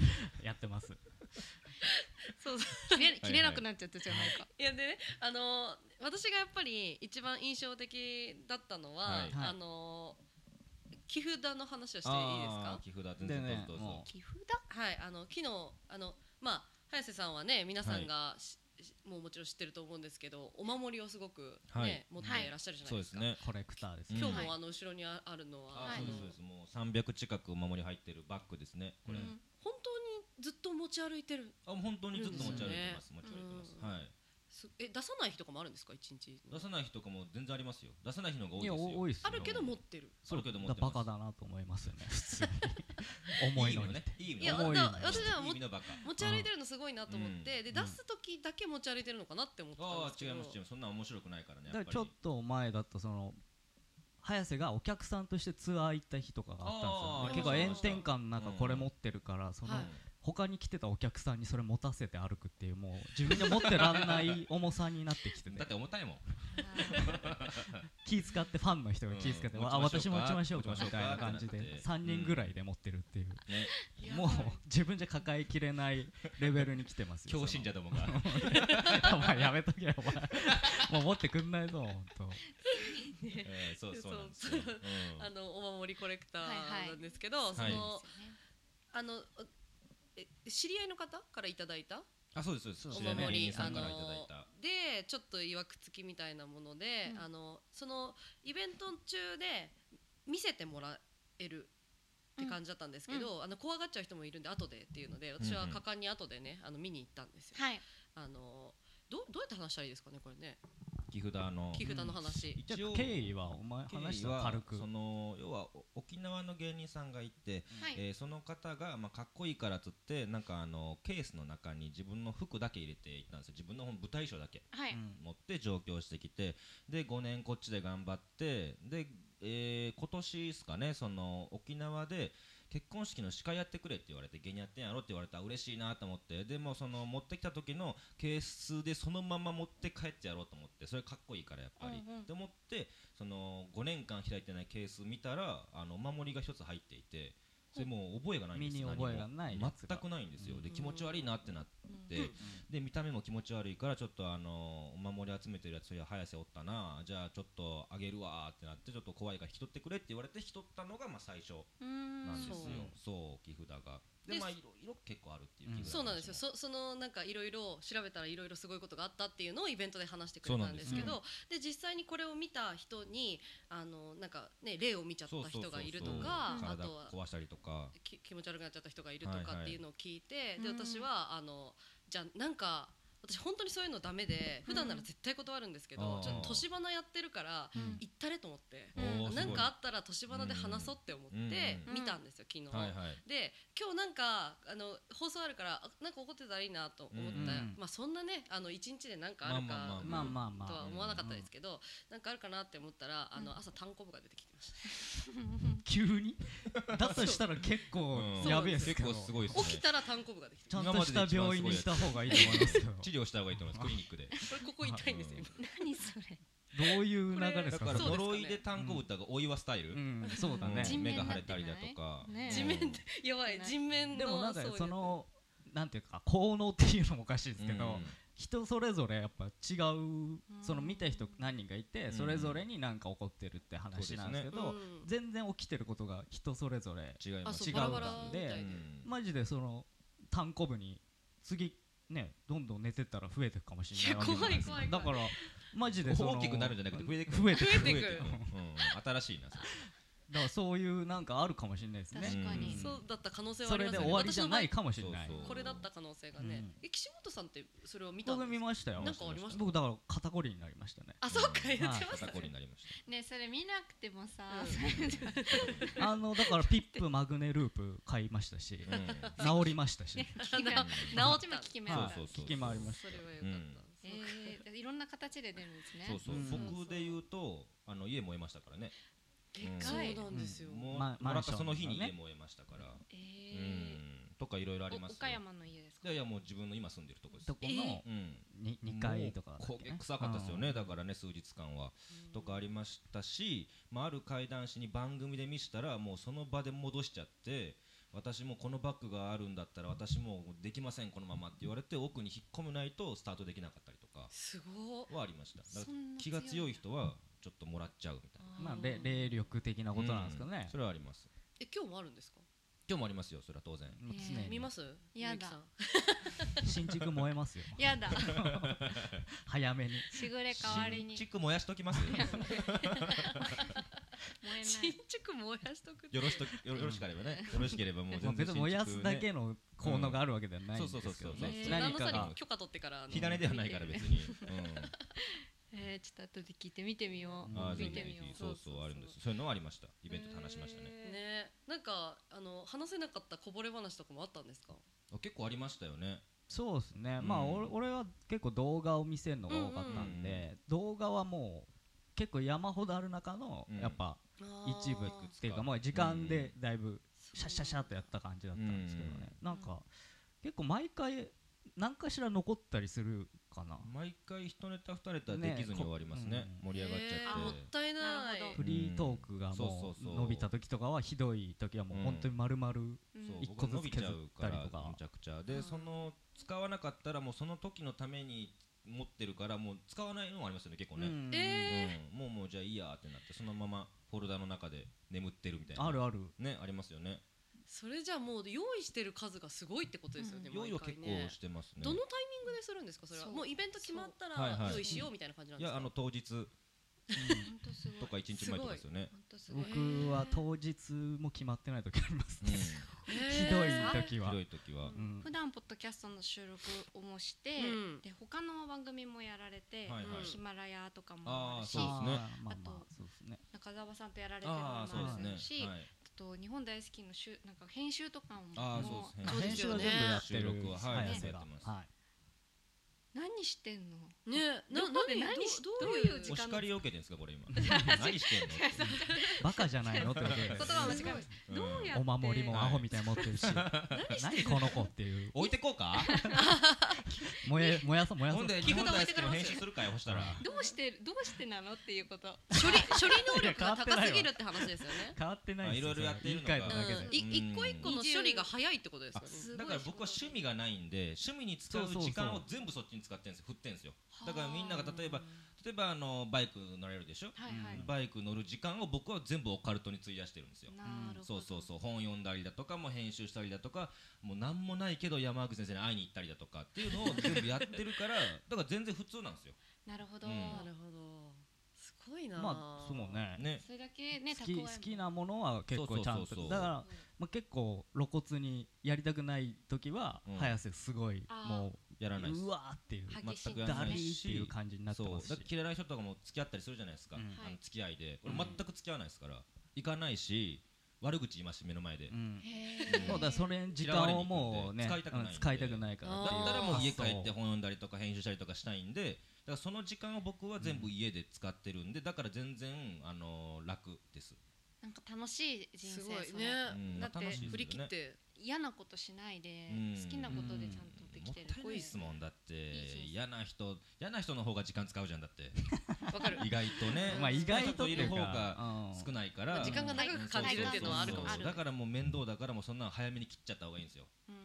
[SPEAKER 5] いやってます
[SPEAKER 3] そうそう
[SPEAKER 4] 切れ切れなくなっちゃったじゃないか、
[SPEAKER 3] いやでねあの私がやっぱり一番印象的だったのは、
[SPEAKER 6] はい
[SPEAKER 5] はい
[SPEAKER 3] あの木札の話をしていいです
[SPEAKER 6] あ
[SPEAKER 3] か
[SPEAKER 6] ー木札全
[SPEAKER 5] で
[SPEAKER 6] 然
[SPEAKER 5] ね
[SPEAKER 6] どうぞどうぞ
[SPEAKER 5] も
[SPEAKER 4] 寄付だ
[SPEAKER 3] はい、あの昨日あのまあ早瀬さんはね皆さんがし、しもうもちろん知ってると思うんですけどお守りをすごくね、
[SPEAKER 6] はい
[SPEAKER 3] 持っていらっしゃるじゃな
[SPEAKER 6] そ
[SPEAKER 3] いうで
[SPEAKER 6] ですす
[SPEAKER 3] か。
[SPEAKER 6] ね
[SPEAKER 5] コレクターです
[SPEAKER 6] うん
[SPEAKER 5] ね、
[SPEAKER 3] 今日
[SPEAKER 4] はい
[SPEAKER 3] もあの後ろにああるのは、
[SPEAKER 6] あ
[SPEAKER 4] は
[SPEAKER 6] ー
[SPEAKER 4] い
[SPEAKER 3] あ
[SPEAKER 6] そう
[SPEAKER 3] の
[SPEAKER 6] ですそうですもう300近くお守り入ってるバッグですねこれ
[SPEAKER 5] うん
[SPEAKER 3] 本当にずっと持ち歩いてる。
[SPEAKER 6] あ本当にずっと持ち歩いてます持ち歩いてます
[SPEAKER 3] うん
[SPEAKER 6] はい
[SPEAKER 3] すえ出さない日とかもあるんですか一日に。
[SPEAKER 6] 出さない日とかも全然ありますよ出さない日の方が多い
[SPEAKER 5] い
[SPEAKER 6] で
[SPEAKER 5] や
[SPEAKER 6] すよ
[SPEAKER 5] お多いですよ
[SPEAKER 3] あるけど持ってる。
[SPEAKER 6] あるけど持
[SPEAKER 5] だ
[SPEAKER 6] っ
[SPEAKER 5] か
[SPEAKER 6] て
[SPEAKER 5] らバ
[SPEAKER 6] ます
[SPEAKER 5] カだなと思いますよね普
[SPEAKER 6] <laughs>
[SPEAKER 5] 通に重いのに
[SPEAKER 6] いい意味
[SPEAKER 3] いや
[SPEAKER 5] 重い
[SPEAKER 3] だ
[SPEAKER 5] の
[SPEAKER 3] 私はも
[SPEAKER 6] いい意味のバカ
[SPEAKER 3] 持ち歩いてるのすごいなと思って、
[SPEAKER 6] うん
[SPEAKER 3] で
[SPEAKER 5] ん
[SPEAKER 3] 出す時だけ持ち歩いてるのかなって思ってたん
[SPEAKER 6] あ
[SPEAKER 3] です
[SPEAKER 6] あ
[SPEAKER 3] け
[SPEAKER 6] 違
[SPEAKER 3] ど。
[SPEAKER 6] います違いますそんな面白くないからね
[SPEAKER 5] だから
[SPEAKER 6] やっぱり
[SPEAKER 5] ちょっと前だとその早瀬がお客さんとしてツアー行った日とかがあったんですよ、
[SPEAKER 3] あー
[SPEAKER 5] ね、結構炎天下の中これ持ってるからその
[SPEAKER 3] はい
[SPEAKER 5] 他に来てたお客さんにそれ持たせて歩くっていうもう自分で持ってらん
[SPEAKER 6] <laughs>
[SPEAKER 5] ない重さになってきて
[SPEAKER 6] うん
[SPEAKER 5] て
[SPEAKER 6] だって重たいもん
[SPEAKER 5] 気使ってファンの人が気使って、
[SPEAKER 6] うん
[SPEAKER 5] あ
[SPEAKER 6] 持ち
[SPEAKER 5] 私
[SPEAKER 6] ま
[SPEAKER 5] 持
[SPEAKER 6] し
[SPEAKER 5] ち
[SPEAKER 6] ょうか
[SPEAKER 5] ましょうかみ
[SPEAKER 6] 持ちましょうか
[SPEAKER 5] たいな感じで
[SPEAKER 6] ってなって
[SPEAKER 5] 3人ぐらいで持ってるっていう、 <laughs>
[SPEAKER 6] ね
[SPEAKER 3] やばい
[SPEAKER 5] もう自分じゃ抱えきれないレベルに来て
[SPEAKER 6] <laughs>
[SPEAKER 5] ますよ
[SPEAKER 6] 強信者だもん
[SPEAKER 5] <laughs>
[SPEAKER 6] が
[SPEAKER 5] そのお前やめとけよ
[SPEAKER 6] <laughs>
[SPEAKER 5] お前もう持ってくんないぞほんと
[SPEAKER 6] えーそうそうなんですよ
[SPEAKER 3] そう
[SPEAKER 6] うん
[SPEAKER 3] あのお守りコレクター
[SPEAKER 4] はいはい
[SPEAKER 3] なんですけど、そ
[SPEAKER 6] はい
[SPEAKER 3] の、あのえ知り合いの方からいただいた
[SPEAKER 6] あそうですそうで
[SPEAKER 3] お
[SPEAKER 5] そうです
[SPEAKER 6] す知り合いの芸
[SPEAKER 3] 守り
[SPEAKER 6] 人さ
[SPEAKER 3] あ
[SPEAKER 6] ん
[SPEAKER 3] の
[SPEAKER 6] からいただいた
[SPEAKER 3] でちょっといわくつきみたいなもので、
[SPEAKER 4] うん
[SPEAKER 3] あのそのイベント中で見せてもらえるって感じだったんですけど、あの怖がっちゃう人もいるんで後でっていうので私は果敢に後でねあの見に行ったんですよ。
[SPEAKER 4] はい
[SPEAKER 3] あのどうどうやって話したらいいですかねこれね
[SPEAKER 6] 木札の
[SPEAKER 3] 木札の話。
[SPEAKER 5] じゃ
[SPEAKER 6] 一応
[SPEAKER 5] あ経緯はお前話したら軽く
[SPEAKER 6] その要はお沖縄の芸人さんがいて、
[SPEAKER 4] はい、
[SPEAKER 6] えーその方が、まあ、かっこいいからっつってなんかあのケースの中に自分の服だけ入れていったんですよ自分のほん舞台衣装だけ
[SPEAKER 4] はい、
[SPEAKER 5] うん
[SPEAKER 6] 持って上京してきてで5年こっちで頑張ってで、えー今年ですかねその沖縄で結婚式の司会やってくれって言われて芸人やってんやろって言われたら嬉しいなと思ってでもその持ってきた時のケースでそのまま持って帰ってやろうと思ってそれかっこいいからやっぱり、
[SPEAKER 4] うんうん
[SPEAKER 6] って思ってその5年間開いてないケース見たらあのお守りが一つ入っていてそれもう覚えがないんですよ
[SPEAKER 5] 身に覚えがない
[SPEAKER 6] 何も
[SPEAKER 5] やつが
[SPEAKER 6] 全くないんですよ、で
[SPEAKER 3] うん
[SPEAKER 6] 気持ち悪いなってなって、
[SPEAKER 3] うん
[SPEAKER 6] で見た目も気持ち悪いからちょっとあのお守り集めてるやつや早瀬おったなじゃあちょっとあげるわーってなってちょっと怖いから引き取ってくれって言われて引き取ったのがまあ最初
[SPEAKER 4] うー
[SPEAKER 6] なん
[SPEAKER 4] ん
[SPEAKER 6] ですよ
[SPEAKER 3] そう
[SPEAKER 6] そう木札がで
[SPEAKER 3] で
[SPEAKER 6] まあいろいろ結構あるっていう
[SPEAKER 5] うん
[SPEAKER 6] 木札の話も
[SPEAKER 3] そうなんですよそそのなんかいろいろ調べたらいろいろすごいことがあったっていうのをイベントで話してくれたんですけ
[SPEAKER 5] そうな
[SPEAKER 3] どで実際にこれを見た人にあのなんか、ね、例を見ちゃっ
[SPEAKER 6] そう
[SPEAKER 3] た
[SPEAKER 6] そうそ
[SPEAKER 3] 人
[SPEAKER 6] うそう
[SPEAKER 3] がいるとかあ
[SPEAKER 6] 体
[SPEAKER 3] とは
[SPEAKER 6] 壊したりとか
[SPEAKER 3] き気持ち悪くなっちゃった人がいると
[SPEAKER 6] はいは
[SPEAKER 3] か
[SPEAKER 6] い
[SPEAKER 3] っていうのを聞いて、で
[SPEAKER 4] うん
[SPEAKER 3] 私はあのじゃあなんか私本当にそういうのダメで普段なら絶対断るんですけど、
[SPEAKER 6] うん
[SPEAKER 3] ちょっと年花やってるから
[SPEAKER 4] うん
[SPEAKER 3] 行ったれと思って、
[SPEAKER 4] うん
[SPEAKER 6] おーすごい
[SPEAKER 3] なんかあったら年花で話そうって思って
[SPEAKER 6] うん
[SPEAKER 3] 見たんですよ、昨日。
[SPEAKER 6] はいはい
[SPEAKER 3] で今日なんかあの放送あるからあなんか怒ってたらいいなと思った、
[SPEAKER 5] うん
[SPEAKER 3] まあそんなねあの一日でなんかある
[SPEAKER 6] まあまあ
[SPEAKER 3] か
[SPEAKER 5] まあまあま
[SPEAKER 3] とは
[SPEAKER 5] あ
[SPEAKER 3] 思わなかったですけど、なんかあるかなって思ったらあの朝単行部が出てきてました、
[SPEAKER 5] 急に <laughs> だとしたら結構
[SPEAKER 6] うん
[SPEAKER 5] やべえっすけ
[SPEAKER 6] 結
[SPEAKER 5] ど
[SPEAKER 6] 構すごいですね
[SPEAKER 3] 起きたら単行部ができて
[SPEAKER 5] ち
[SPEAKER 3] ま
[SPEAKER 5] ゃんとした病院にした方がいいと思いますけど
[SPEAKER 6] 治療した方がいいと思いますクリニックです
[SPEAKER 3] これここ痛いんですよ今
[SPEAKER 4] 何それ
[SPEAKER 5] どういう流れです
[SPEAKER 6] だ
[SPEAKER 5] か
[SPEAKER 6] から
[SPEAKER 5] それ
[SPEAKER 3] そう
[SPEAKER 6] 呪いで単語歌がお岩スタイル
[SPEAKER 5] うんそうだね
[SPEAKER 6] うん
[SPEAKER 4] 人面
[SPEAKER 6] 目
[SPEAKER 4] に
[SPEAKER 6] が
[SPEAKER 4] なってない
[SPEAKER 6] 腫れたりだとか
[SPEAKER 4] ねえ
[SPEAKER 3] 地面でやばい
[SPEAKER 4] ね
[SPEAKER 3] 人面の
[SPEAKER 5] でもなんか
[SPEAKER 3] ういう
[SPEAKER 5] そのなんていうか効能っていうのもおかしいですけど、
[SPEAKER 6] うん
[SPEAKER 5] 人それぞれやっぱ違うその見た人何人かいて、
[SPEAKER 6] うん
[SPEAKER 5] それぞれになんか起こってるって話なんですけ
[SPEAKER 3] そ
[SPEAKER 5] ど
[SPEAKER 3] うですねうん
[SPEAKER 5] 全然起きてることが人それぞれ
[SPEAKER 6] 違います
[SPEAKER 3] あそうう
[SPEAKER 5] 違
[SPEAKER 3] バラバラ
[SPEAKER 5] ん
[SPEAKER 3] みたいで
[SPEAKER 5] で、
[SPEAKER 6] うん
[SPEAKER 5] マジでその単行部に次ねどんどん寝てったら増えていくかもしれないわけじゃなですか
[SPEAKER 3] いや怖い怖い
[SPEAKER 5] だ
[SPEAKER 3] 怖
[SPEAKER 5] からマジでその
[SPEAKER 6] 大きくなるんじゃなくて増えてく
[SPEAKER 5] 増えてく
[SPEAKER 3] 増え
[SPEAKER 6] 増え
[SPEAKER 3] て
[SPEAKER 6] て
[SPEAKER 3] く
[SPEAKER 6] くうん新しいなそれ
[SPEAKER 5] からそういうなんかあるかもしれないですね
[SPEAKER 4] 確か
[SPEAKER 6] う
[SPEAKER 4] に
[SPEAKER 6] ん
[SPEAKER 3] そうだった可能性はあ
[SPEAKER 5] そ
[SPEAKER 3] り
[SPEAKER 5] れ
[SPEAKER 3] ます
[SPEAKER 5] で
[SPEAKER 3] よね
[SPEAKER 5] 終わり
[SPEAKER 3] 私
[SPEAKER 5] じゃ
[SPEAKER 3] の
[SPEAKER 5] ない
[SPEAKER 3] 場
[SPEAKER 5] かもしれない
[SPEAKER 6] そうそう
[SPEAKER 3] 合これだった可能性がね、
[SPEAKER 5] うん
[SPEAKER 3] え岸本さんってそれを見たん
[SPEAKER 5] 僕
[SPEAKER 3] で
[SPEAKER 5] 見
[SPEAKER 3] すか
[SPEAKER 5] ましたよ
[SPEAKER 3] なんかありました
[SPEAKER 5] 僕だから肩こりになりましたね
[SPEAKER 3] あそうか言ってまし
[SPEAKER 5] は
[SPEAKER 3] た
[SPEAKER 5] い
[SPEAKER 6] 肩こり
[SPEAKER 3] ね
[SPEAKER 6] になりまし。
[SPEAKER 4] ねそれ見なくてもさ、
[SPEAKER 3] うん
[SPEAKER 4] それじゃ
[SPEAKER 5] あのだからピップマグネループ買いましたした
[SPEAKER 6] うん
[SPEAKER 5] 治りましたし
[SPEAKER 4] 聞き目
[SPEAKER 3] <laughs> あ
[SPEAKER 4] は
[SPEAKER 3] の
[SPEAKER 4] こっちも聞き目は
[SPEAKER 5] は
[SPEAKER 4] だ
[SPEAKER 5] い
[SPEAKER 6] そうそうそう
[SPEAKER 5] 聞き回りまし
[SPEAKER 3] そ
[SPEAKER 5] た
[SPEAKER 3] れは良かった、
[SPEAKER 4] えー、いろんな形で出るんですね
[SPEAKER 6] そうそう、
[SPEAKER 5] うん
[SPEAKER 6] 僕で言うとあの家燃えましたからね
[SPEAKER 3] でかいそうなんですよ、
[SPEAKER 6] もう、
[SPEAKER 5] ま
[SPEAKER 6] も
[SPEAKER 5] マ
[SPEAKER 6] らった
[SPEAKER 5] ンション
[SPEAKER 6] その日に
[SPEAKER 5] のね
[SPEAKER 6] 家燃えましたから、
[SPEAKER 4] え
[SPEAKER 6] う
[SPEAKER 4] ー
[SPEAKER 6] んとかいろいろあり
[SPEAKER 4] お
[SPEAKER 6] ますよ
[SPEAKER 4] 岡山の家です
[SPEAKER 6] い
[SPEAKER 4] か
[SPEAKER 6] やいやもう自分の今住んでるとこです
[SPEAKER 5] どこの
[SPEAKER 6] うん
[SPEAKER 5] に2階とかだっ
[SPEAKER 6] もう
[SPEAKER 5] け
[SPEAKER 6] 焦げ
[SPEAKER 5] ね
[SPEAKER 6] 臭かったですよ
[SPEAKER 5] う
[SPEAKER 6] ね
[SPEAKER 5] ん
[SPEAKER 6] だからね数日間は
[SPEAKER 3] うん
[SPEAKER 6] とかありましたし、まあ、ある怪談師に番組で見したらもうその場で戻しちゃって私もこのバッグがあるんだったら私もうできませんこのままって言われて奥に引っ込めないとスタートできなかったりとか
[SPEAKER 3] すごっ
[SPEAKER 6] はありましただから
[SPEAKER 4] んな
[SPEAKER 6] 気が強い人はちょっともらっちゃうみたいな
[SPEAKER 5] まあ
[SPEAKER 4] ー
[SPEAKER 5] れ霊力的なことなんですか
[SPEAKER 6] う
[SPEAKER 5] ね
[SPEAKER 6] それはあります
[SPEAKER 3] え今日もあるんですか
[SPEAKER 6] 今日もありますよそれは当然
[SPEAKER 5] もう常
[SPEAKER 4] えー
[SPEAKER 5] に
[SPEAKER 3] 見ます
[SPEAKER 4] やだ
[SPEAKER 3] みゆきさん
[SPEAKER 5] 新築燃えますよ
[SPEAKER 4] やだ
[SPEAKER 5] 早めに
[SPEAKER 4] しぐれ代わりに
[SPEAKER 6] 新築燃やしときますよ
[SPEAKER 4] 燃えな
[SPEAKER 3] 新
[SPEAKER 4] い
[SPEAKER 3] 築燃やしとくって
[SPEAKER 6] よろしとよろよろしければねよろしければ
[SPEAKER 5] ま
[SPEAKER 6] もう
[SPEAKER 5] あ
[SPEAKER 6] 全然
[SPEAKER 5] 別
[SPEAKER 6] 新
[SPEAKER 5] に燃
[SPEAKER 6] 築
[SPEAKER 5] やすだけ
[SPEAKER 6] ね
[SPEAKER 5] の効能があるわけではないんですけど
[SPEAKER 6] そうそうそう
[SPEAKER 5] ね
[SPEAKER 4] そう
[SPEAKER 5] 何
[SPEAKER 3] 旦
[SPEAKER 5] か
[SPEAKER 3] 那さん
[SPEAKER 5] が
[SPEAKER 3] に許可取ってからあの
[SPEAKER 6] 火種ではないから別に、うん
[SPEAKER 4] えー、ちょっと後で聞いて見てみよう
[SPEAKER 6] あーぜ
[SPEAKER 4] 見
[SPEAKER 6] ひ
[SPEAKER 4] て
[SPEAKER 6] ぜ
[SPEAKER 4] みよ
[SPEAKER 6] ひ
[SPEAKER 4] う
[SPEAKER 6] そうそうあるんですそういうのはありましたイベントで話しましたね、
[SPEAKER 4] ね
[SPEAKER 3] ねなんかあの話せなかったこぼれ話とかもあったんですか
[SPEAKER 6] あ結構ありましたよね
[SPEAKER 5] そうですね、
[SPEAKER 6] うん
[SPEAKER 5] まあ俺俺は結構動画を見せるのが多かったんで、動画はもう結構山ほどある中の、
[SPEAKER 6] うん
[SPEAKER 5] やっぱ一部っ
[SPEAKER 3] あー
[SPEAKER 5] ていうかもう時間でだいぶシャッシャッシャッとやった感じだったんですけどね、なんか結構毎回何かしら残ったりするかな、
[SPEAKER 6] 毎回一ネタ二ネタできずに終わりますね
[SPEAKER 5] ねこ
[SPEAKER 6] 盛り上がっちゃ
[SPEAKER 3] えーあも
[SPEAKER 6] っ、
[SPEAKER 3] ってたいな
[SPEAKER 4] ないるほど
[SPEAKER 5] フリートークが
[SPEAKER 6] そ
[SPEAKER 5] も
[SPEAKER 6] うそうそう
[SPEAKER 5] う伸びた時とかはひどい時はもう本当に丸々、
[SPEAKER 4] うん
[SPEAKER 6] そう
[SPEAKER 5] 一
[SPEAKER 6] 僕
[SPEAKER 5] 個ず
[SPEAKER 6] 伸
[SPEAKER 5] つ
[SPEAKER 6] びちゃうか
[SPEAKER 5] 削った
[SPEAKER 6] ら
[SPEAKER 5] りとか
[SPEAKER 6] むちゃくちゃで、
[SPEAKER 3] うん
[SPEAKER 6] その使わなかったらもうその時のために持ってるからもう使わないのもありますよね結構ね、うん
[SPEAKER 5] うん
[SPEAKER 3] え
[SPEAKER 6] もうもうじゃあいいやってなってそのままフォルダの中で眠ってるみたいな
[SPEAKER 5] あるある
[SPEAKER 6] ねありますよね
[SPEAKER 3] それじゃあもう用意してる数がすごいってことですよね、
[SPEAKER 4] う
[SPEAKER 6] 用意
[SPEAKER 3] 毎
[SPEAKER 6] は
[SPEAKER 3] 回
[SPEAKER 6] 結構
[SPEAKER 3] ね
[SPEAKER 6] してますね
[SPEAKER 3] どのタイミングでするんですかそれは
[SPEAKER 4] そう
[SPEAKER 3] もうイベント決まった
[SPEAKER 6] そうはいは
[SPEAKER 3] ら
[SPEAKER 6] い
[SPEAKER 3] 用意しようみたいな感じなん
[SPEAKER 6] い
[SPEAKER 3] です
[SPEAKER 6] や
[SPEAKER 3] か、
[SPEAKER 6] あの当日
[SPEAKER 4] 本当すごい
[SPEAKER 6] とか一日前とかですよね
[SPEAKER 4] 本当すごい
[SPEAKER 5] 僕は当日も決まってない時あります <laughs> ね、
[SPEAKER 3] へー
[SPEAKER 5] ひどい時は
[SPEAKER 6] ひどい時は、
[SPEAKER 5] うん
[SPEAKER 4] 普段ポッドキャストの収録をもして、
[SPEAKER 3] うん
[SPEAKER 4] で他の番組もやられて、
[SPEAKER 6] はいはい、
[SPEAKER 3] うん
[SPEAKER 4] ヒマラヤとかもあるし
[SPEAKER 6] あーそうですね
[SPEAKER 5] あーまあまあ
[SPEAKER 4] あと
[SPEAKER 5] そうですね
[SPEAKER 4] 中澤さんとやられてるのも
[SPEAKER 6] ああそう
[SPEAKER 4] ある
[SPEAKER 6] です
[SPEAKER 4] し、
[SPEAKER 6] ね、
[SPEAKER 4] あ
[SPEAKER 6] はい、
[SPEAKER 4] と日本大好きのしゅなんか編集とかも
[SPEAKER 6] ああ
[SPEAKER 4] もう
[SPEAKER 6] そうです
[SPEAKER 3] そう
[SPEAKER 6] ね
[SPEAKER 3] で
[SPEAKER 5] 編
[SPEAKER 3] す
[SPEAKER 5] 集
[SPEAKER 3] よ
[SPEAKER 5] は
[SPEAKER 3] ね
[SPEAKER 5] 全部やってる
[SPEAKER 6] 収録ははい
[SPEAKER 5] 早瀬
[SPEAKER 6] や
[SPEAKER 5] が
[SPEAKER 6] ってます
[SPEAKER 5] はい
[SPEAKER 4] 何してんの
[SPEAKER 3] ねな
[SPEAKER 4] どこで
[SPEAKER 3] 何
[SPEAKER 4] 何し
[SPEAKER 3] ど
[SPEAKER 4] どう
[SPEAKER 3] う
[SPEAKER 4] い
[SPEAKER 3] いうう
[SPEAKER 4] 時
[SPEAKER 6] お
[SPEAKER 4] 間
[SPEAKER 6] 叱りを受けてんですか
[SPEAKER 4] <laughs>
[SPEAKER 6] これ今何してんのって
[SPEAKER 5] バカじゃないのってことで
[SPEAKER 4] 言
[SPEAKER 6] <laughs>
[SPEAKER 4] 葉も違う
[SPEAKER 6] うん
[SPEAKER 4] <laughs> どうやって
[SPEAKER 5] お守りもアホみたいに持ってるし何この子っていう
[SPEAKER 6] 置いてこうか
[SPEAKER 5] 燃え燃やそう燃やそ
[SPEAKER 6] ほ
[SPEAKER 5] うん
[SPEAKER 6] で日本大好きの編集するかよそしたら
[SPEAKER 4] どうしてどうしてなのっていうこと
[SPEAKER 3] 処理処理能力が高すぎるって話ですよね
[SPEAKER 5] 変わってないですよ
[SPEAKER 6] あいろいろやってるの
[SPEAKER 5] そ
[SPEAKER 6] が
[SPEAKER 5] れ言い換えただけ
[SPEAKER 3] うん
[SPEAKER 5] で
[SPEAKER 3] い一個一個の処理が早いってことですよね
[SPEAKER 4] すごい
[SPEAKER 6] だから僕は趣味がないんで趣味に使う時間を全部そっちに使ってんですよ振ってんですよだからみんなが例えば例えばあのバイク乗れるでしょ
[SPEAKER 4] はいはい、
[SPEAKER 5] うん
[SPEAKER 6] バイク乗る時間を僕は全部オカルトに費やしてるんですよ
[SPEAKER 4] なるほど
[SPEAKER 6] そうそうそう本読んだりだとかもう編集したりだとかもう何もないけど山口先生に会いに行ったりだとかっていうのを全部やってるからだから全然普通なんですよ
[SPEAKER 4] なるほど、
[SPEAKER 6] うん
[SPEAKER 3] なるほどすごいな
[SPEAKER 5] まあそうね
[SPEAKER 6] ね
[SPEAKER 4] それだけね
[SPEAKER 5] 好き好きなものは結構ちゃん
[SPEAKER 6] そうそうそう
[SPEAKER 5] と
[SPEAKER 6] そう
[SPEAKER 5] だからまあ結構露骨にやりたくない時は
[SPEAKER 6] うん
[SPEAKER 5] 早瀬すごい
[SPEAKER 4] あー
[SPEAKER 5] も
[SPEAKER 6] やら
[SPEAKER 5] う
[SPEAKER 6] ないです
[SPEAKER 5] うわーっていう
[SPEAKER 4] 激しい
[SPEAKER 6] 全くやら
[SPEAKER 5] ダ
[SPEAKER 6] な
[SPEAKER 5] リ
[SPEAKER 6] い
[SPEAKER 5] ーっていう
[SPEAKER 6] し
[SPEAKER 5] 感じになって
[SPEAKER 6] そう
[SPEAKER 5] ます
[SPEAKER 6] だ
[SPEAKER 5] し
[SPEAKER 6] から嫌いな人とかも付き合ったりするじゃないですか、
[SPEAKER 5] うん
[SPEAKER 6] あ
[SPEAKER 4] は
[SPEAKER 6] の
[SPEAKER 4] い
[SPEAKER 6] 付き合いで
[SPEAKER 5] う
[SPEAKER 6] 俺
[SPEAKER 5] ん
[SPEAKER 6] 全く付き合わないですから行かないし悪口言いますし目の前で、
[SPEAKER 5] うん
[SPEAKER 4] へー
[SPEAKER 5] もうだからそれに時間をもうね
[SPEAKER 6] 嫌われに行く
[SPEAKER 5] う
[SPEAKER 6] んで
[SPEAKER 5] ん
[SPEAKER 6] 使
[SPEAKER 5] 使
[SPEAKER 6] い
[SPEAKER 5] い
[SPEAKER 6] た
[SPEAKER 5] た
[SPEAKER 6] く
[SPEAKER 5] く
[SPEAKER 6] な
[SPEAKER 5] ないい
[SPEAKER 6] か
[SPEAKER 5] かららっ
[SPEAKER 6] だ
[SPEAKER 5] ていう
[SPEAKER 6] ったらもう家帰って
[SPEAKER 5] 発想
[SPEAKER 6] 本読んだりとか編集したりとかしたいんでだからその時間を僕は全部家で使ってるんでだから全然あのー楽です、
[SPEAKER 4] なんか楽しい人
[SPEAKER 3] す
[SPEAKER 4] 生
[SPEAKER 3] ごい
[SPEAKER 4] そ
[SPEAKER 3] ね
[SPEAKER 4] れ
[SPEAKER 6] うん
[SPEAKER 4] だって
[SPEAKER 6] 楽しいですよね
[SPEAKER 3] 振り切って
[SPEAKER 4] 嫌なことしないで、
[SPEAKER 6] うん
[SPEAKER 4] 好きなことでちゃんとで
[SPEAKER 6] も
[SPEAKER 4] き
[SPEAKER 6] って
[SPEAKER 4] る、
[SPEAKER 6] たいないですもんだって
[SPEAKER 4] い人生
[SPEAKER 6] 嫌な人嫌な人の方が時間使うじゃんだ
[SPEAKER 5] <laughs>
[SPEAKER 6] って
[SPEAKER 3] わかる
[SPEAKER 6] 意外とね
[SPEAKER 5] まあ意外と
[SPEAKER 6] 人
[SPEAKER 5] って
[SPEAKER 6] いる
[SPEAKER 5] いう
[SPEAKER 6] 方が
[SPEAKER 5] かうん
[SPEAKER 6] 少ないから、
[SPEAKER 3] まあ時間が長く感じるっていうのはあるかもしれ
[SPEAKER 6] そうそうそ
[SPEAKER 3] ない
[SPEAKER 6] うだからもう面倒だからもうそんなの早めに切っちゃった方がいいんですよ
[SPEAKER 4] うん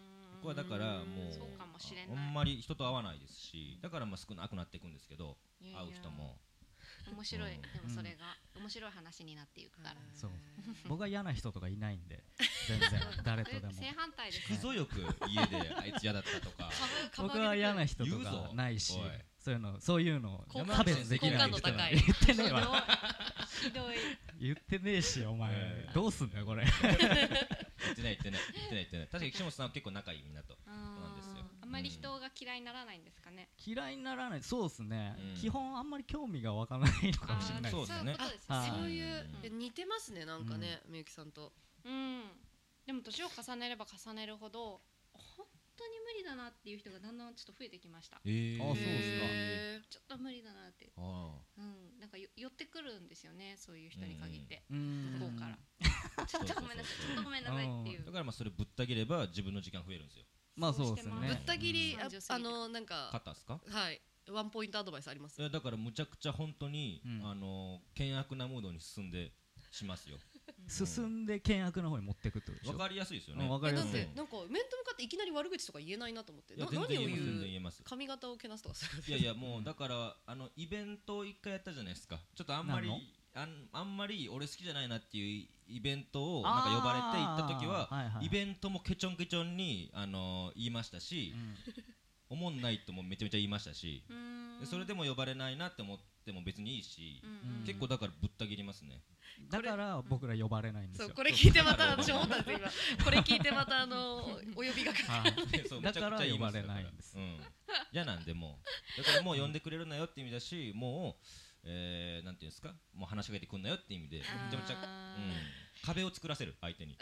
[SPEAKER 6] 僕はだからもう
[SPEAKER 4] そうかもしれない
[SPEAKER 6] あんまり人と会わないですしだからまあ少なくなっていくんですけど
[SPEAKER 4] いやいや
[SPEAKER 6] 会う人も
[SPEAKER 4] 面白い、
[SPEAKER 6] うん
[SPEAKER 4] でもそれが、面白い話になっていくから、
[SPEAKER 5] そう僕は嫌な人とかいないんで全然誰と
[SPEAKER 4] それ
[SPEAKER 5] でも
[SPEAKER 4] 正反対です
[SPEAKER 6] くぞよく家であいつ嫌だったと
[SPEAKER 4] <laughs>
[SPEAKER 6] か
[SPEAKER 5] 僕は嫌な人と
[SPEAKER 6] 言うぞ
[SPEAKER 5] かないし
[SPEAKER 6] おい
[SPEAKER 5] そういうのそういうのを
[SPEAKER 3] 好
[SPEAKER 6] 感
[SPEAKER 5] 差別できない
[SPEAKER 3] 好
[SPEAKER 5] 人
[SPEAKER 3] 感
[SPEAKER 5] な
[SPEAKER 3] 度高
[SPEAKER 5] んで
[SPEAKER 3] い
[SPEAKER 5] 言ってねえわ
[SPEAKER 4] ひどい
[SPEAKER 5] 言ってねえしお前
[SPEAKER 6] ええ
[SPEAKER 5] どうすんだよこれ
[SPEAKER 6] 言ってない言ってない言ってない言ってない確かに岸本さんは結構仲いいみんなと
[SPEAKER 4] あ
[SPEAKER 6] んですよ
[SPEAKER 4] ーあんまり人が嫌いにならないんですかね、
[SPEAKER 5] 嫌いにならないそうですね、
[SPEAKER 6] うん
[SPEAKER 5] 基本あんまり興味が湧かないのか
[SPEAKER 4] あ
[SPEAKER 5] もしれ
[SPEAKER 4] ー
[SPEAKER 5] ない
[SPEAKER 6] そうですね
[SPEAKER 4] いうことです
[SPEAKER 5] あ
[SPEAKER 4] ね
[SPEAKER 5] はい
[SPEAKER 3] そういう
[SPEAKER 4] う
[SPEAKER 3] 似てますねなんかねみゆきさんと
[SPEAKER 4] うんでも年を重ねれば重ねるほど本当に無理だなっていう人がだんだんちょっと増えてきました
[SPEAKER 6] えー
[SPEAKER 5] あそうっすか
[SPEAKER 3] へ
[SPEAKER 4] ちょっと無理だなって、
[SPEAKER 6] あ
[SPEAKER 4] うん、なんかよ寄ってくるんですよねそういう人に限って、
[SPEAKER 5] うーん
[SPEAKER 4] 向こうから
[SPEAKER 6] あ
[SPEAKER 4] ちょっとごめんなさいちょっとごめんなさいっていう
[SPEAKER 6] だからまあそれぶった切れば自分の時間増えるんですよ
[SPEAKER 5] まあそうです
[SPEAKER 4] そ
[SPEAKER 5] ね
[SPEAKER 3] ぶ
[SPEAKER 4] うしてます
[SPEAKER 3] った切り
[SPEAKER 4] うん
[SPEAKER 3] ああのなん
[SPEAKER 6] 勝
[SPEAKER 3] か
[SPEAKER 6] ったっすか
[SPEAKER 3] はいワンポイントアドバイスあります
[SPEAKER 6] いやだからむちゃくちゃ本当に、
[SPEAKER 5] うん
[SPEAKER 6] あの険悪なムードに進んでしますよ
[SPEAKER 5] 進んで険悪の方に持ってくってことでしょ
[SPEAKER 6] わかりやすいですよ
[SPEAKER 5] う
[SPEAKER 6] ね
[SPEAKER 5] んわか
[SPEAKER 3] え
[SPEAKER 5] り
[SPEAKER 3] だ
[SPEAKER 5] や
[SPEAKER 3] っ
[SPEAKER 5] すい
[SPEAKER 3] てなんか面と向かっていきなり悪口とか言えないなと思って
[SPEAKER 6] いや
[SPEAKER 3] な
[SPEAKER 6] 全
[SPEAKER 3] 何を
[SPEAKER 6] 然言えます全然
[SPEAKER 3] 言
[SPEAKER 6] 言
[SPEAKER 3] う
[SPEAKER 6] えます
[SPEAKER 3] 髪型をけなすとかする
[SPEAKER 6] いやいやもうだからあのイベントを一回やったじゃないですかちょっとあんまり
[SPEAKER 5] 何の
[SPEAKER 6] あんあんまり俺好きじゃないなっていうイベントをなんか呼ばれて行った時は
[SPEAKER 5] あーいい
[SPEAKER 6] イベントもケチョンケチョンに、あの言いましたし
[SPEAKER 5] う、ん
[SPEAKER 6] おもんないともめちゃめちゃ言いましたし、
[SPEAKER 4] うーん
[SPEAKER 6] でそれでも呼ばれないなって思っても別にいいし
[SPEAKER 4] う、んうん
[SPEAKER 6] 結構だからぶった切ります
[SPEAKER 5] <laughs>
[SPEAKER 6] ね。
[SPEAKER 5] だから僕ら呼ばれないんです
[SPEAKER 3] そう
[SPEAKER 5] よ
[SPEAKER 3] これ聞いてまた私思ったんですよ今これ聞いてまたあのお呼びがかか
[SPEAKER 5] はい
[SPEAKER 6] そう
[SPEAKER 5] だから
[SPEAKER 6] めちゃくちゃ言います
[SPEAKER 5] 呼ばれないんです
[SPEAKER 6] だからうん嫌なんでもうだからもう呼んでくれるなよって意味だしもう、えーなんていうんですかもう話しかけてくんなよって意味でめち
[SPEAKER 4] あ
[SPEAKER 6] ゃめちゃ、
[SPEAKER 4] ー
[SPEAKER 6] うん、壁を作らせる
[SPEAKER 5] <laughs>
[SPEAKER 6] 相手に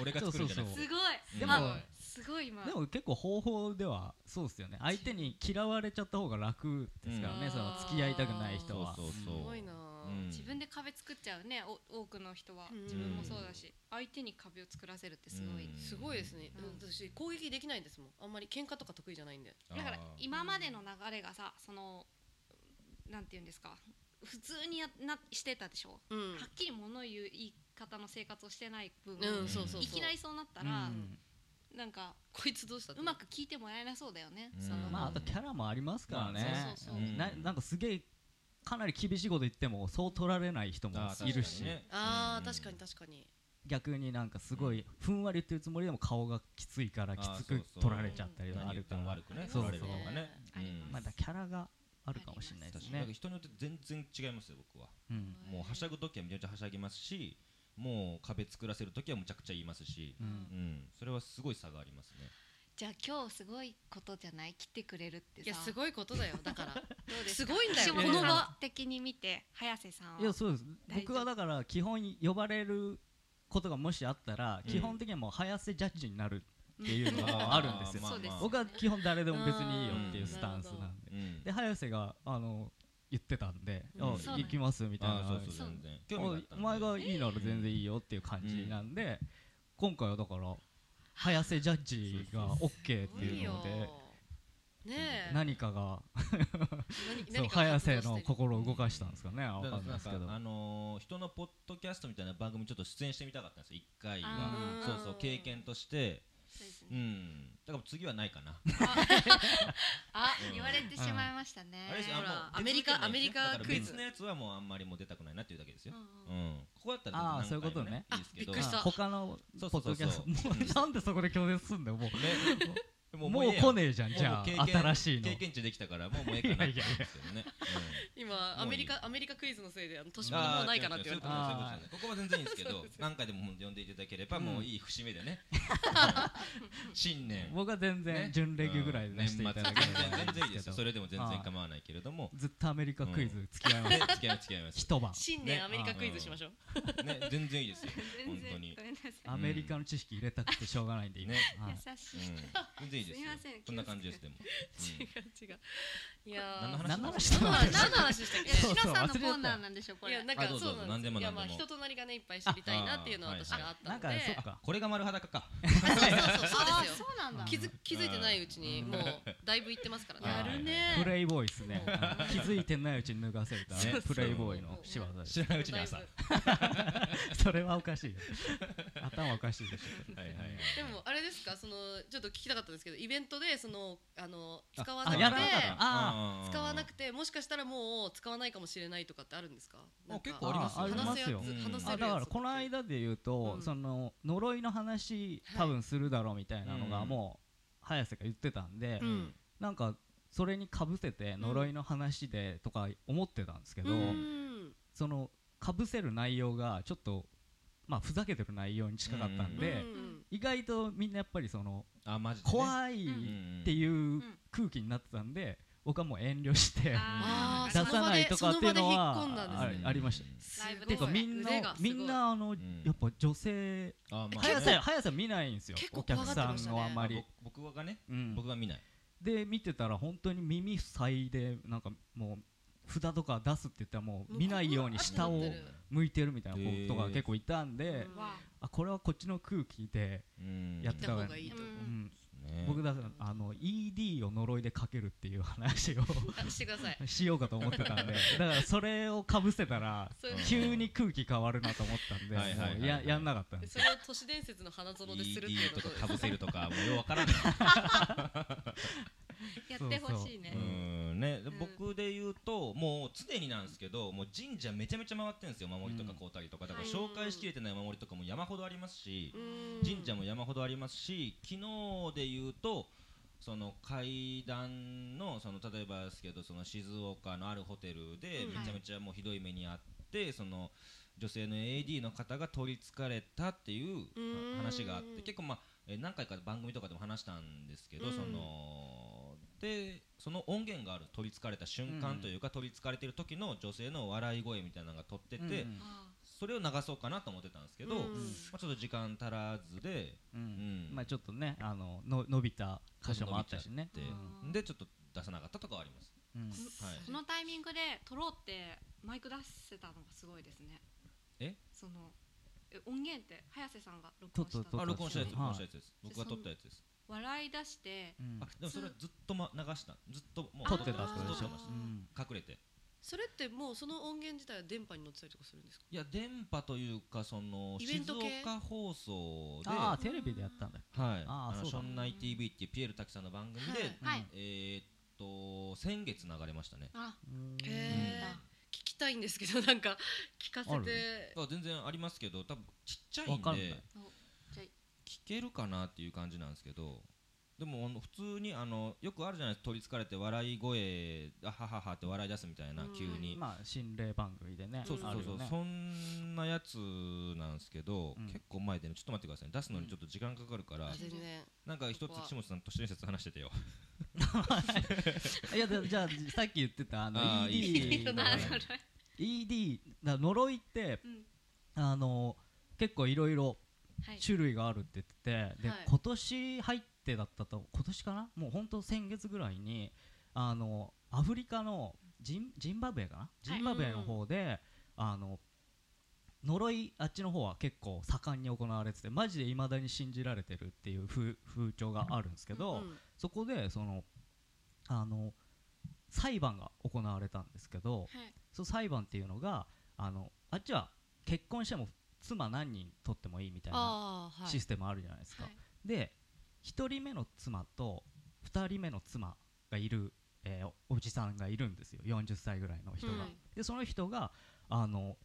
[SPEAKER 6] 俺が作るんじゃなくて
[SPEAKER 5] そう
[SPEAKER 4] すごい
[SPEAKER 6] で
[SPEAKER 5] も
[SPEAKER 4] あすごい今
[SPEAKER 5] でも結構方法ではそうですよね相手に嫌われちゃった方が楽ですからね、
[SPEAKER 3] うん
[SPEAKER 5] その付き合いたくない人は
[SPEAKER 6] そうそう
[SPEAKER 3] る
[SPEAKER 6] そう
[SPEAKER 3] すごいな
[SPEAKER 6] うん
[SPEAKER 4] 自分で壁作っちゃうねお多くの人は
[SPEAKER 3] うん
[SPEAKER 4] 自分もそうだし相手に壁を作らせるってすごい
[SPEAKER 6] うん
[SPEAKER 3] すごいですね
[SPEAKER 4] うん
[SPEAKER 3] 私攻撃できないんですもんあんまり喧嘩とか得意じゃないんで
[SPEAKER 6] あー
[SPEAKER 4] だから今までの流れがさそのなんて言うんですか普通にやなしてたでしょ
[SPEAKER 3] うん
[SPEAKER 4] はっきり物言う言い方の生活をしてない分、
[SPEAKER 3] うんそうそうそう
[SPEAKER 4] いきなりそうなったら、
[SPEAKER 5] うん
[SPEAKER 4] なんか
[SPEAKER 3] こいつどうしたって
[SPEAKER 4] うまく聞いてもらえなそうだよね、
[SPEAKER 6] うん
[SPEAKER 4] その
[SPEAKER 5] まああとキャラもありますからね、
[SPEAKER 4] まあそうそうそう
[SPEAKER 6] うん
[SPEAKER 5] ななんかすげえかなり厳しいこと言ってもそう取られない人も
[SPEAKER 6] あー
[SPEAKER 5] いるし、
[SPEAKER 6] 確かにね
[SPEAKER 3] あ
[SPEAKER 6] うん
[SPEAKER 3] ー確かに確かに
[SPEAKER 5] 逆になんかすごいふんわり言ってるつもりでも顔がきついからきつ
[SPEAKER 6] あー
[SPEAKER 5] く
[SPEAKER 6] そうそう
[SPEAKER 5] 取られちゃったりは
[SPEAKER 6] 何
[SPEAKER 5] あ
[SPEAKER 6] 言
[SPEAKER 5] る
[SPEAKER 6] っ
[SPEAKER 5] か
[SPEAKER 6] て
[SPEAKER 5] ら
[SPEAKER 6] も悪くね
[SPEAKER 5] そうそ
[SPEAKER 6] 取ら
[SPEAKER 5] う
[SPEAKER 6] れる方がね
[SPEAKER 4] あります
[SPEAKER 5] まあだからキャラがあるかもしれないで
[SPEAKER 6] 確
[SPEAKER 5] す
[SPEAKER 6] かになん
[SPEAKER 5] ね
[SPEAKER 6] か、人によって全然違いますよ僕は
[SPEAKER 5] うん
[SPEAKER 6] もうはしゃぐ時はめちゃめちゃはしゃぎますしもう壁作らせる時はむちゃくちゃ言いますし、
[SPEAKER 5] うん
[SPEAKER 6] うん、それはすごい差がありますね
[SPEAKER 4] じゃあ今日すごいことじゃない来てくれるって
[SPEAKER 3] い
[SPEAKER 4] さ
[SPEAKER 3] やす
[SPEAKER 4] い
[SPEAKER 3] ごいことだよだから
[SPEAKER 4] どうです
[SPEAKER 3] す
[SPEAKER 4] か
[SPEAKER 3] ごいんだよ
[SPEAKER 4] 岸
[SPEAKER 3] こ
[SPEAKER 4] 本
[SPEAKER 5] いやい
[SPEAKER 3] の
[SPEAKER 5] や
[SPEAKER 4] さん
[SPEAKER 3] 場
[SPEAKER 4] 的に見て早瀬さんはい
[SPEAKER 5] やそうです
[SPEAKER 4] 大丈夫
[SPEAKER 5] 僕はだから基本呼ばれることがもしあったら、
[SPEAKER 6] うん
[SPEAKER 5] 基本的にはもう早瀬ジャッジになるっていうのもあるんですよ、
[SPEAKER 6] まあま
[SPEAKER 4] そ
[SPEAKER 6] あ
[SPEAKER 4] うです
[SPEAKER 5] <laughs> 僕は基本誰でも別にいいよっていうスタンス
[SPEAKER 3] うんな
[SPEAKER 5] なんで、
[SPEAKER 6] うん
[SPEAKER 5] で早瀬があの言ってたんで「
[SPEAKER 3] うん
[SPEAKER 5] あ
[SPEAKER 6] そうなん
[SPEAKER 5] 行きます」みたいな
[SPEAKER 6] ああそう
[SPEAKER 4] そ
[SPEAKER 6] そうう
[SPEAKER 4] 全
[SPEAKER 6] 全然
[SPEAKER 5] おいお前がいいなら全然いいよっていう感じなんで、今回はだから早瀬ジャッジが OK っていうので
[SPEAKER 3] ねえ
[SPEAKER 5] 何かが
[SPEAKER 3] 何
[SPEAKER 5] そう
[SPEAKER 3] 何か
[SPEAKER 5] 早
[SPEAKER 3] 活動して
[SPEAKER 5] 瀬
[SPEAKER 3] る
[SPEAKER 5] の心を動かしたんですかねわか
[SPEAKER 6] だ
[SPEAKER 5] ん
[SPEAKER 6] か
[SPEAKER 5] ない
[SPEAKER 6] ら
[SPEAKER 5] ですけ
[SPEAKER 6] なん
[SPEAKER 5] ど
[SPEAKER 6] かあのー人のポッドキャストみたいな番組ちょっと出演してみたかったんですよ一回は
[SPEAKER 4] あー
[SPEAKER 6] そうそう経験として
[SPEAKER 4] そうです
[SPEAKER 6] う
[SPEAKER 4] ね
[SPEAKER 6] んだから次はないかな
[SPEAKER 4] あ
[SPEAKER 6] うん
[SPEAKER 4] 言われてしまいましたね
[SPEAKER 6] あれですよあ
[SPEAKER 3] ほら
[SPEAKER 6] もう
[SPEAKER 3] アメリカアメリ
[SPEAKER 6] 出続けないんですね
[SPEAKER 3] カクイズ
[SPEAKER 6] だから別のやつはもうあんまりもう出たくないなっていうだけですよ
[SPEAKER 4] うん
[SPEAKER 6] う
[SPEAKER 4] うん
[SPEAKER 6] んここだったら
[SPEAKER 5] あー
[SPEAKER 6] 何回も
[SPEAKER 5] そういうことね
[SPEAKER 6] いいですけど
[SPEAKER 3] びっくりした
[SPEAKER 5] あ他の
[SPEAKER 6] そうそ
[SPEAKER 5] ポ
[SPEAKER 6] う
[SPEAKER 5] ッ
[SPEAKER 6] そう
[SPEAKER 5] ドキャス
[SPEAKER 6] そう
[SPEAKER 5] トもうなんでそこで拒絶すんだよもう
[SPEAKER 6] ねも
[SPEAKER 5] もう
[SPEAKER 6] ええや
[SPEAKER 5] 来ねえじゃんじゃ
[SPEAKER 6] もう経
[SPEAKER 5] あ
[SPEAKER 6] 験
[SPEAKER 5] 新しいの
[SPEAKER 6] 経験値できたからもうもうええかなって思うんですけどね
[SPEAKER 3] 今アメリ
[SPEAKER 6] もう
[SPEAKER 3] カアメリカクイズのせいであの年
[SPEAKER 6] うん
[SPEAKER 3] も
[SPEAKER 6] あー
[SPEAKER 3] もうないかなって言われた
[SPEAKER 5] あ
[SPEAKER 6] そういうことそういうことそういうことここは全然いいんですけど何回でも呼んでいただければもういい節目でね新年
[SPEAKER 5] 僕は全
[SPEAKER 6] ね
[SPEAKER 5] 然準レギュぐらいで出していただけれ
[SPEAKER 6] うん年末全然
[SPEAKER 5] ば
[SPEAKER 6] 全然いいですよそれでも全然構わないけれども
[SPEAKER 5] ずっとアメリカクイズ付き合いま
[SPEAKER 6] ね
[SPEAKER 5] す
[SPEAKER 6] 違います違いま
[SPEAKER 5] <laughs>
[SPEAKER 6] す
[SPEAKER 5] 一晩
[SPEAKER 3] 新
[SPEAKER 6] ね
[SPEAKER 3] 年アメリカクイズしましょう
[SPEAKER 6] ね全然いいですよ
[SPEAKER 4] 全
[SPEAKER 6] 本
[SPEAKER 4] 然
[SPEAKER 6] 当に
[SPEAKER 4] ごめんなさい
[SPEAKER 5] アメリカの知識入れたくてしょうがないんで今
[SPEAKER 6] ね
[SPEAKER 5] はい
[SPEAKER 4] 優しい、
[SPEAKER 6] うん全然いいですよ
[SPEAKER 4] すいません
[SPEAKER 6] こんな感じですでもうん
[SPEAKER 3] 違う違ういやー
[SPEAKER 6] 何の話
[SPEAKER 5] 何の話
[SPEAKER 3] 何の話
[SPEAKER 5] だ
[SPEAKER 3] 何の話でしたっけ
[SPEAKER 4] いや
[SPEAKER 5] そう
[SPEAKER 4] シ
[SPEAKER 5] そ
[SPEAKER 4] ロ
[SPEAKER 5] う
[SPEAKER 4] さんの
[SPEAKER 5] 忘れてた
[SPEAKER 4] コーナーなんでしょこ
[SPEAKER 3] い
[SPEAKER 4] れ
[SPEAKER 3] やなんか
[SPEAKER 6] あどうぞ
[SPEAKER 3] そうなん
[SPEAKER 6] 何
[SPEAKER 3] で
[SPEAKER 6] ですも
[SPEAKER 3] よいや
[SPEAKER 6] 何で
[SPEAKER 3] ま
[SPEAKER 6] も
[SPEAKER 3] あ人となりがねいっぱい知りたいなっていうのは
[SPEAKER 6] ああ
[SPEAKER 3] 私があった
[SPEAKER 5] なん
[SPEAKER 3] の
[SPEAKER 5] か
[SPEAKER 3] で
[SPEAKER 5] そっか
[SPEAKER 6] これが丸裸か
[SPEAKER 3] そうそうそうそう
[SPEAKER 4] <laughs> あ
[SPEAKER 3] で
[SPEAKER 4] ー
[SPEAKER 3] す
[SPEAKER 4] そ
[SPEAKER 3] よ
[SPEAKER 4] うなんだ
[SPEAKER 3] 気づ気づいてないうちにもうだいぶ行ってますからね
[SPEAKER 6] やるね
[SPEAKER 5] プレイボーイですね
[SPEAKER 3] そう
[SPEAKER 5] 気づいてないうちに脱がせる
[SPEAKER 6] そうそう
[SPEAKER 5] プレイボーイの仕業です
[SPEAKER 6] 知らないうちに朝
[SPEAKER 3] だ
[SPEAKER 6] はい
[SPEAKER 3] ぶ
[SPEAKER 5] それはおかしいよ頭おかしいでしょ
[SPEAKER 6] はいはい
[SPEAKER 3] でもあれですかそのちょっと聞きたかったんですけどイベントでそのあの
[SPEAKER 5] あ
[SPEAKER 3] 使わなく
[SPEAKER 5] あ
[SPEAKER 3] て
[SPEAKER 5] やらなかったの
[SPEAKER 6] あー
[SPEAKER 3] 使わなくてもしかしたらもう使わないかもしれないとかってあるんですかなんか
[SPEAKER 6] 結構ありますよ
[SPEAKER 5] あありますよ
[SPEAKER 3] 話せやつ
[SPEAKER 6] うん
[SPEAKER 3] 話せ
[SPEAKER 5] あ
[SPEAKER 3] るや
[SPEAKER 5] だ
[SPEAKER 3] つ
[SPEAKER 5] からこの間で言うと、
[SPEAKER 3] うん
[SPEAKER 5] その呪いの話
[SPEAKER 3] はい
[SPEAKER 5] 多分するだろうみたいなの
[SPEAKER 6] う
[SPEAKER 5] が
[SPEAKER 6] ん
[SPEAKER 5] もう早瀬が言ってたんで、
[SPEAKER 3] うん
[SPEAKER 5] なんかそれにかぶせて呪いの話でとか思ってたんですけど、
[SPEAKER 3] うん
[SPEAKER 5] そのかぶせる内容がちょっと、まあ、ふざけてる内容に近かったん
[SPEAKER 3] うんう
[SPEAKER 5] で、
[SPEAKER 3] ん
[SPEAKER 5] 意外とみんなやっぱりその
[SPEAKER 6] あマジでね、
[SPEAKER 5] 怖いっていう空気になってたんで、僕はもう遠慮して
[SPEAKER 4] あ
[SPEAKER 5] 出
[SPEAKER 4] ー
[SPEAKER 5] さないとかっていうのは
[SPEAKER 3] その場で引っ込んだんです
[SPEAKER 5] あ
[SPEAKER 3] ね
[SPEAKER 5] ありました。
[SPEAKER 3] す
[SPEAKER 4] ライブ
[SPEAKER 5] て
[SPEAKER 4] の
[SPEAKER 5] か
[SPEAKER 4] 方へ
[SPEAKER 5] みん
[SPEAKER 3] 腕
[SPEAKER 5] な
[SPEAKER 3] がすごい
[SPEAKER 5] みんなあの、
[SPEAKER 6] ん
[SPEAKER 5] やっぱ女性
[SPEAKER 6] あまあ
[SPEAKER 5] 速さ速さ見ないんですよ
[SPEAKER 3] 結構
[SPEAKER 5] お客さんのあんまり、
[SPEAKER 6] 僕僕がね、
[SPEAKER 5] うん
[SPEAKER 6] 僕が見ない
[SPEAKER 5] で見てたら本当に耳塞いでなんかもう札とか出すって言ったらもう見ないように下を向いてるみたいな子とか結構いたんで、
[SPEAKER 3] うん
[SPEAKER 4] わ
[SPEAKER 5] あこれはこっちの空気で、
[SPEAKER 6] うん
[SPEAKER 5] やっ
[SPEAKER 3] 行
[SPEAKER 5] て
[SPEAKER 3] った方がいいと
[SPEAKER 4] う
[SPEAKER 3] 思
[SPEAKER 5] うん
[SPEAKER 3] う。
[SPEAKER 5] ん
[SPEAKER 6] ね
[SPEAKER 5] 僕だからあの ED を呪いでかけるっていう話を <laughs>
[SPEAKER 3] あしてください。
[SPEAKER 5] しようかと思ってたんでだからそれをかぶせたら
[SPEAKER 3] そういう
[SPEAKER 5] 急に空気変わるなと思ったんで
[SPEAKER 6] はいはいはいはい
[SPEAKER 5] もうややんなかったんです
[SPEAKER 3] それを都市伝説の花園でするっていうの
[SPEAKER 6] ED と
[SPEAKER 3] と
[SPEAKER 6] かかぶせるとかもうようわか
[SPEAKER 5] <laughs>
[SPEAKER 6] らない
[SPEAKER 4] やってほしいね
[SPEAKER 5] そうう
[SPEAKER 6] ーんね、で
[SPEAKER 4] うん
[SPEAKER 6] 僕で言うともう常になんですけどもう神社めちゃめちゃ回ってるんですよ守りとか
[SPEAKER 5] うん
[SPEAKER 6] 交代とかだから
[SPEAKER 4] はい
[SPEAKER 6] 紹介しきれてない守りとかも山ほどありますし
[SPEAKER 3] うん
[SPEAKER 6] 神社も山ほどありますし昨日で言うとその階段のその例えばですけどその静岡のあるホテルで
[SPEAKER 3] うん
[SPEAKER 6] めちゃめちゃもうひどい目にあって、その女性の AD の方が取りつかれたっていう
[SPEAKER 3] うん
[SPEAKER 6] 話があって結構まあえー何回か番組とかでも話したんですけ
[SPEAKER 3] う
[SPEAKER 6] ど、
[SPEAKER 3] ん
[SPEAKER 6] そのでその音源がある取りつかれた瞬
[SPEAKER 5] うん
[SPEAKER 6] 間というか、取りつかれてる時の女性の笑い声みたいなのが取ってて、
[SPEAKER 5] うん
[SPEAKER 4] あ
[SPEAKER 6] それを流そうかなと思ってたんですけど、
[SPEAKER 3] うん
[SPEAKER 6] まあ、ちょっと時間足らずで
[SPEAKER 5] うん
[SPEAKER 6] うん
[SPEAKER 5] まあちょっとねあのの伸びた箇所もあったしね
[SPEAKER 6] で,、
[SPEAKER 4] うん
[SPEAKER 6] でちょっと出さなかったとかはあります。
[SPEAKER 5] うんうん
[SPEAKER 6] はい
[SPEAKER 4] ーこのタイミングで撮ろうってマイク出せたのがすごいですね
[SPEAKER 6] え
[SPEAKER 4] そのえ音源って早瀬さんが録
[SPEAKER 5] 撮
[SPEAKER 4] 音した
[SPEAKER 5] っ
[SPEAKER 4] た
[SPEAKER 5] 撮っ
[SPEAKER 6] あ
[SPEAKER 5] た
[SPEAKER 6] 録音したやつ
[SPEAKER 5] はい
[SPEAKER 6] 録音したやつです。僕が撮ったやつです。
[SPEAKER 4] 笑い出して
[SPEAKER 5] うん
[SPEAKER 6] あでもそれはずっと、ま、流したずっともう
[SPEAKER 5] 撮ってたって
[SPEAKER 6] ずっ
[SPEAKER 5] ことで
[SPEAKER 6] と撮
[SPEAKER 5] し
[SPEAKER 6] っ
[SPEAKER 5] ょ
[SPEAKER 6] てまし
[SPEAKER 5] うん
[SPEAKER 6] た隠れて。
[SPEAKER 3] それってもうその音源自体は電波に乗ってたりとかするんですか。
[SPEAKER 6] いや電波というかその
[SPEAKER 3] イベン
[SPEAKER 6] 静
[SPEAKER 3] ト系
[SPEAKER 6] 岡放送で。
[SPEAKER 5] ああテレビでやったんだ
[SPEAKER 6] はい、
[SPEAKER 5] あ
[SPEAKER 6] あ
[SPEAKER 5] ー
[SPEAKER 6] の
[SPEAKER 5] そう
[SPEAKER 6] シ
[SPEAKER 5] だ
[SPEAKER 6] ョンナイ TV っていうピエール滝さんの番組で、
[SPEAKER 3] はい
[SPEAKER 4] はい
[SPEAKER 6] えー、っと先月流れましたね
[SPEAKER 4] あ
[SPEAKER 3] へー聞きたいんですけどなんか聞かせ
[SPEAKER 5] あ
[SPEAKER 3] て。
[SPEAKER 6] あ全然ありますけど多分ちっちゃい
[SPEAKER 5] わ
[SPEAKER 6] ん
[SPEAKER 5] かんない
[SPEAKER 6] で
[SPEAKER 4] じゃあ
[SPEAKER 6] 聞けるかなっていう感じなんですけどでもあの普通にあのよくあるじゃないですか取りつかれて笑い声あはははって笑い出すみたいな
[SPEAKER 3] うん
[SPEAKER 6] 急に、
[SPEAKER 5] まあ心霊番組でね
[SPEAKER 6] そうそう
[SPEAKER 5] あ
[SPEAKER 6] そう
[SPEAKER 5] る
[SPEAKER 6] そ
[SPEAKER 5] よ
[SPEAKER 6] う、
[SPEAKER 5] ね
[SPEAKER 6] そんなやつなんですけど、
[SPEAKER 5] うん
[SPEAKER 6] 結構前でねちょっと待ってくださいね出すのにちょっと時間かかるから、
[SPEAKER 3] あ全然。
[SPEAKER 6] なんか一
[SPEAKER 3] こ
[SPEAKER 6] つ
[SPEAKER 3] こは
[SPEAKER 6] 岸本さんと親切話しててよ
[SPEAKER 5] いやだじゃあさっき言ってたあの
[SPEAKER 6] あー
[SPEAKER 5] ED のね
[SPEAKER 4] あ
[SPEAKER 6] いい
[SPEAKER 4] 呪い
[SPEAKER 5] ED だ呪いって
[SPEAKER 4] うん
[SPEAKER 5] あの結構いろいろ
[SPEAKER 4] はい
[SPEAKER 5] 種類があるって言っててで
[SPEAKER 3] はい
[SPEAKER 5] 今年入ってだったと今年かなもう本当先月ぐらいにあのアフリカのジンジンバブエかなジンバブエの方であの呪いあっちの方は結構盛んに行われててマジで未だに信じられてるっていう風風潮があるんですけ
[SPEAKER 3] う
[SPEAKER 5] ど、
[SPEAKER 3] ん
[SPEAKER 5] そこでそのあの裁判が行われたんですけど、
[SPEAKER 4] はい
[SPEAKER 5] その裁判っていうのがあのあっちは結婚しても妻何人取ってもいいみたいな
[SPEAKER 3] ああは
[SPEAKER 5] シ
[SPEAKER 3] い。
[SPEAKER 5] ステムあるじゃないですか、
[SPEAKER 4] はい
[SPEAKER 5] で1人目の妻と2人目の妻がいる、えーおおじさんがいるんですよ40歳ぐらいの人が、
[SPEAKER 3] うん
[SPEAKER 5] でその人があの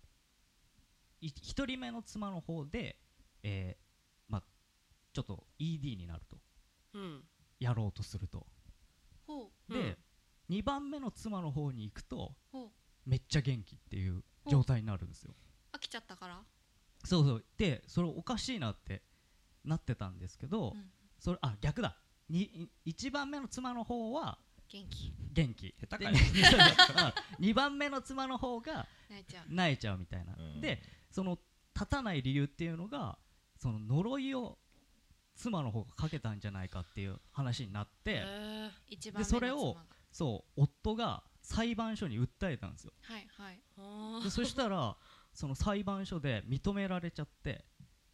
[SPEAKER 5] い1人目の妻の方で、えーまあ、ちょっと ED になると
[SPEAKER 3] うん。
[SPEAKER 5] やろうとすると
[SPEAKER 4] ほう
[SPEAKER 5] で、2番目の妻の方に行くと
[SPEAKER 4] ほう
[SPEAKER 5] めっちゃ元気っていう状態になるんですよ
[SPEAKER 4] 飽きちゃったから
[SPEAKER 5] そうそうでそれおかしいなってなってたんですけど、
[SPEAKER 4] うん
[SPEAKER 5] それあ逆だに1番目の妻の方は
[SPEAKER 4] 元気
[SPEAKER 5] 元気
[SPEAKER 6] 下手
[SPEAKER 5] で <laughs>
[SPEAKER 6] かよ
[SPEAKER 5] 2番目の妻の方が
[SPEAKER 4] 泣いちゃう
[SPEAKER 5] 泣いちゃうみたいな、
[SPEAKER 6] うん
[SPEAKER 5] でその立たない理由っていうのがその呪いを妻の方がかけたんじゃないかっていう話になって、
[SPEAKER 3] へー
[SPEAKER 4] 一番目の
[SPEAKER 5] それを
[SPEAKER 4] 妻が
[SPEAKER 5] そう夫が裁判所に訴えたんですよ
[SPEAKER 4] はいはい
[SPEAKER 3] あ
[SPEAKER 5] で
[SPEAKER 3] ー
[SPEAKER 5] そしたらその裁判所で認められちゃって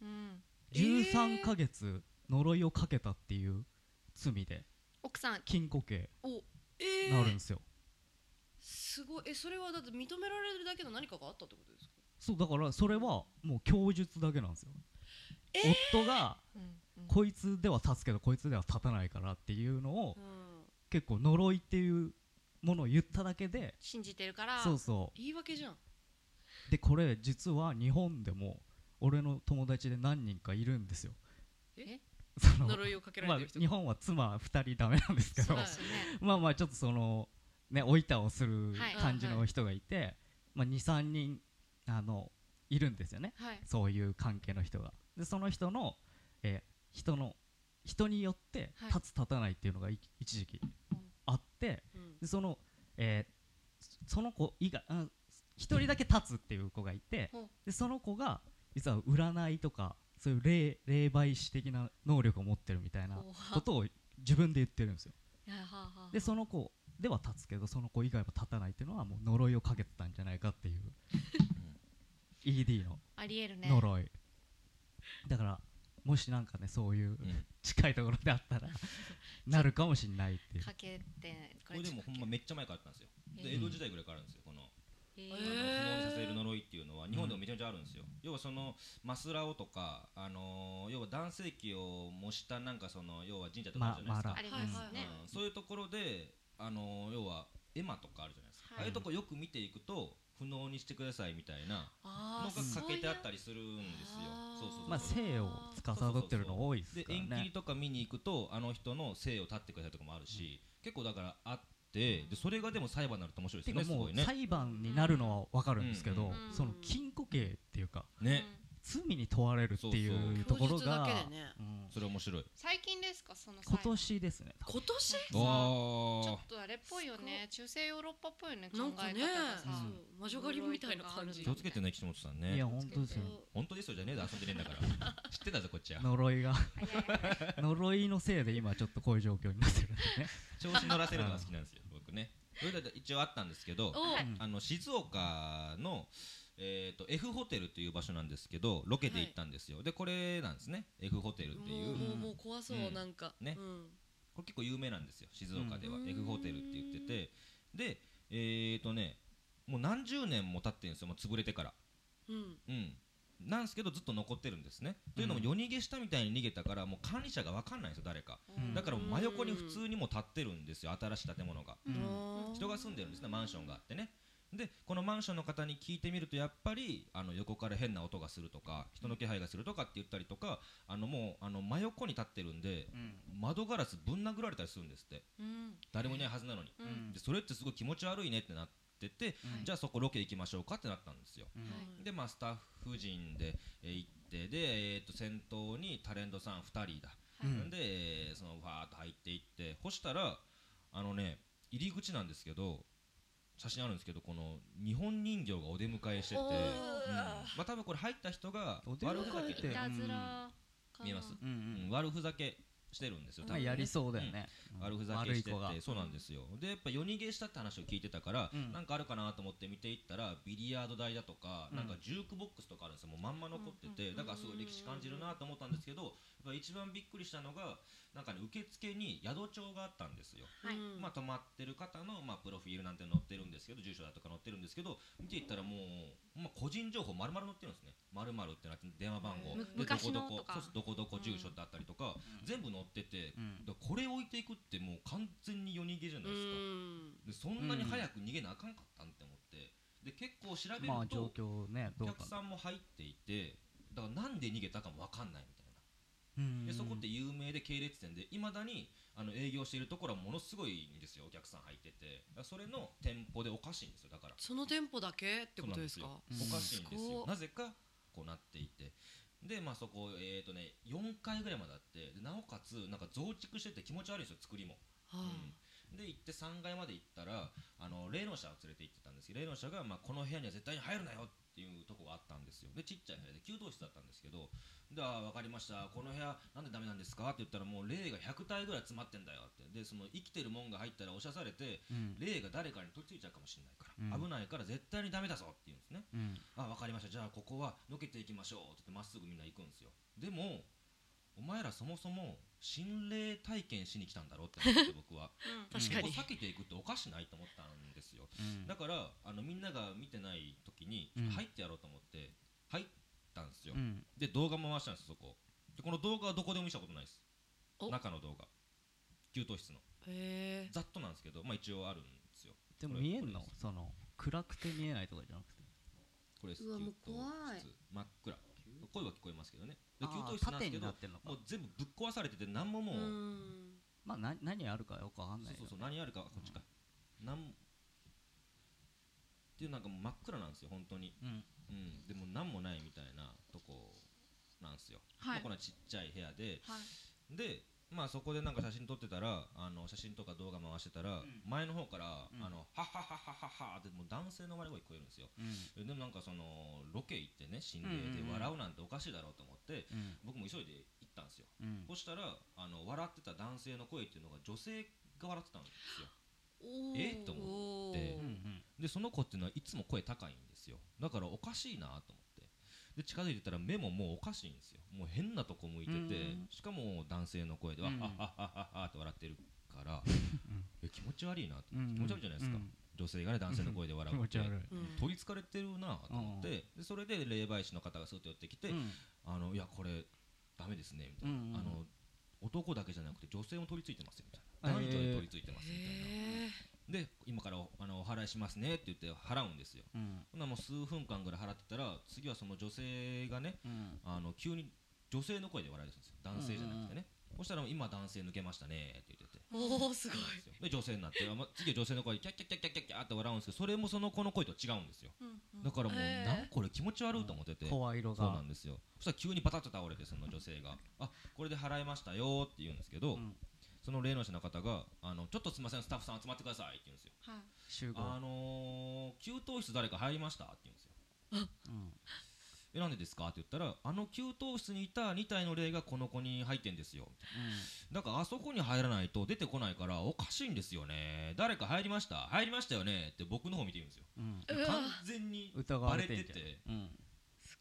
[SPEAKER 4] うん
[SPEAKER 3] えー
[SPEAKER 5] 13ヶ月呪いをかけたっていう罪で
[SPEAKER 4] 奥さん
[SPEAKER 5] 禁錮刑
[SPEAKER 4] お
[SPEAKER 3] え
[SPEAKER 5] なるん
[SPEAKER 3] ー
[SPEAKER 5] ですよ、
[SPEAKER 3] すごいえそれはだって認められるだけの何かがあったってことですか。
[SPEAKER 5] そうだからそれはもう供述だけなんですよ、
[SPEAKER 3] え
[SPEAKER 5] 夫が
[SPEAKER 4] うんうん
[SPEAKER 5] こいつでは立つけどこいつでは立たないからっていうのを
[SPEAKER 3] うん。
[SPEAKER 5] 結構呪いっていうものを言っただけで
[SPEAKER 4] 信じてるから
[SPEAKER 5] そうそ
[SPEAKER 3] 言い訳じゃん。
[SPEAKER 5] うでこれ実は日本でも俺の友達で何人かいるんですよ
[SPEAKER 3] え
[SPEAKER 5] その
[SPEAKER 3] 呪いをかけられ
[SPEAKER 5] まあ
[SPEAKER 3] てる人。
[SPEAKER 5] 日本は妻2人ダメなんですけど
[SPEAKER 4] そうですね
[SPEAKER 5] まあまあちょっとそのねおいたをする
[SPEAKER 4] はい
[SPEAKER 5] 感じの人がいて、まあ、23人あのいるんですよね
[SPEAKER 4] はい
[SPEAKER 5] そういう関係の人がでその人の、えー人の人によって
[SPEAKER 4] はい
[SPEAKER 5] 立つ立たないっていうのがい一時期あって
[SPEAKER 3] うん
[SPEAKER 5] でその、えーその子以外あ一人だけ立つっていう子がいて
[SPEAKER 4] ほう
[SPEAKER 5] でその子が実は占いとかそういう霊霊媒師的な能力を持ってるみたいな
[SPEAKER 4] おは
[SPEAKER 5] ことを自分で言ってるんですよ
[SPEAKER 4] いやはあはあ
[SPEAKER 5] でその子では立つけどその子以外は立たないっていうのはもう呪いをかけてたんじゃないかって
[SPEAKER 6] <laughs>
[SPEAKER 5] いう ED の
[SPEAKER 4] ありえるね
[SPEAKER 5] 呪い、だからもしなんかねそういう
[SPEAKER 6] うん
[SPEAKER 5] 近いところであ
[SPEAKER 6] <laughs>
[SPEAKER 5] ったらなるかもしんないっていう
[SPEAKER 4] かけて
[SPEAKER 6] これでもほんまめっちゃ前からあったんですよ
[SPEAKER 4] え
[SPEAKER 6] で江戸時代ぐらいからあるんですよこの
[SPEAKER 3] え
[SPEAKER 4] え
[SPEAKER 6] 不
[SPEAKER 3] ー
[SPEAKER 6] 能にさせる呪いっていうのは日本でもめちゃめちゃあるんですよ、要はそのマスラオとか、あのー要は男性器を模したなんかその要は神社とかあるじゃないですか、
[SPEAKER 5] ま
[SPEAKER 4] ありますね
[SPEAKER 6] うんそういうところで、あのー要は絵馬とかあるじゃないですか、
[SPEAKER 4] はい
[SPEAKER 6] ああいうとこよく見ていくと不能にしてくださいみたいなの
[SPEAKER 4] あ
[SPEAKER 6] が
[SPEAKER 4] ー
[SPEAKER 6] かけてあった
[SPEAKER 4] り
[SPEAKER 6] りするんですよ
[SPEAKER 4] あー
[SPEAKER 6] そうそうそう
[SPEAKER 5] まあ性を司ってるの多いです
[SPEAKER 6] で
[SPEAKER 5] から
[SPEAKER 6] 縁切り
[SPEAKER 5] ね
[SPEAKER 6] とか見に行くとあの人の性を立ってくださいとかもあるし、結構だからあってでそれがでも裁判になると面白いで
[SPEAKER 5] てか
[SPEAKER 6] すよねす
[SPEAKER 5] も
[SPEAKER 6] ご
[SPEAKER 5] う
[SPEAKER 6] いね
[SPEAKER 5] 裁判になるのは分かるんですけど、
[SPEAKER 6] うん
[SPEAKER 3] うん
[SPEAKER 5] その禁錮刑っていうか
[SPEAKER 6] ね、
[SPEAKER 5] 罪に問われるってい
[SPEAKER 6] そう
[SPEAKER 5] う
[SPEAKER 6] そう
[SPEAKER 5] ところ
[SPEAKER 3] 供述だ
[SPEAKER 5] が
[SPEAKER 3] けでね
[SPEAKER 5] うん
[SPEAKER 6] それ面白い
[SPEAKER 4] 最近ですかその
[SPEAKER 5] 今年ですね多分
[SPEAKER 3] 今年
[SPEAKER 4] ちょ
[SPEAKER 6] あ
[SPEAKER 4] っとあれっぽいよね中世ヨーロッパっぽいよね考
[SPEAKER 3] なん
[SPEAKER 4] え
[SPEAKER 3] か
[SPEAKER 4] 方
[SPEAKER 3] ね
[SPEAKER 4] がさ
[SPEAKER 5] う
[SPEAKER 3] そう魔女狩りみたいな感じ
[SPEAKER 6] 気をつけてね岸本さん
[SPEAKER 5] いや
[SPEAKER 6] ね
[SPEAKER 5] 本当ですよ
[SPEAKER 6] 本当ですよじゃねえだ遊んでねえんだから知ってたぞこっちは
[SPEAKER 5] 呪いが
[SPEAKER 4] 早い早い
[SPEAKER 5] 呪いのせいで今ちょっとこういう状況になってるんでね
[SPEAKER 6] 調子乗らせるのが好きなんですよ僕ねそれで一応あったんですけど
[SPEAKER 3] お
[SPEAKER 5] うん
[SPEAKER 6] あの静岡のえー、と F ホテルという場所なんですけどロケで行ったんですよ、でこれなんですね F ホテルっ
[SPEAKER 3] も
[SPEAKER 6] てい
[SPEAKER 3] う
[SPEAKER 6] う
[SPEAKER 3] もうもう怖そう
[SPEAKER 6] うん
[SPEAKER 3] なんか
[SPEAKER 6] ね
[SPEAKER 3] うん
[SPEAKER 6] これ結構有名なんですよ静岡では、
[SPEAKER 4] うん
[SPEAKER 6] F ホテルって言っててでえー、とねもう何十年も経ってるんですよもう潰れてから
[SPEAKER 3] うん
[SPEAKER 6] うんなんですけどずっと残ってるんですね、というのも
[SPEAKER 5] うん
[SPEAKER 6] 夜逃げしたみたいに逃げたからもう管理者が分かんないんですよ誰か
[SPEAKER 5] うん
[SPEAKER 6] だからもう真横に普通にもう立ってるんですよ新しい建物が
[SPEAKER 5] うん
[SPEAKER 3] うん
[SPEAKER 6] 人が住んでるんですねマンションがあってねでこのマンションの方に聞いてみるとやっぱりあの横から変な音がするとか人の気配がするとかって言ったりとかあのもうあの真横に立ってるんで窓ガラスぶん殴られたりするんですって
[SPEAKER 4] うん
[SPEAKER 6] 誰もいないはずなのに、
[SPEAKER 4] う
[SPEAKER 5] うん
[SPEAKER 4] ん
[SPEAKER 6] でそれってすごい気持ち悪いねってなってて、
[SPEAKER 5] うん
[SPEAKER 6] じゃあそこロケ行きましょうかってなったんですよ
[SPEAKER 5] うん
[SPEAKER 3] はい
[SPEAKER 6] でまあスタッフ陣で、えー行ってで、えー、と先頭にタレントさん2人だ、
[SPEAKER 5] うん
[SPEAKER 6] でえーそのファーッと入っていって干したらあのね入り口なんですけど写真あるんですけどこの日本人形がお出迎えしてて、
[SPEAKER 3] お
[SPEAKER 6] うん
[SPEAKER 3] ー
[SPEAKER 6] まあ多分これ入った人が
[SPEAKER 5] お出迎
[SPEAKER 6] 悪ふざ
[SPEAKER 5] え
[SPEAKER 6] け
[SPEAKER 5] って
[SPEAKER 4] いたずらかな
[SPEAKER 6] 見えます、
[SPEAKER 5] うんう
[SPEAKER 6] うんん悪ふざけしてるんですよ多
[SPEAKER 5] まあ
[SPEAKER 6] 分
[SPEAKER 5] やりそうだよね、
[SPEAKER 6] 悪ふざけして
[SPEAKER 5] 悪い子が
[SPEAKER 6] てそうなんですよでやっぱ夜逃げしたって話を聞いてたから、
[SPEAKER 5] うん
[SPEAKER 6] なんかあるかなと思って見ていったらビリヤード台だとか、
[SPEAKER 5] うん
[SPEAKER 6] なんかジュークボックスとかあるんですよもうまんま残ってて、だからすごい歴史感じるなと思ったんですけどやっぱ一番びっくりしたのがなんかね受付に宿帳があったんですよ、
[SPEAKER 4] はい
[SPEAKER 3] うん
[SPEAKER 6] まあ泊まってる方の、まあ、プロフィールなんて載ってるんですけど住所だとか載ってるんですけど見ていったらもう、まあ、個人情報丸々載ってるんですね丸々ってなって電話番号
[SPEAKER 4] む
[SPEAKER 6] で
[SPEAKER 4] 昔の
[SPEAKER 6] どこ
[SPEAKER 4] と
[SPEAKER 6] どこ
[SPEAKER 4] か
[SPEAKER 6] そうそうどこどこ住所ってあったりと
[SPEAKER 5] う
[SPEAKER 6] か、
[SPEAKER 5] ん
[SPEAKER 6] 全部載ってて、
[SPEAKER 5] うん
[SPEAKER 6] だからこれ置いていくってもう完全に夜逃げじゃな
[SPEAKER 3] う
[SPEAKER 6] いです
[SPEAKER 3] ん
[SPEAKER 6] か、でそんなに早く逃げなあかんかったんって思ってで結構調べ
[SPEAKER 5] まあ
[SPEAKER 6] る
[SPEAKER 5] 状況
[SPEAKER 6] と
[SPEAKER 5] ねどう
[SPEAKER 6] お
[SPEAKER 5] か
[SPEAKER 6] 客さんも入っていてだからなんで逃げたかも分かんないみたい
[SPEAKER 5] うん
[SPEAKER 6] なでそこって有名で系列店でいまだにあの営業しているところはものすごいんですよお客さん入っててだからそれの店舗でおかしいんですよだから
[SPEAKER 3] その店舗だけってことですか
[SPEAKER 6] そうなんですよお
[SPEAKER 3] す
[SPEAKER 6] かしいんです
[SPEAKER 3] ごっ
[SPEAKER 6] よなぜかこうなっていてでまあそこえっ、とね4階ぐらいまであってでなおかつなんか増築してて気持ち悪いんですよ作りも
[SPEAKER 3] は
[SPEAKER 6] うんで行って3階まで行ったらあの霊能者を連れて行ってたんですけど霊能者が、まあ、この部屋には絶対に入るなよっていうとこがあったんですよでちっちゃい部屋で給湯室だったんですけどであ分かりましたこの部屋なんでダメなんですかって言ったらもう霊が100体ぐらい詰まってんだよってでその生きてるもんが入ったらおしゃされて
[SPEAKER 5] うん
[SPEAKER 6] 霊が誰かに取り付いちゃうかもしれない
[SPEAKER 5] うん
[SPEAKER 6] から、危ないから絶対にダメだぞって言うんですね
[SPEAKER 5] うん
[SPEAKER 6] あ分かりましたじゃあここはのけていきましょうって言ってまっすぐみんな行くんですよでもお前らそもそも心霊体験しに来たんだろうって思って僕は
[SPEAKER 3] あ確かに
[SPEAKER 6] ここ避けていくっておかしないと思ったんですよ
[SPEAKER 5] うん
[SPEAKER 6] だからあのみんなが見てない時に
[SPEAKER 5] うん
[SPEAKER 6] 入ってやろうと思って入ったんですよ、
[SPEAKER 5] うん
[SPEAKER 6] で動画回したんですそこでこの動画はどこでも見したことないです
[SPEAKER 3] お
[SPEAKER 6] 中の動画給湯室の
[SPEAKER 3] へえ
[SPEAKER 6] ざっとなんですけどまあ一応あるんですよ
[SPEAKER 5] でも
[SPEAKER 6] これ
[SPEAKER 5] 見えんの
[SPEAKER 6] これです
[SPEAKER 5] その暗くて見えないとかじゃなくて
[SPEAKER 6] これです
[SPEAKER 3] うわもう
[SPEAKER 6] 給湯室
[SPEAKER 3] 怖い
[SPEAKER 6] 真っ暗声は聞こえますけどねで
[SPEAKER 5] あ
[SPEAKER 6] 給
[SPEAKER 5] ー
[SPEAKER 6] 湯室なん
[SPEAKER 5] 縦
[SPEAKER 6] ですけ
[SPEAKER 5] に
[SPEAKER 6] ど
[SPEAKER 5] なってるのか
[SPEAKER 6] もう全部ぶっ壊されてて何ももう、
[SPEAKER 3] うん
[SPEAKER 5] まあな何あるかよくわかんないう
[SPEAKER 6] そ
[SPEAKER 5] よ
[SPEAKER 6] そうそう何あるかこっちか、なんっていうなんかもう真っ暗なんですよ本当に、
[SPEAKER 5] うん
[SPEAKER 6] うんうん、でも何もないみたいなとこなんですよ、
[SPEAKER 4] はい
[SPEAKER 6] まあこのちっちゃい部屋で
[SPEAKER 4] はい
[SPEAKER 6] でまあそこでなんか写真撮ってたらあの写真とか動画回してたら、
[SPEAKER 5] ん
[SPEAKER 6] 前の方から、
[SPEAKER 5] うん
[SPEAKER 6] あのハッハッハッハッハッハーってもう男性の笑い声聞こえるんですよ
[SPEAKER 5] う
[SPEAKER 6] でもなんかそのロケ行ってね心
[SPEAKER 5] う
[SPEAKER 6] 霊
[SPEAKER 5] んうんう
[SPEAKER 6] で
[SPEAKER 5] ん
[SPEAKER 6] 笑うなんておかしいだろうと思って、
[SPEAKER 5] ん
[SPEAKER 6] 僕も急いで行ったんですよ
[SPEAKER 5] うん
[SPEAKER 6] そしたらあの笑ってた男性の声っていうのが女性が笑ってたんですよ
[SPEAKER 3] お
[SPEAKER 6] えと
[SPEAKER 3] 思
[SPEAKER 6] って
[SPEAKER 5] うんうん
[SPEAKER 6] でその子っていうのはいつも声高いんですよだからおかしいなと思ってで近づいてたら目ももうおかしいんですよもう変なとこ向いてて、
[SPEAKER 5] うん
[SPEAKER 6] しかも男性の声で「わ
[SPEAKER 5] うん
[SPEAKER 6] っはっはっはっはっは」って笑ってるから、え気持ち悪いなと、
[SPEAKER 5] うん
[SPEAKER 6] 気持ち悪いじゃないですか、
[SPEAKER 5] うん
[SPEAKER 6] 女性がね男性の声で笑
[SPEAKER 5] 気
[SPEAKER 6] う
[SPEAKER 5] 持
[SPEAKER 6] っ
[SPEAKER 5] ち
[SPEAKER 6] て、
[SPEAKER 5] 悪い
[SPEAKER 6] 取りつかれてるなと思って、でそれで霊媒師の方がスーッと寄ってきて「
[SPEAKER 5] うん
[SPEAKER 6] あのいやこれダメですね」みたいな、
[SPEAKER 5] うんうん
[SPEAKER 6] あの男だけじゃなくて女性も取り付いてますよみたいな
[SPEAKER 5] へ
[SPEAKER 6] 男
[SPEAKER 5] ー
[SPEAKER 6] 女で取り付いてますみたいな、で今からおあのお払いしますねって言って払うんですよ
[SPEAKER 5] うん
[SPEAKER 6] ほんならもう数分間ぐらい払ってたら次はその女性がね
[SPEAKER 5] うん
[SPEAKER 6] あの急に女性の声で笑い出すんですよ男性じゃなくてね、そしたら今男性抜けましたねって言ってて
[SPEAKER 3] おおすごい
[SPEAKER 6] で女性になってあま次は女性の声でキャッキャッキャッキャッキャッキャッって笑うんですけどそれもその子の声と違うんですよだからもう、
[SPEAKER 3] へー
[SPEAKER 6] なんかこれ気持ち悪いと思ってて、
[SPEAKER 5] 声色
[SPEAKER 6] そうな
[SPEAKER 5] が
[SPEAKER 6] んですよそしたら急にバタッと倒れてその女性が「あこれで払いましたよ」って言うんですけど、
[SPEAKER 5] うん
[SPEAKER 6] その霊能者の方が「あのちょっとすみませんスタッフさん集まってください」って言うんですよ
[SPEAKER 4] はい
[SPEAKER 5] 集
[SPEAKER 6] 「
[SPEAKER 5] 合
[SPEAKER 6] あのー、給湯室誰か入りました?」って言うんですよ
[SPEAKER 5] うん
[SPEAKER 6] 「えなんでですか?」って言ったら「あの給湯室にいた2体の霊がこの子に入ってんですよ」だからあそこに入らないと出てこないからおかしいんですよね誰か入りました入りましたよねって僕の方見て言うんですよ
[SPEAKER 5] うん
[SPEAKER 3] うわ
[SPEAKER 6] 完全に
[SPEAKER 5] うん疑
[SPEAKER 6] バ
[SPEAKER 5] わ
[SPEAKER 6] レ
[SPEAKER 5] れて
[SPEAKER 6] て
[SPEAKER 5] ん
[SPEAKER 6] て
[SPEAKER 5] じゃん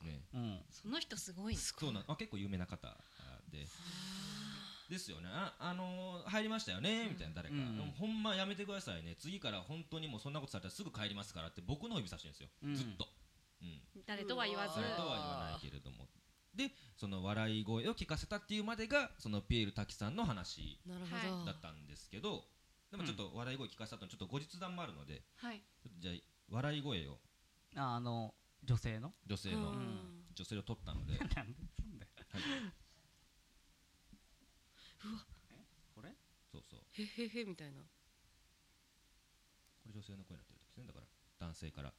[SPEAKER 6] ね
[SPEAKER 5] うんうん
[SPEAKER 4] その人すごいね
[SPEAKER 6] そうなんあ結構有名な方でですよねあ、あのー入りましたよねみたいな誰か、
[SPEAKER 5] うん
[SPEAKER 6] でもほんまやめてくださいね次から本当にもうそんなことされたらすぐ帰りますからって僕の方指さしてるんですよ、
[SPEAKER 5] うん
[SPEAKER 6] ずっと、うん、
[SPEAKER 4] 誰とは言わず
[SPEAKER 6] それとは言わないけれどもでその笑い声を聞かせたっていうまでがそのピエール滝さんの話
[SPEAKER 3] なる
[SPEAKER 4] はい
[SPEAKER 3] ほど
[SPEAKER 6] だったんですけどでもちょっと笑い声聞かせた後にちょっと後日談もあるので
[SPEAKER 4] はい
[SPEAKER 6] ちょっとじゃあ笑い声を
[SPEAKER 5] ああの女性の <laughs>
[SPEAKER 6] 女性
[SPEAKER 3] う
[SPEAKER 6] の、
[SPEAKER 3] ん
[SPEAKER 6] 女性を取ったので
[SPEAKER 5] なんでそんだよこれ
[SPEAKER 6] そうそう
[SPEAKER 3] へへへみたいな
[SPEAKER 6] これ女性の声になってるんですねだから男性からこ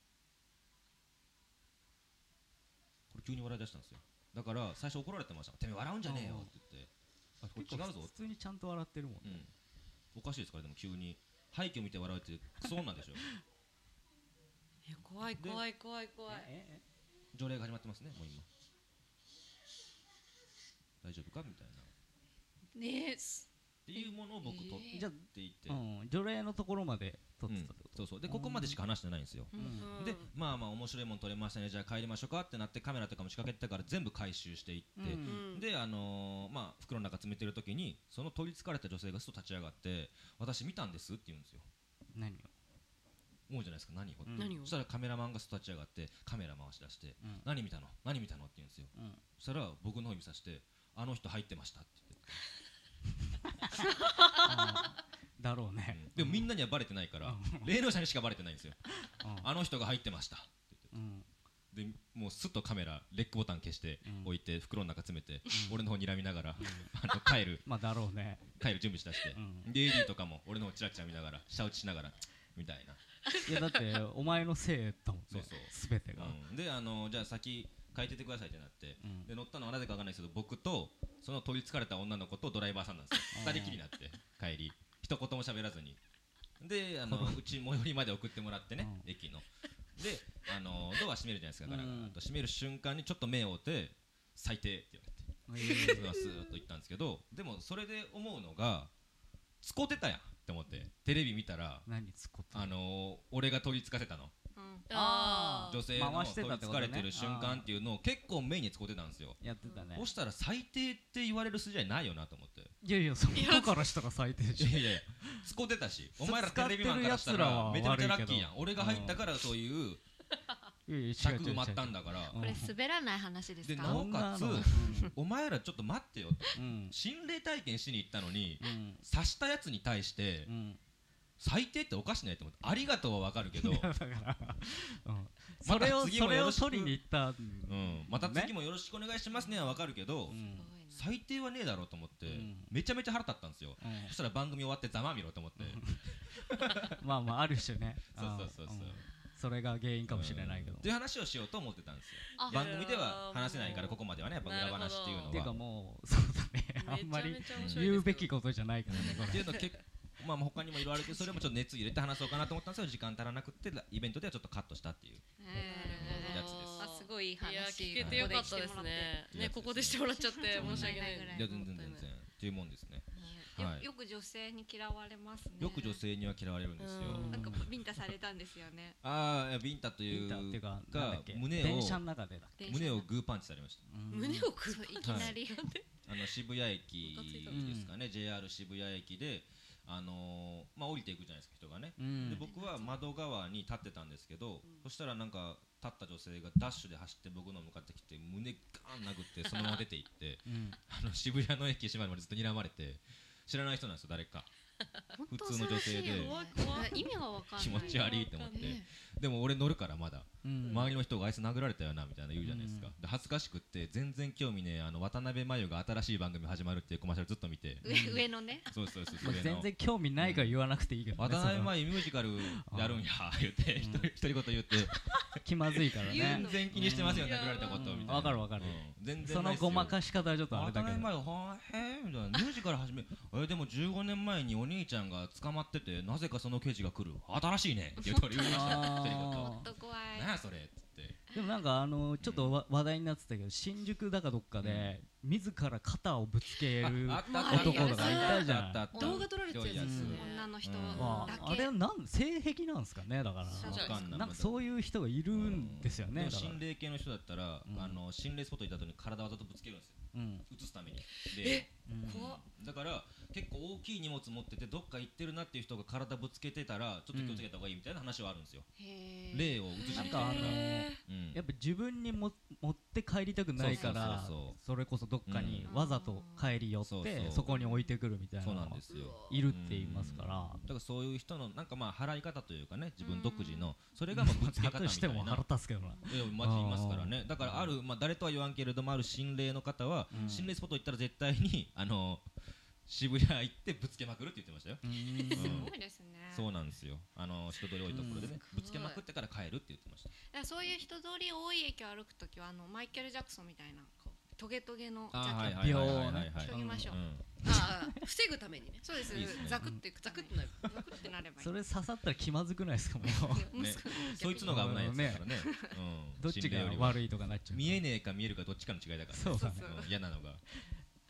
[SPEAKER 6] れ急に笑い出したんですよだから最初怒られてました「てめえ笑うんじゃねえよ」って言って「あこれ
[SPEAKER 5] 結構
[SPEAKER 6] 違うぞ
[SPEAKER 5] 普」通にちゃんと笑ってるもん
[SPEAKER 6] う
[SPEAKER 5] ね
[SPEAKER 6] ん、おかしいですからでも急に廃墟見て笑うってそうなんでしょ
[SPEAKER 3] え怖い
[SPEAKER 6] で
[SPEAKER 3] 怖い怖い怖い
[SPEAKER 5] ええ
[SPEAKER 6] 条例が始まってますねもう今大丈夫かみたいなっ
[SPEAKER 4] ねえす
[SPEAKER 6] ていうものを僕取
[SPEAKER 5] え
[SPEAKER 6] っ
[SPEAKER 5] じゃ
[SPEAKER 6] ていて、
[SPEAKER 5] あうん除霊のところまで撮っ
[SPEAKER 6] う
[SPEAKER 5] て
[SPEAKER 6] ん
[SPEAKER 5] たってこと
[SPEAKER 6] そうそうでここまでしか話してないんですよ
[SPEAKER 4] う
[SPEAKER 5] うん
[SPEAKER 3] うん
[SPEAKER 6] でまあまあ面白いもん撮れましたねじゃあ帰りましょうかってなってカメラとかも仕掛けてたから全部回収していって、
[SPEAKER 5] うん
[SPEAKER 3] うん
[SPEAKER 6] であのーまあ袋の中詰めてる時にその取りつかれた女性がすっと立ち上がって「私見たんです」って言うんですよ
[SPEAKER 5] 何を
[SPEAKER 6] 思うじゃないですか何を、
[SPEAKER 5] うん
[SPEAKER 3] 何を
[SPEAKER 6] そしたらカメラマンがすっと立ち上がってカメラ回し出して
[SPEAKER 5] うん
[SPEAKER 6] 「何見たの何見たの?」って言うんですよ
[SPEAKER 5] うん
[SPEAKER 6] そしたら僕の方指さして「あの人入ってました」って言って
[SPEAKER 5] あーだろうね
[SPEAKER 6] うん <laughs> でもみんなにはバレてないから霊能者にしかバレてないんですよ「あの人が入ってました」
[SPEAKER 5] うんうん
[SPEAKER 6] でもうすっとカメラレックボタン消して
[SPEAKER 5] うん
[SPEAKER 6] 置いて、袋の中詰めて、俺の方睨みながら、 <laughs> あの帰る
[SPEAKER 5] まあだろうね
[SPEAKER 6] 帰る準備しだして、
[SPEAKER 5] うん
[SPEAKER 6] で AD とかも俺の方チラチラ見ながら下打ちしながらみたいな、
[SPEAKER 5] いやだってお前のせいだもんね
[SPEAKER 6] そうそう
[SPEAKER 5] すべてが
[SPEAKER 6] うんであのじゃあ先帰っててくださいってなって、
[SPEAKER 5] うん
[SPEAKER 6] で乗ったのはなぜかわかんないですけど僕とその取りつかれた女の子とドライバーさんなんですよ
[SPEAKER 5] あー
[SPEAKER 6] 二人きりになって帰り一言も喋らずに
[SPEAKER 5] <laughs>
[SPEAKER 6] であのうち最寄りまで送ってもらってね、
[SPEAKER 5] う
[SPEAKER 6] 駅のであのドア閉めるじゃないですかガラガラ
[SPEAKER 5] うん
[SPEAKER 6] と閉める瞬間にちょっと目を追って最低って言われて
[SPEAKER 5] い
[SPEAKER 6] ス
[SPEAKER 5] やい <laughs> やいや
[SPEAKER 6] ーッと行ったんですけどでもそれで思うのが使ってたやんって思ってテレビ見たら
[SPEAKER 5] 何つこ
[SPEAKER 6] あのー、俺が取りつかせたの
[SPEAKER 4] うん
[SPEAKER 3] あー
[SPEAKER 6] 女性の
[SPEAKER 5] 回
[SPEAKER 6] 取
[SPEAKER 5] してた
[SPEAKER 6] り
[SPEAKER 5] って
[SPEAKER 6] つ
[SPEAKER 5] こと
[SPEAKER 6] か
[SPEAKER 5] ね
[SPEAKER 6] れてる瞬間っていうのを結構メインに使ってたんですよ
[SPEAKER 5] やってたね
[SPEAKER 6] そしたら最低って言われる筋合いないよなと思って
[SPEAKER 5] <laughs> いやいやそこからしたら最低でしょ
[SPEAKER 6] いやいや使ってた
[SPEAKER 5] <laughs>
[SPEAKER 6] しお前ら
[SPEAKER 5] 使
[SPEAKER 6] テ
[SPEAKER 5] ってる
[SPEAKER 6] レビマンからした
[SPEAKER 5] 奴らは
[SPEAKER 6] らめちゃめちゃラッキーや
[SPEAKER 5] 悪い
[SPEAKER 6] ん
[SPEAKER 5] けど
[SPEAKER 6] 俺が入ったからそういう
[SPEAKER 5] いやいや違う
[SPEAKER 6] 尺
[SPEAKER 5] 違う違
[SPEAKER 6] 埋
[SPEAKER 5] う
[SPEAKER 6] まったんだから
[SPEAKER 5] うん
[SPEAKER 4] これ滑らない話です
[SPEAKER 6] で
[SPEAKER 4] か
[SPEAKER 6] なおかつ
[SPEAKER 5] 女の
[SPEAKER 6] お前らちょっと待ってよと
[SPEAKER 5] うん
[SPEAKER 6] 心霊体験しに行ったのに
[SPEAKER 5] うん
[SPEAKER 6] 刺したやつに対して
[SPEAKER 5] うん
[SPEAKER 6] 最低っておかしないと思ってありがとうはわかるけど、
[SPEAKER 5] <laughs>
[SPEAKER 6] う
[SPEAKER 5] だからうんそれを
[SPEAKER 6] また次も
[SPEAKER 5] それ
[SPEAKER 6] よろ
[SPEAKER 5] を
[SPEAKER 6] しく
[SPEAKER 5] 取りに行ったん
[SPEAKER 6] ん、また次もよろしくお願いしますねはわかるけど、
[SPEAKER 5] うん
[SPEAKER 6] 最低はねえだろうと思って、
[SPEAKER 5] うん
[SPEAKER 6] めちゃめちゃ腹立ったんですよ
[SPEAKER 5] うん
[SPEAKER 6] そしたら番組終わってざまあみろと思って
[SPEAKER 5] まあまあある種ね
[SPEAKER 6] そうそうそうそう
[SPEAKER 5] うんそれが原因かもしれないけど
[SPEAKER 6] っていう話をしようと思ってたんですよ
[SPEAKER 4] あ
[SPEAKER 6] 番組では話せないからここまではねやっぱ裏
[SPEAKER 3] なる
[SPEAKER 6] 話
[SPEAKER 3] ほど
[SPEAKER 6] っていうの
[SPEAKER 5] ていうか
[SPEAKER 6] は
[SPEAKER 5] もうそうだねあんま
[SPEAKER 3] め
[SPEAKER 5] り
[SPEAKER 3] ちゃめちゃ面白いですけど
[SPEAKER 5] 言うべきことじゃないからねこ
[SPEAKER 6] って
[SPEAKER 5] れ
[SPEAKER 6] いうの結構 <laughs> まあまあ他にもいろいろあるけどそれもちょっと熱入れて話そうかなと思ったんですけど時間足らなくってイベントではちょっとカットしたっていう
[SPEAKER 4] え
[SPEAKER 6] るほどやつで
[SPEAKER 4] あすごいいい話
[SPEAKER 3] いや聞けてよかったですね
[SPEAKER 6] いや
[SPEAKER 3] ねここでしてもらっちゃって申し訳ない
[SPEAKER 4] もったいないぐら
[SPEAKER 6] いや全然全然っていうもんですね
[SPEAKER 4] よ
[SPEAKER 6] はい
[SPEAKER 4] よく女性に嫌われますね
[SPEAKER 6] よく女性には嫌われるんですよ
[SPEAKER 3] うん
[SPEAKER 4] なんかビンタされたんですよね
[SPEAKER 6] ああビンタと
[SPEAKER 5] ビ
[SPEAKER 6] い
[SPEAKER 5] ン
[SPEAKER 6] う
[SPEAKER 5] タっていうかなんだ
[SPEAKER 6] が
[SPEAKER 5] っけ
[SPEAKER 6] 胸を
[SPEAKER 5] 電車の中でだっけ
[SPEAKER 6] 胸をグーパンチされました
[SPEAKER 5] うん
[SPEAKER 3] 胸をくっ
[SPEAKER 4] そういきなり、
[SPEAKER 6] あの渋谷駅ですかね、JR 渋谷駅で、あのーまあ、降りていくじゃないですか人がね、
[SPEAKER 5] う
[SPEAKER 6] で
[SPEAKER 5] ん
[SPEAKER 6] 僕は窓側に立ってたんですけど、そしたらなんか立った女性がダッシュで走って僕の向かってきて胸ガーン殴ってそのまま出て行って
[SPEAKER 5] <laughs> うん
[SPEAKER 6] あの渋谷の駅閉まるまでずっと睨まれて知らない人なんですよ誰か
[SPEAKER 4] 本当
[SPEAKER 6] 普通の女性
[SPEAKER 4] 恐
[SPEAKER 6] で
[SPEAKER 4] ろしいよね
[SPEAKER 3] 怖い怖い
[SPEAKER 4] 意味がわかんない
[SPEAKER 6] 気持ち悪いと思って、でも俺乗るからまだ
[SPEAKER 5] うん
[SPEAKER 6] 周りの人があいつ殴られたよなみたいな言うじゃないですか、
[SPEAKER 5] うん
[SPEAKER 6] で恥ずかしくって全然興味ねえあの渡辺真由が新しい番組始まるっていうコマーシャルずっと見て
[SPEAKER 4] 上上のね
[SPEAKER 6] そうですそうです
[SPEAKER 5] まあ
[SPEAKER 6] 上の
[SPEAKER 5] 全然興味ないから言わなくていいけどね
[SPEAKER 6] 渡
[SPEAKER 5] それ
[SPEAKER 6] 辺
[SPEAKER 5] は
[SPEAKER 6] 真由ミュージカル
[SPEAKER 5] <laughs>
[SPEAKER 6] やるんや言って一人一人言言って
[SPEAKER 5] 気まずいから
[SPEAKER 4] 言う
[SPEAKER 5] ね
[SPEAKER 6] 全然気にしてますよ
[SPEAKER 3] うん
[SPEAKER 6] 殴られたことみたい
[SPEAKER 5] うん
[SPEAKER 6] な
[SPEAKER 5] わかるわかる
[SPEAKER 6] うん全然
[SPEAKER 5] そのごまか
[SPEAKER 6] し
[SPEAKER 5] し方はちょっとあ
[SPEAKER 6] 渡
[SPEAKER 5] れだけ
[SPEAKER 6] 辺
[SPEAKER 5] ど
[SPEAKER 6] 真由はへえみたいなミュージカル始めえでも15年前にお兄ちゃんが捕まっててなぜかその刑事が来る新しいねって言うと俺言い
[SPEAKER 5] <laughs>
[SPEAKER 6] ました一人
[SPEAKER 5] あ
[SPEAKER 6] 言
[SPEAKER 5] ー
[SPEAKER 4] と怖い
[SPEAKER 6] 何やそれっつって
[SPEAKER 5] でもなんかあのちょっとわ話題になってたけど新宿だかどっかで自ら肩をぶつける
[SPEAKER 6] ああ
[SPEAKER 5] 男
[SPEAKER 6] あ
[SPEAKER 5] とかいたじゃん
[SPEAKER 6] あったあった
[SPEAKER 3] 動画撮られてたやつですよね
[SPEAKER 4] 女の人だ
[SPEAKER 6] うん
[SPEAKER 5] ま
[SPEAKER 4] け、
[SPEAKER 5] ああれはなん性癖なんですかねだか
[SPEAKER 4] そう
[SPEAKER 6] わ
[SPEAKER 5] ら
[SPEAKER 6] かんない
[SPEAKER 5] なんかそういう人がいるんですよねだ
[SPEAKER 6] でも
[SPEAKER 5] から
[SPEAKER 6] 心霊系の人だったら、あの心霊スポット行った後に体わざとぶつけるんですよ
[SPEAKER 5] うん
[SPEAKER 6] 移すためにで
[SPEAKER 5] うん
[SPEAKER 3] 怖っ
[SPEAKER 6] だから結構大きい荷物持っててどっか行ってるなっていう人が体ぶつけてたらちょっと気をつけた方がいいみたいな話はあるんですよ、
[SPEAKER 4] へー
[SPEAKER 6] 霊を移し
[SPEAKER 5] なん
[SPEAKER 6] に来て
[SPEAKER 5] かあの
[SPEAKER 6] うん
[SPEAKER 5] やっぱ自分にも持って帰りたくないから
[SPEAKER 6] そうそうそうそう
[SPEAKER 5] それこそどっかにわざと帰り寄っ
[SPEAKER 6] うんそうそ
[SPEAKER 5] て
[SPEAKER 6] う
[SPEAKER 5] そこに置いてくるみたいな
[SPEAKER 6] そう
[SPEAKER 5] の
[SPEAKER 6] なん
[SPEAKER 5] が
[SPEAKER 6] ですよ
[SPEAKER 5] いるって言いますから
[SPEAKER 6] だからそういう人のなんかまあ払い方というかね自分独自のそれがまあぶつけ
[SPEAKER 5] だ
[SPEAKER 6] 方
[SPEAKER 5] と
[SPEAKER 6] み
[SPEAKER 5] したて
[SPEAKER 6] い
[SPEAKER 5] も
[SPEAKER 6] な
[SPEAKER 5] 腹立つけどない
[SPEAKER 6] やマジいますからねだからあるまあ誰とは言わんけれどもある心霊の方は、
[SPEAKER 5] うん
[SPEAKER 6] 心霊スポット行ったら絶対にあの渋谷行ってぶつけまくるって言ってましたよ
[SPEAKER 4] す
[SPEAKER 6] うん
[SPEAKER 4] ごいですね
[SPEAKER 6] そうなんですよあの人通り多いところでね、
[SPEAKER 3] うん
[SPEAKER 6] ぶつけまくってから帰るって言ってました
[SPEAKER 4] だからそういう人通り多い駅を歩くときはあのマイケル・ジャクソンみたいなこうトゲトゲのジャケット、
[SPEAKER 5] いはいはいはいはい
[SPEAKER 4] 急ぎましょう、
[SPEAKER 6] う
[SPEAKER 3] あー防ぐためにね
[SPEAKER 4] そうです
[SPEAKER 6] いいですね
[SPEAKER 4] ザクッといく
[SPEAKER 3] ザクッとな
[SPEAKER 4] な
[SPEAKER 3] る
[SPEAKER 4] ザクッてなればいい
[SPEAKER 5] それ刺さったら気まずくないですかも
[SPEAKER 6] <laughs>
[SPEAKER 5] う
[SPEAKER 4] も
[SPEAKER 6] ん、
[SPEAKER 4] う
[SPEAKER 6] ね
[SPEAKER 4] すぐ
[SPEAKER 6] そいつのが危ないやつだからね、うん、
[SPEAKER 5] どっち
[SPEAKER 6] 心霊
[SPEAKER 5] が
[SPEAKER 6] よりは
[SPEAKER 5] 悪いとかなっちゃう
[SPEAKER 6] 見えねえか見えるかどっちかの違いだから、
[SPEAKER 5] そうだね
[SPEAKER 6] ん嫌なのが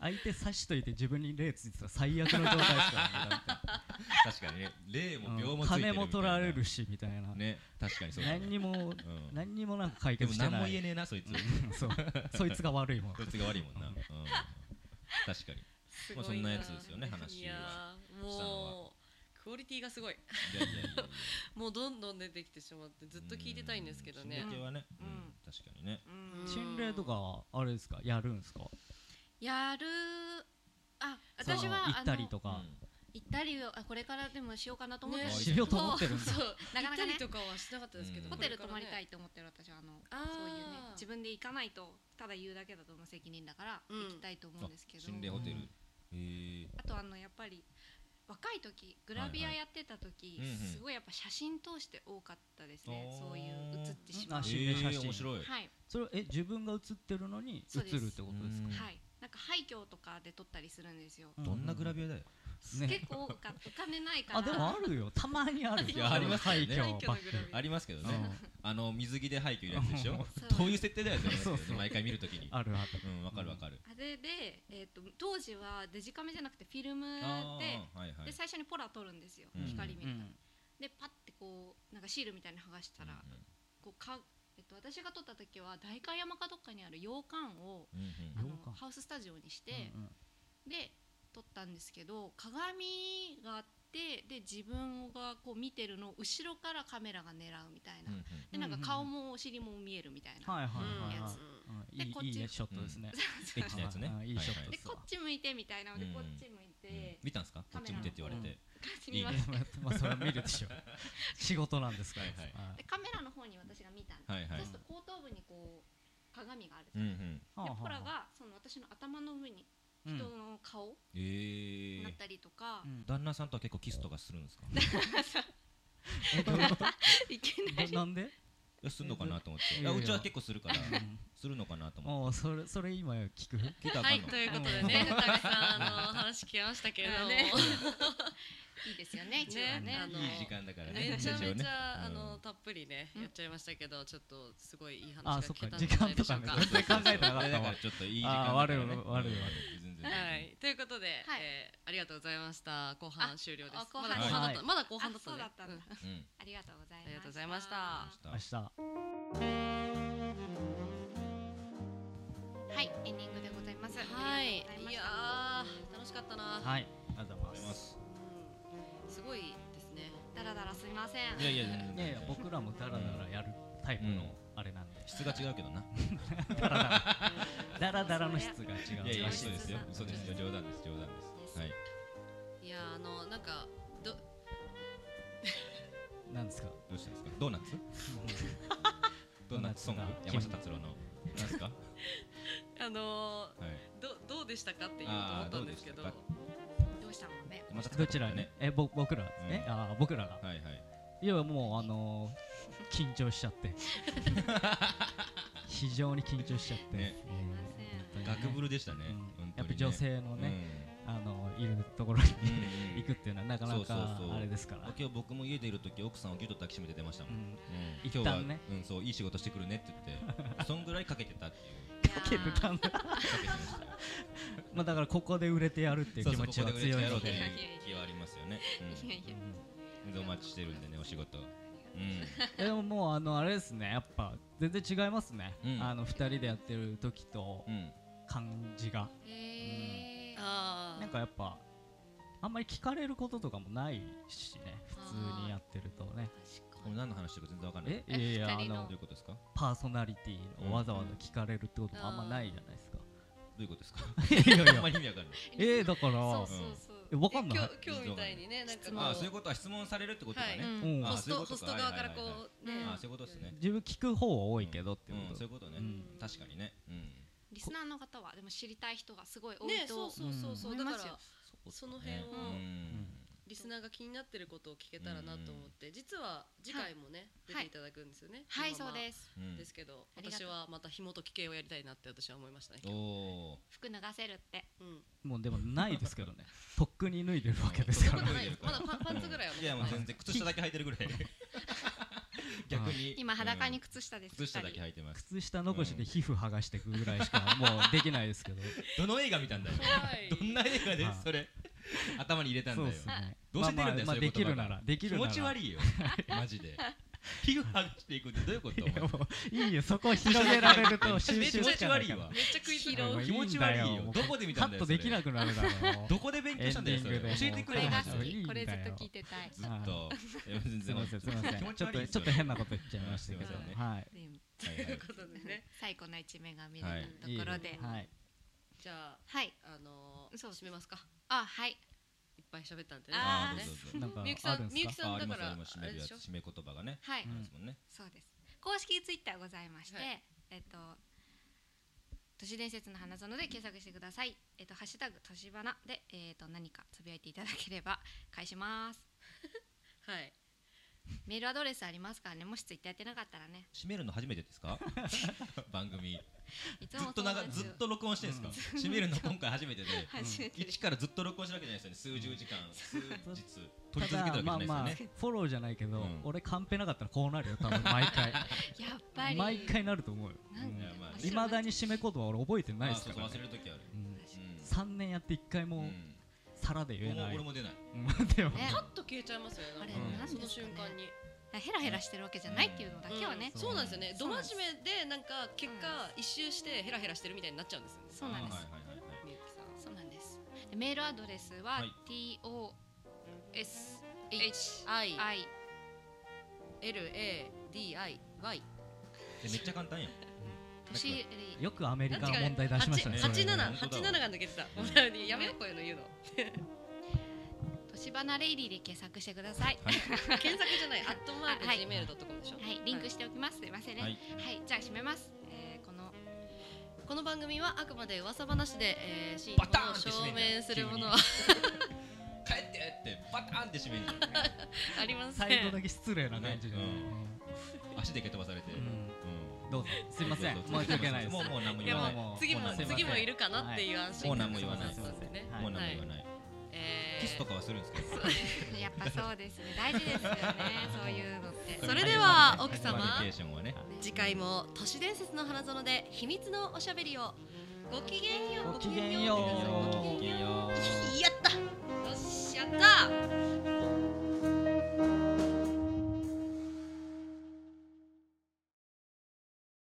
[SPEAKER 5] 相手刺しといて自分に霊ついてたら最悪の状態ですからね
[SPEAKER 6] <laughs>
[SPEAKER 5] だって
[SPEAKER 6] 確かにね霊も
[SPEAKER 5] う
[SPEAKER 6] 病
[SPEAKER 5] ん
[SPEAKER 6] もついてるみた
[SPEAKER 5] 金
[SPEAKER 6] いな
[SPEAKER 5] も取られるしみたいな
[SPEAKER 6] ね確かにそうだね
[SPEAKER 5] 何にも
[SPEAKER 6] うん
[SPEAKER 5] 何にもなんか解決
[SPEAKER 6] でも
[SPEAKER 5] して
[SPEAKER 6] 何も
[SPEAKER 5] な
[SPEAKER 6] 言え
[SPEAKER 5] い
[SPEAKER 6] ねえなそいつ
[SPEAKER 5] うんそうそいつが悪い
[SPEAKER 6] <laughs>
[SPEAKER 5] もん
[SPEAKER 6] そいつが悪いもんな、うん、確かに
[SPEAKER 4] す
[SPEAKER 6] まあそ
[SPEAKER 4] ごい
[SPEAKER 6] ん
[SPEAKER 4] な
[SPEAKER 6] なやつですよね
[SPEAKER 3] い
[SPEAKER 6] 話
[SPEAKER 3] や
[SPEAKER 6] は
[SPEAKER 3] ー
[SPEAKER 6] したの
[SPEAKER 3] もうクオリティがすごい
[SPEAKER 6] いやいやいやいや
[SPEAKER 3] もうどんどん出てきてしまってずっと聞いてたいんですけどね
[SPEAKER 6] 心霊系はね、
[SPEAKER 4] うん
[SPEAKER 6] うん、確かにね
[SPEAKER 4] うん
[SPEAKER 5] 心霊とかあれですかやるんですか
[SPEAKER 4] やるあ私は
[SPEAKER 5] その行ったり
[SPEAKER 4] あの
[SPEAKER 5] とか
[SPEAKER 4] 行ったりをあこれからでもしようかなと思って、
[SPEAKER 3] ね
[SPEAKER 4] る
[SPEAKER 5] しようと思ってるんだ
[SPEAKER 3] そう行
[SPEAKER 4] なか
[SPEAKER 3] っ
[SPEAKER 4] な
[SPEAKER 3] た
[SPEAKER 4] か
[SPEAKER 3] り
[SPEAKER 4] ね
[SPEAKER 3] とかはしなかったですけど、
[SPEAKER 6] うん
[SPEAKER 4] ホテル泊まりた
[SPEAKER 3] い
[SPEAKER 4] いと思ってる私はあの
[SPEAKER 3] あー
[SPEAKER 4] そういうね自分で行かないとただ言うだけだと思う責任だから
[SPEAKER 3] うん
[SPEAKER 4] 行きたいと思うんですけど、
[SPEAKER 6] 心霊ホテル、
[SPEAKER 5] う
[SPEAKER 6] へ
[SPEAKER 5] ん
[SPEAKER 6] え
[SPEAKER 4] あとあのやっぱり若い時グラビアやってた時、
[SPEAKER 6] はいはいうんうん
[SPEAKER 4] すごいやっぱ写真通して多かったですね、
[SPEAKER 6] あー
[SPEAKER 4] そういう写ってし
[SPEAKER 5] う
[SPEAKER 4] ま
[SPEAKER 5] ん
[SPEAKER 4] う
[SPEAKER 5] あ
[SPEAKER 6] え
[SPEAKER 5] 心霊写真
[SPEAKER 6] 面白い、
[SPEAKER 4] はい、
[SPEAKER 5] それはえ自分が映ってるのに映
[SPEAKER 4] そうです
[SPEAKER 5] るってことですか
[SPEAKER 6] うん
[SPEAKER 4] はい、なんか廃墟とかで撮ったりするんですよ、
[SPEAKER 5] う
[SPEAKER 6] どんなグラビアだよ、
[SPEAKER 5] ね
[SPEAKER 4] 結構多かったお金ないから
[SPEAKER 5] あでもあるよたまにある
[SPEAKER 6] いやありますよね
[SPEAKER 5] 廃墟ばっかり
[SPEAKER 6] ありますけどね、あの水着で廃墟いるやつでし
[SPEAKER 5] う
[SPEAKER 6] ょ
[SPEAKER 5] ん
[SPEAKER 6] どういう設定だよって思いますよね
[SPEAKER 5] そうそう
[SPEAKER 6] 毎回見るときに
[SPEAKER 5] あるある
[SPEAKER 6] うんわかるわかる、
[SPEAKER 4] あれで、えー、と当時はデジカメじゃなくてフィルムで
[SPEAKER 6] ああはいはい
[SPEAKER 4] で最初にポラ撮るんですよ、
[SPEAKER 6] うん
[SPEAKER 4] 光見
[SPEAKER 5] う
[SPEAKER 4] るため
[SPEAKER 5] ん
[SPEAKER 4] でパッてこうなんかシールみたいに剥がしたら、こうか、えっと、私が撮った時は代官山かどっかにある洋館を
[SPEAKER 6] うんうん
[SPEAKER 4] あの
[SPEAKER 5] 洋館
[SPEAKER 4] ハウススタジオにして、
[SPEAKER 5] うん
[SPEAKER 4] で撮ったんですけど鏡があってで自分がこう見てるのを後ろからカメラが狙うみたいな、
[SPEAKER 6] うんうん
[SPEAKER 4] でなんか顔もお尻も見えるみたいな、
[SPEAKER 5] はいはいはい
[SPEAKER 4] や
[SPEAKER 5] は
[SPEAKER 4] つ
[SPEAKER 5] いう
[SPEAKER 4] で
[SPEAKER 5] ん
[SPEAKER 4] こっ
[SPEAKER 5] いい
[SPEAKER 4] ち
[SPEAKER 5] いいねショットで
[SPEAKER 4] <laughs>
[SPEAKER 5] すね
[SPEAKER 6] エッチなやつね
[SPEAKER 5] あいいショット
[SPEAKER 4] で
[SPEAKER 5] ですわ
[SPEAKER 4] こっち向いてみたいなので、
[SPEAKER 6] うん
[SPEAKER 4] こっち向い
[SPEAKER 6] うん
[SPEAKER 4] て、
[SPEAKER 6] 見たんすかこ
[SPEAKER 4] カ
[SPEAKER 6] っ
[SPEAKER 4] メ
[SPEAKER 6] ち
[SPEAKER 4] ラ
[SPEAKER 6] 見てって言われて、
[SPEAKER 5] うん
[SPEAKER 4] こっち
[SPEAKER 6] い
[SPEAKER 4] 見
[SPEAKER 6] い
[SPEAKER 4] ま
[SPEAKER 6] ね
[SPEAKER 4] した
[SPEAKER 5] まあそれは見るでしょ仕事なんですから
[SPEAKER 6] はいは
[SPEAKER 4] <laughs>
[SPEAKER 6] い
[SPEAKER 4] でカメラの方に私が見たんです、
[SPEAKER 6] はいはい
[SPEAKER 4] そうすると後頭部にこう鏡がある
[SPEAKER 6] う
[SPEAKER 4] じゃ
[SPEAKER 6] んう
[SPEAKER 4] ない
[SPEAKER 6] ん
[SPEAKER 5] はあは
[SPEAKER 4] で
[SPEAKER 5] あ
[SPEAKER 4] ポラがその私の頭の上に
[SPEAKER 5] うん
[SPEAKER 4] 人の顔
[SPEAKER 6] え
[SPEAKER 4] だっ
[SPEAKER 6] ー
[SPEAKER 4] たりとか、
[SPEAKER 5] うん
[SPEAKER 6] 旦那さんとは結構キスとかするんですか
[SPEAKER 5] えどういうこと
[SPEAKER 4] いけない
[SPEAKER 5] どなんで、
[SPEAKER 6] やすんのかなと思っ
[SPEAKER 5] い
[SPEAKER 6] て
[SPEAKER 5] や
[SPEAKER 6] い
[SPEAKER 5] いや
[SPEAKER 6] やうちは結構す
[SPEAKER 5] <laughs>
[SPEAKER 6] るから
[SPEAKER 5] うん
[SPEAKER 6] するのかなと思っ
[SPEAKER 5] もうそれそれ今聞く
[SPEAKER 6] て聞いたら
[SPEAKER 3] は
[SPEAKER 6] あか
[SPEAKER 3] い
[SPEAKER 6] んの
[SPEAKER 3] ということでね二上さんあの話聞きましたけれども、
[SPEAKER 4] ねいいですよね一応は
[SPEAKER 3] ねあ
[SPEAKER 4] ね
[SPEAKER 3] の
[SPEAKER 6] いい時間だからね
[SPEAKER 3] めちゃめ
[SPEAKER 6] 一応ね
[SPEAKER 3] ちゃあ
[SPEAKER 6] う
[SPEAKER 3] の
[SPEAKER 6] ん
[SPEAKER 3] たっぷりねやっちゃいましたけどちょっとすごいいい話が
[SPEAKER 5] あそ
[SPEAKER 3] 聞
[SPEAKER 5] っか
[SPEAKER 3] けたんじ
[SPEAKER 5] 時
[SPEAKER 3] ゃない
[SPEAKER 5] 間
[SPEAKER 3] で
[SPEAKER 5] と
[SPEAKER 3] しょうか。
[SPEAKER 5] かね全然考えてなかっ
[SPEAKER 6] だ
[SPEAKER 5] た
[SPEAKER 6] か
[SPEAKER 5] わ
[SPEAKER 6] らちょっといい時間
[SPEAKER 5] あー
[SPEAKER 6] だった
[SPEAKER 5] 悪
[SPEAKER 6] からね
[SPEAKER 5] い悪い悪い
[SPEAKER 6] 全然
[SPEAKER 3] はい、ということで、えーありがとうございました。後半終了です
[SPEAKER 4] あ。後
[SPEAKER 3] ま
[SPEAKER 4] 半
[SPEAKER 3] だ後半だった、
[SPEAKER 5] は
[SPEAKER 3] まだ後半だったね。
[SPEAKER 4] あそうだったんだ
[SPEAKER 3] うん
[SPEAKER 6] うん
[SPEAKER 4] ありがとうございました
[SPEAKER 3] ありがとうございました
[SPEAKER 5] 明日
[SPEAKER 4] はいエンディングでございます
[SPEAKER 3] はい、い
[SPEAKER 4] ありが
[SPEAKER 3] やー
[SPEAKER 4] とうございました
[SPEAKER 3] 楽しかったな。
[SPEAKER 5] はいありがとうございます
[SPEAKER 3] うんすごいですね。
[SPEAKER 4] だらだらすみません
[SPEAKER 6] いやいや全然
[SPEAKER 5] いやいや僕らもダラダラやるタイプ
[SPEAKER 6] うん
[SPEAKER 5] のあれなんで、
[SPEAKER 6] 質が違うけどな
[SPEAKER 5] ダラダラダラダラの質が違う
[SPEAKER 6] いやいや
[SPEAKER 5] 上質
[SPEAKER 6] 嘘ですよ
[SPEAKER 3] 上質
[SPEAKER 6] 嘘ですよ冗談です冗談ですはい
[SPEAKER 3] いやーあのなんかど
[SPEAKER 5] なんですか
[SPEAKER 6] どうしたんですかドーナツドーナツソング
[SPEAKER 5] ドーナツが
[SPEAKER 6] 山下達郎のなんですかは
[SPEAKER 3] あの
[SPEAKER 6] い
[SPEAKER 3] ーどどうでしたかって言おうと思ったんですけど。
[SPEAKER 6] あーど
[SPEAKER 4] どうしたのね
[SPEAKER 6] 山下達郎
[SPEAKER 5] どちらに、えぼ僕ら、えあー僕らが
[SPEAKER 6] はいはい
[SPEAKER 5] いやもうあのー、緊張しちゃって
[SPEAKER 6] <laughs>
[SPEAKER 5] 非常に緊張しちゃって、
[SPEAKER 6] ね
[SPEAKER 5] うん
[SPEAKER 6] ガクブルでしたね
[SPEAKER 5] うん
[SPEAKER 6] 本当にね
[SPEAKER 5] やっぱ女性の
[SPEAKER 6] うん
[SPEAKER 5] ね、あのいるところに
[SPEAKER 6] うん
[SPEAKER 5] 行くっていうのはなかな
[SPEAKER 6] そうそう
[SPEAKER 5] か
[SPEAKER 6] そう
[SPEAKER 5] あれですから
[SPEAKER 6] 今日僕も家でいる時奥さんをギュッと抱きしめて出ましたもん
[SPEAKER 5] うん
[SPEAKER 6] うん
[SPEAKER 5] 一旦ね
[SPEAKER 6] 今日はうんそういい仕事してくるねって
[SPEAKER 5] <laughs>
[SPEAKER 6] 言ってそんぐらいかけてたっていう
[SPEAKER 5] かけてたん <laughs> だ
[SPEAKER 6] かけてましたよ
[SPEAKER 5] まあだからここで売れてやるっていう
[SPEAKER 6] そう
[SPEAKER 5] 気
[SPEAKER 6] そ
[SPEAKER 5] 持
[SPEAKER 6] うこ
[SPEAKER 5] ちは
[SPEAKER 6] こで売れ
[SPEAKER 5] 強
[SPEAKER 6] て
[SPEAKER 5] い
[SPEAKER 6] やろう
[SPEAKER 5] の
[SPEAKER 6] とい
[SPEAKER 5] で
[SPEAKER 6] う気はありますよね
[SPEAKER 4] いやいや
[SPEAKER 6] うんでお待ちしてるんでねお仕事うん
[SPEAKER 5] えでももうあのあれですねやっぱ全然違いますね、
[SPEAKER 6] うん
[SPEAKER 5] あの二人でやってる時と
[SPEAKER 6] うん
[SPEAKER 5] 感じが、
[SPEAKER 4] えー
[SPEAKER 3] あ
[SPEAKER 5] なんかやっぱあんまり聞かれることとかもないしね普通にやってるとね
[SPEAKER 6] これ何の話してるか全然わかんない
[SPEAKER 5] えいやいや
[SPEAKER 4] 二
[SPEAKER 5] あ
[SPEAKER 4] 人の
[SPEAKER 5] の
[SPEAKER 6] どういうことですかど
[SPEAKER 5] パーソナリティをわざわざ聞かれるってこともあんまないじゃないですか、
[SPEAKER 6] ういうことですか
[SPEAKER 5] いやい
[SPEAKER 6] あん
[SPEAKER 5] や
[SPEAKER 6] まり意味わかんない
[SPEAKER 5] えー、だから
[SPEAKER 4] そうそうそう
[SPEAKER 5] えわかんない
[SPEAKER 3] 今日今日みたいにねなんか
[SPEAKER 4] 質問
[SPEAKER 3] こ
[SPEAKER 6] あーそういうことは質問されるってことだ
[SPEAKER 3] は
[SPEAKER 6] ね
[SPEAKER 5] うん
[SPEAKER 3] う
[SPEAKER 6] あ
[SPEAKER 3] ホ
[SPEAKER 6] ー
[SPEAKER 3] ス
[SPEAKER 6] そういう
[SPEAKER 3] ト
[SPEAKER 6] こと
[SPEAKER 3] ホ
[SPEAKER 6] か
[SPEAKER 3] スト側からこ
[SPEAKER 6] はいはいは
[SPEAKER 3] うね
[SPEAKER 4] うん
[SPEAKER 6] あーそういうことですね
[SPEAKER 5] 自分聞く方は多いけどっていう
[SPEAKER 6] うん
[SPEAKER 5] こ
[SPEAKER 6] そうい
[SPEAKER 5] と
[SPEAKER 6] うことね
[SPEAKER 5] うん
[SPEAKER 6] 確かにねうん
[SPEAKER 4] リスナーの方はでも知りたい人がすごい多
[SPEAKER 3] ね
[SPEAKER 4] い
[SPEAKER 3] そ
[SPEAKER 4] と
[SPEAKER 3] うそうそうそう、
[SPEAKER 4] うん
[SPEAKER 3] だか
[SPEAKER 4] 思い
[SPEAKER 3] ら
[SPEAKER 4] ます
[SPEAKER 3] その辺を、
[SPEAKER 6] うん
[SPEAKER 3] リスナーが気になってることを聞けたらなと思って、実は次回もね、
[SPEAKER 4] は
[SPEAKER 3] 出
[SPEAKER 4] い
[SPEAKER 3] ていただくんですよね。
[SPEAKER 4] はい
[SPEAKER 3] そ
[SPEAKER 4] そ
[SPEAKER 3] の
[SPEAKER 4] う
[SPEAKER 3] まま
[SPEAKER 4] です
[SPEAKER 6] うん
[SPEAKER 3] ですけど、
[SPEAKER 4] ありが
[SPEAKER 3] 私
[SPEAKER 4] とう
[SPEAKER 3] はまた紐解き系をやりたいなって私は思いましたね。
[SPEAKER 6] おお
[SPEAKER 4] 服脱がせるって
[SPEAKER 3] うん、
[SPEAKER 5] もうでもないですけど
[SPEAKER 6] <laughs>
[SPEAKER 5] ねとっくに脱いでるわけです
[SPEAKER 3] そん
[SPEAKER 5] か
[SPEAKER 3] な
[SPEAKER 5] ら
[SPEAKER 3] こと
[SPEAKER 5] ね
[SPEAKER 3] ないです。まだパンパンツぐらいは。
[SPEAKER 6] いやもう全然靴下だけ履いてるぐ
[SPEAKER 5] <laughs>
[SPEAKER 6] らい逆に
[SPEAKER 4] 今裸
[SPEAKER 6] う
[SPEAKER 4] に
[SPEAKER 6] ん
[SPEAKER 4] 靴下です
[SPEAKER 6] 靴下だけ
[SPEAKER 4] 二人
[SPEAKER 6] 履いてます
[SPEAKER 5] 靴下残しで皮膚剥がしていくぐらいしかもうできないですけど
[SPEAKER 6] どの映画見たんだよどんな映画で
[SPEAKER 5] はい
[SPEAKER 6] それ頭に入れたん
[SPEAKER 5] そ
[SPEAKER 6] だ
[SPEAKER 5] う
[SPEAKER 6] よ
[SPEAKER 5] ですね
[SPEAKER 6] どうせ出る
[SPEAKER 5] ま
[SPEAKER 6] んだよ
[SPEAKER 5] あまあまあ
[SPEAKER 6] そうい
[SPEAKER 5] で
[SPEAKER 6] う
[SPEAKER 5] き
[SPEAKER 6] 言葉
[SPEAKER 5] る
[SPEAKER 6] が
[SPEAKER 5] ならできるな
[SPEAKER 6] 気
[SPEAKER 5] ら
[SPEAKER 6] 持ち悪いよ <laughs> マジで皮膚剥がしていくってどういうことお
[SPEAKER 5] いや
[SPEAKER 6] 前
[SPEAKER 5] もういいよそこ広げられると収
[SPEAKER 6] めっち
[SPEAKER 5] 集つ
[SPEAKER 6] ゃ気持ち
[SPEAKER 5] かな
[SPEAKER 6] 悪
[SPEAKER 5] い
[SPEAKER 6] い
[SPEAKER 5] か
[SPEAKER 6] わ
[SPEAKER 3] めっちゃ食い気
[SPEAKER 5] ら
[SPEAKER 3] 味
[SPEAKER 5] も
[SPEAKER 3] の
[SPEAKER 5] う。い
[SPEAKER 6] 気持ち
[SPEAKER 5] んだ
[SPEAKER 6] 悪い
[SPEAKER 5] よ
[SPEAKER 6] よどこで見たんだ
[SPEAKER 5] カット
[SPEAKER 6] よそれ
[SPEAKER 5] できなくなるだろう
[SPEAKER 6] どこで勉強したんだよそれ
[SPEAKER 5] エンディングで
[SPEAKER 6] 教えてく
[SPEAKER 4] こ
[SPEAKER 6] れ
[SPEAKER 4] れ
[SPEAKER 6] よ
[SPEAKER 4] が
[SPEAKER 6] マジ
[SPEAKER 4] 好
[SPEAKER 5] もういいん
[SPEAKER 6] で
[SPEAKER 5] だ
[SPEAKER 4] きこれずっと聞
[SPEAKER 5] よ
[SPEAKER 4] いてたい
[SPEAKER 6] ずっといや全
[SPEAKER 5] すい
[SPEAKER 6] 然
[SPEAKER 5] ませんすいません
[SPEAKER 6] 気持ち悪いです
[SPEAKER 5] ちょっと
[SPEAKER 6] それ
[SPEAKER 5] 変なこと言っちゃいましたけど
[SPEAKER 4] すいません
[SPEAKER 6] ね
[SPEAKER 5] は
[SPEAKER 4] うん
[SPEAKER 5] い
[SPEAKER 6] はいはい
[SPEAKER 3] ということでね、
[SPEAKER 4] 最高な一面が見れたと
[SPEAKER 5] いい
[SPEAKER 4] こ
[SPEAKER 5] す
[SPEAKER 4] ろで
[SPEAKER 5] はい
[SPEAKER 3] じゃあ、
[SPEAKER 4] はい
[SPEAKER 3] あのー、
[SPEAKER 4] そうです
[SPEAKER 3] 締めますか。
[SPEAKER 4] あはい
[SPEAKER 3] いっぱい喋ったんでね。
[SPEAKER 6] あ
[SPEAKER 4] あ
[SPEAKER 6] ー
[SPEAKER 3] ね
[SPEAKER 6] どうぞどうぞ
[SPEAKER 5] なんか
[SPEAKER 3] みゆきさ
[SPEAKER 5] ある
[SPEAKER 3] ん、
[SPEAKER 5] ん
[SPEAKER 3] み
[SPEAKER 5] で
[SPEAKER 3] ゆき
[SPEAKER 5] すか
[SPEAKER 3] さ
[SPEAKER 6] あ
[SPEAKER 3] ん
[SPEAKER 6] あり
[SPEAKER 3] だ
[SPEAKER 6] ま
[SPEAKER 3] か
[SPEAKER 6] すあ
[SPEAKER 3] ら
[SPEAKER 6] り
[SPEAKER 3] あれで
[SPEAKER 6] ます、締めるやつ
[SPEAKER 3] しょ。
[SPEAKER 6] 締め言葉がね
[SPEAKER 4] はい
[SPEAKER 5] うん
[SPEAKER 6] ですもんね
[SPEAKER 4] そうです公式ツイッターございまして、
[SPEAKER 3] はい
[SPEAKER 4] えっと都市伝説の花園で検索してください。えっとハッシュタグ都市花でえっと何かつぶやいていただければ返します。
[SPEAKER 3] はい。
[SPEAKER 4] メールアドレスありますからね。もしツイッターやってなかったらね。
[SPEAKER 6] 締めるの初めてですか番組
[SPEAKER 4] いつ
[SPEAKER 6] ず
[SPEAKER 4] も
[SPEAKER 6] っと長ずっと録音してるんですか締めるの今回初めてで
[SPEAKER 4] 初めて
[SPEAKER 6] 一からずっと録音してるわけじゃないですよね数十時間数日取り続けてるわけじゃないです
[SPEAKER 5] まあ
[SPEAKER 6] よ
[SPEAKER 5] まあ
[SPEAKER 6] ね
[SPEAKER 5] フォローじゃないけど、
[SPEAKER 6] うん
[SPEAKER 5] 俺カンペなかったらこうなるよ多分毎回
[SPEAKER 4] やっぱり
[SPEAKER 5] 毎回なると思うよ
[SPEAKER 4] なんか
[SPEAKER 6] いやまあ
[SPEAKER 4] 面白
[SPEAKER 5] い
[SPEAKER 4] いま
[SPEAKER 5] まだに締め言葉俺覚えてないですから、
[SPEAKER 6] あ
[SPEAKER 5] ね
[SPEAKER 6] そうそう忘れる時あるうん
[SPEAKER 5] 3年やって1回
[SPEAKER 6] う
[SPEAKER 5] も
[SPEAKER 6] ん
[SPEAKER 5] 皿で言え
[SPEAKER 6] 俺も
[SPEAKER 5] ない、
[SPEAKER 6] 俺も出ない
[SPEAKER 5] うん <laughs> でも
[SPEAKER 4] ね
[SPEAKER 3] パッと消えちゃいますよね。なんか
[SPEAKER 6] あれうん
[SPEAKER 3] その瞬間に。
[SPEAKER 4] ヘラヘラしてるわけじゃないっていうのだけはね
[SPEAKER 3] うん。そうなんですよね。
[SPEAKER 4] そ
[SPEAKER 3] ど
[SPEAKER 4] うなんで
[SPEAKER 3] 真
[SPEAKER 4] す
[SPEAKER 3] 面目で、なんか結果一周して、ヘラヘラしてるみたいになっちゃうんですよね。
[SPEAKER 4] そうなんです
[SPEAKER 6] はいはいはいはい
[SPEAKER 3] みゆきさん。
[SPEAKER 4] そうなんです。でメールアドレスは、
[SPEAKER 6] はい
[SPEAKER 4] T O S
[SPEAKER 3] H
[SPEAKER 4] H
[SPEAKER 3] I
[SPEAKER 4] I
[SPEAKER 3] L A D I Y
[SPEAKER 6] でめっちゃ簡単やん
[SPEAKER 4] 都市伝
[SPEAKER 5] よくアメリカの問題出しましたね
[SPEAKER 6] あ違う
[SPEAKER 5] それ
[SPEAKER 3] 八
[SPEAKER 6] ね
[SPEAKER 3] 七
[SPEAKER 6] 本当
[SPEAKER 3] 八
[SPEAKER 6] だわ
[SPEAKER 3] 七が抜けてた。もうやめようこういうの言うの。
[SPEAKER 4] 都市花レイリーで検索してください。
[SPEAKER 6] はい
[SPEAKER 3] 検索じゃない。アットマーク
[SPEAKER 4] はい
[SPEAKER 3] gmail ドットコムでしょ。
[SPEAKER 4] はい、リンクしておきます。すいませんね。
[SPEAKER 6] は
[SPEAKER 4] はいい、じゃあ締めます。えー、この
[SPEAKER 3] この番組はあくまで噂話で、えー、真
[SPEAKER 6] バターン
[SPEAKER 3] を
[SPEAKER 6] って
[SPEAKER 3] 証
[SPEAKER 6] 閉めんじゃ
[SPEAKER 3] 明
[SPEAKER 6] ん
[SPEAKER 3] するものは
[SPEAKER 6] 急に帰ってってババカーンって締めに
[SPEAKER 3] あります
[SPEAKER 5] 最後だ
[SPEAKER 3] ね。
[SPEAKER 5] け失礼な感じで、
[SPEAKER 6] ね足で蹴飛ばされて、
[SPEAKER 5] う
[SPEAKER 6] うん
[SPEAKER 5] んどうぞすいません
[SPEAKER 6] どうぞ
[SPEAKER 5] 申し訳ないです
[SPEAKER 6] もうもう何も
[SPEAKER 3] い
[SPEAKER 6] 言
[SPEAKER 3] や
[SPEAKER 6] わない
[SPEAKER 5] もう
[SPEAKER 3] もう次も
[SPEAKER 6] もうなんも言わない
[SPEAKER 3] 次もいるかなっていう安心感
[SPEAKER 6] もうなんも言わない
[SPEAKER 3] ですね。
[SPEAKER 5] はい
[SPEAKER 6] もう何も言わない、
[SPEAKER 3] えー
[SPEAKER 6] キスとかはするんですけど
[SPEAKER 4] やっぱそうですね大事ですよねそういうのって
[SPEAKER 6] <laughs>
[SPEAKER 3] それでは奥
[SPEAKER 6] コミ
[SPEAKER 3] 様
[SPEAKER 6] ュニケーションはね
[SPEAKER 3] 次回も都市伝説の花園で秘密のおしゃべりをごきげんよう
[SPEAKER 5] ごきげんよう
[SPEAKER 3] ごきげんよう <laughs>
[SPEAKER 6] ごきげんよう
[SPEAKER 3] やったよっしゃやった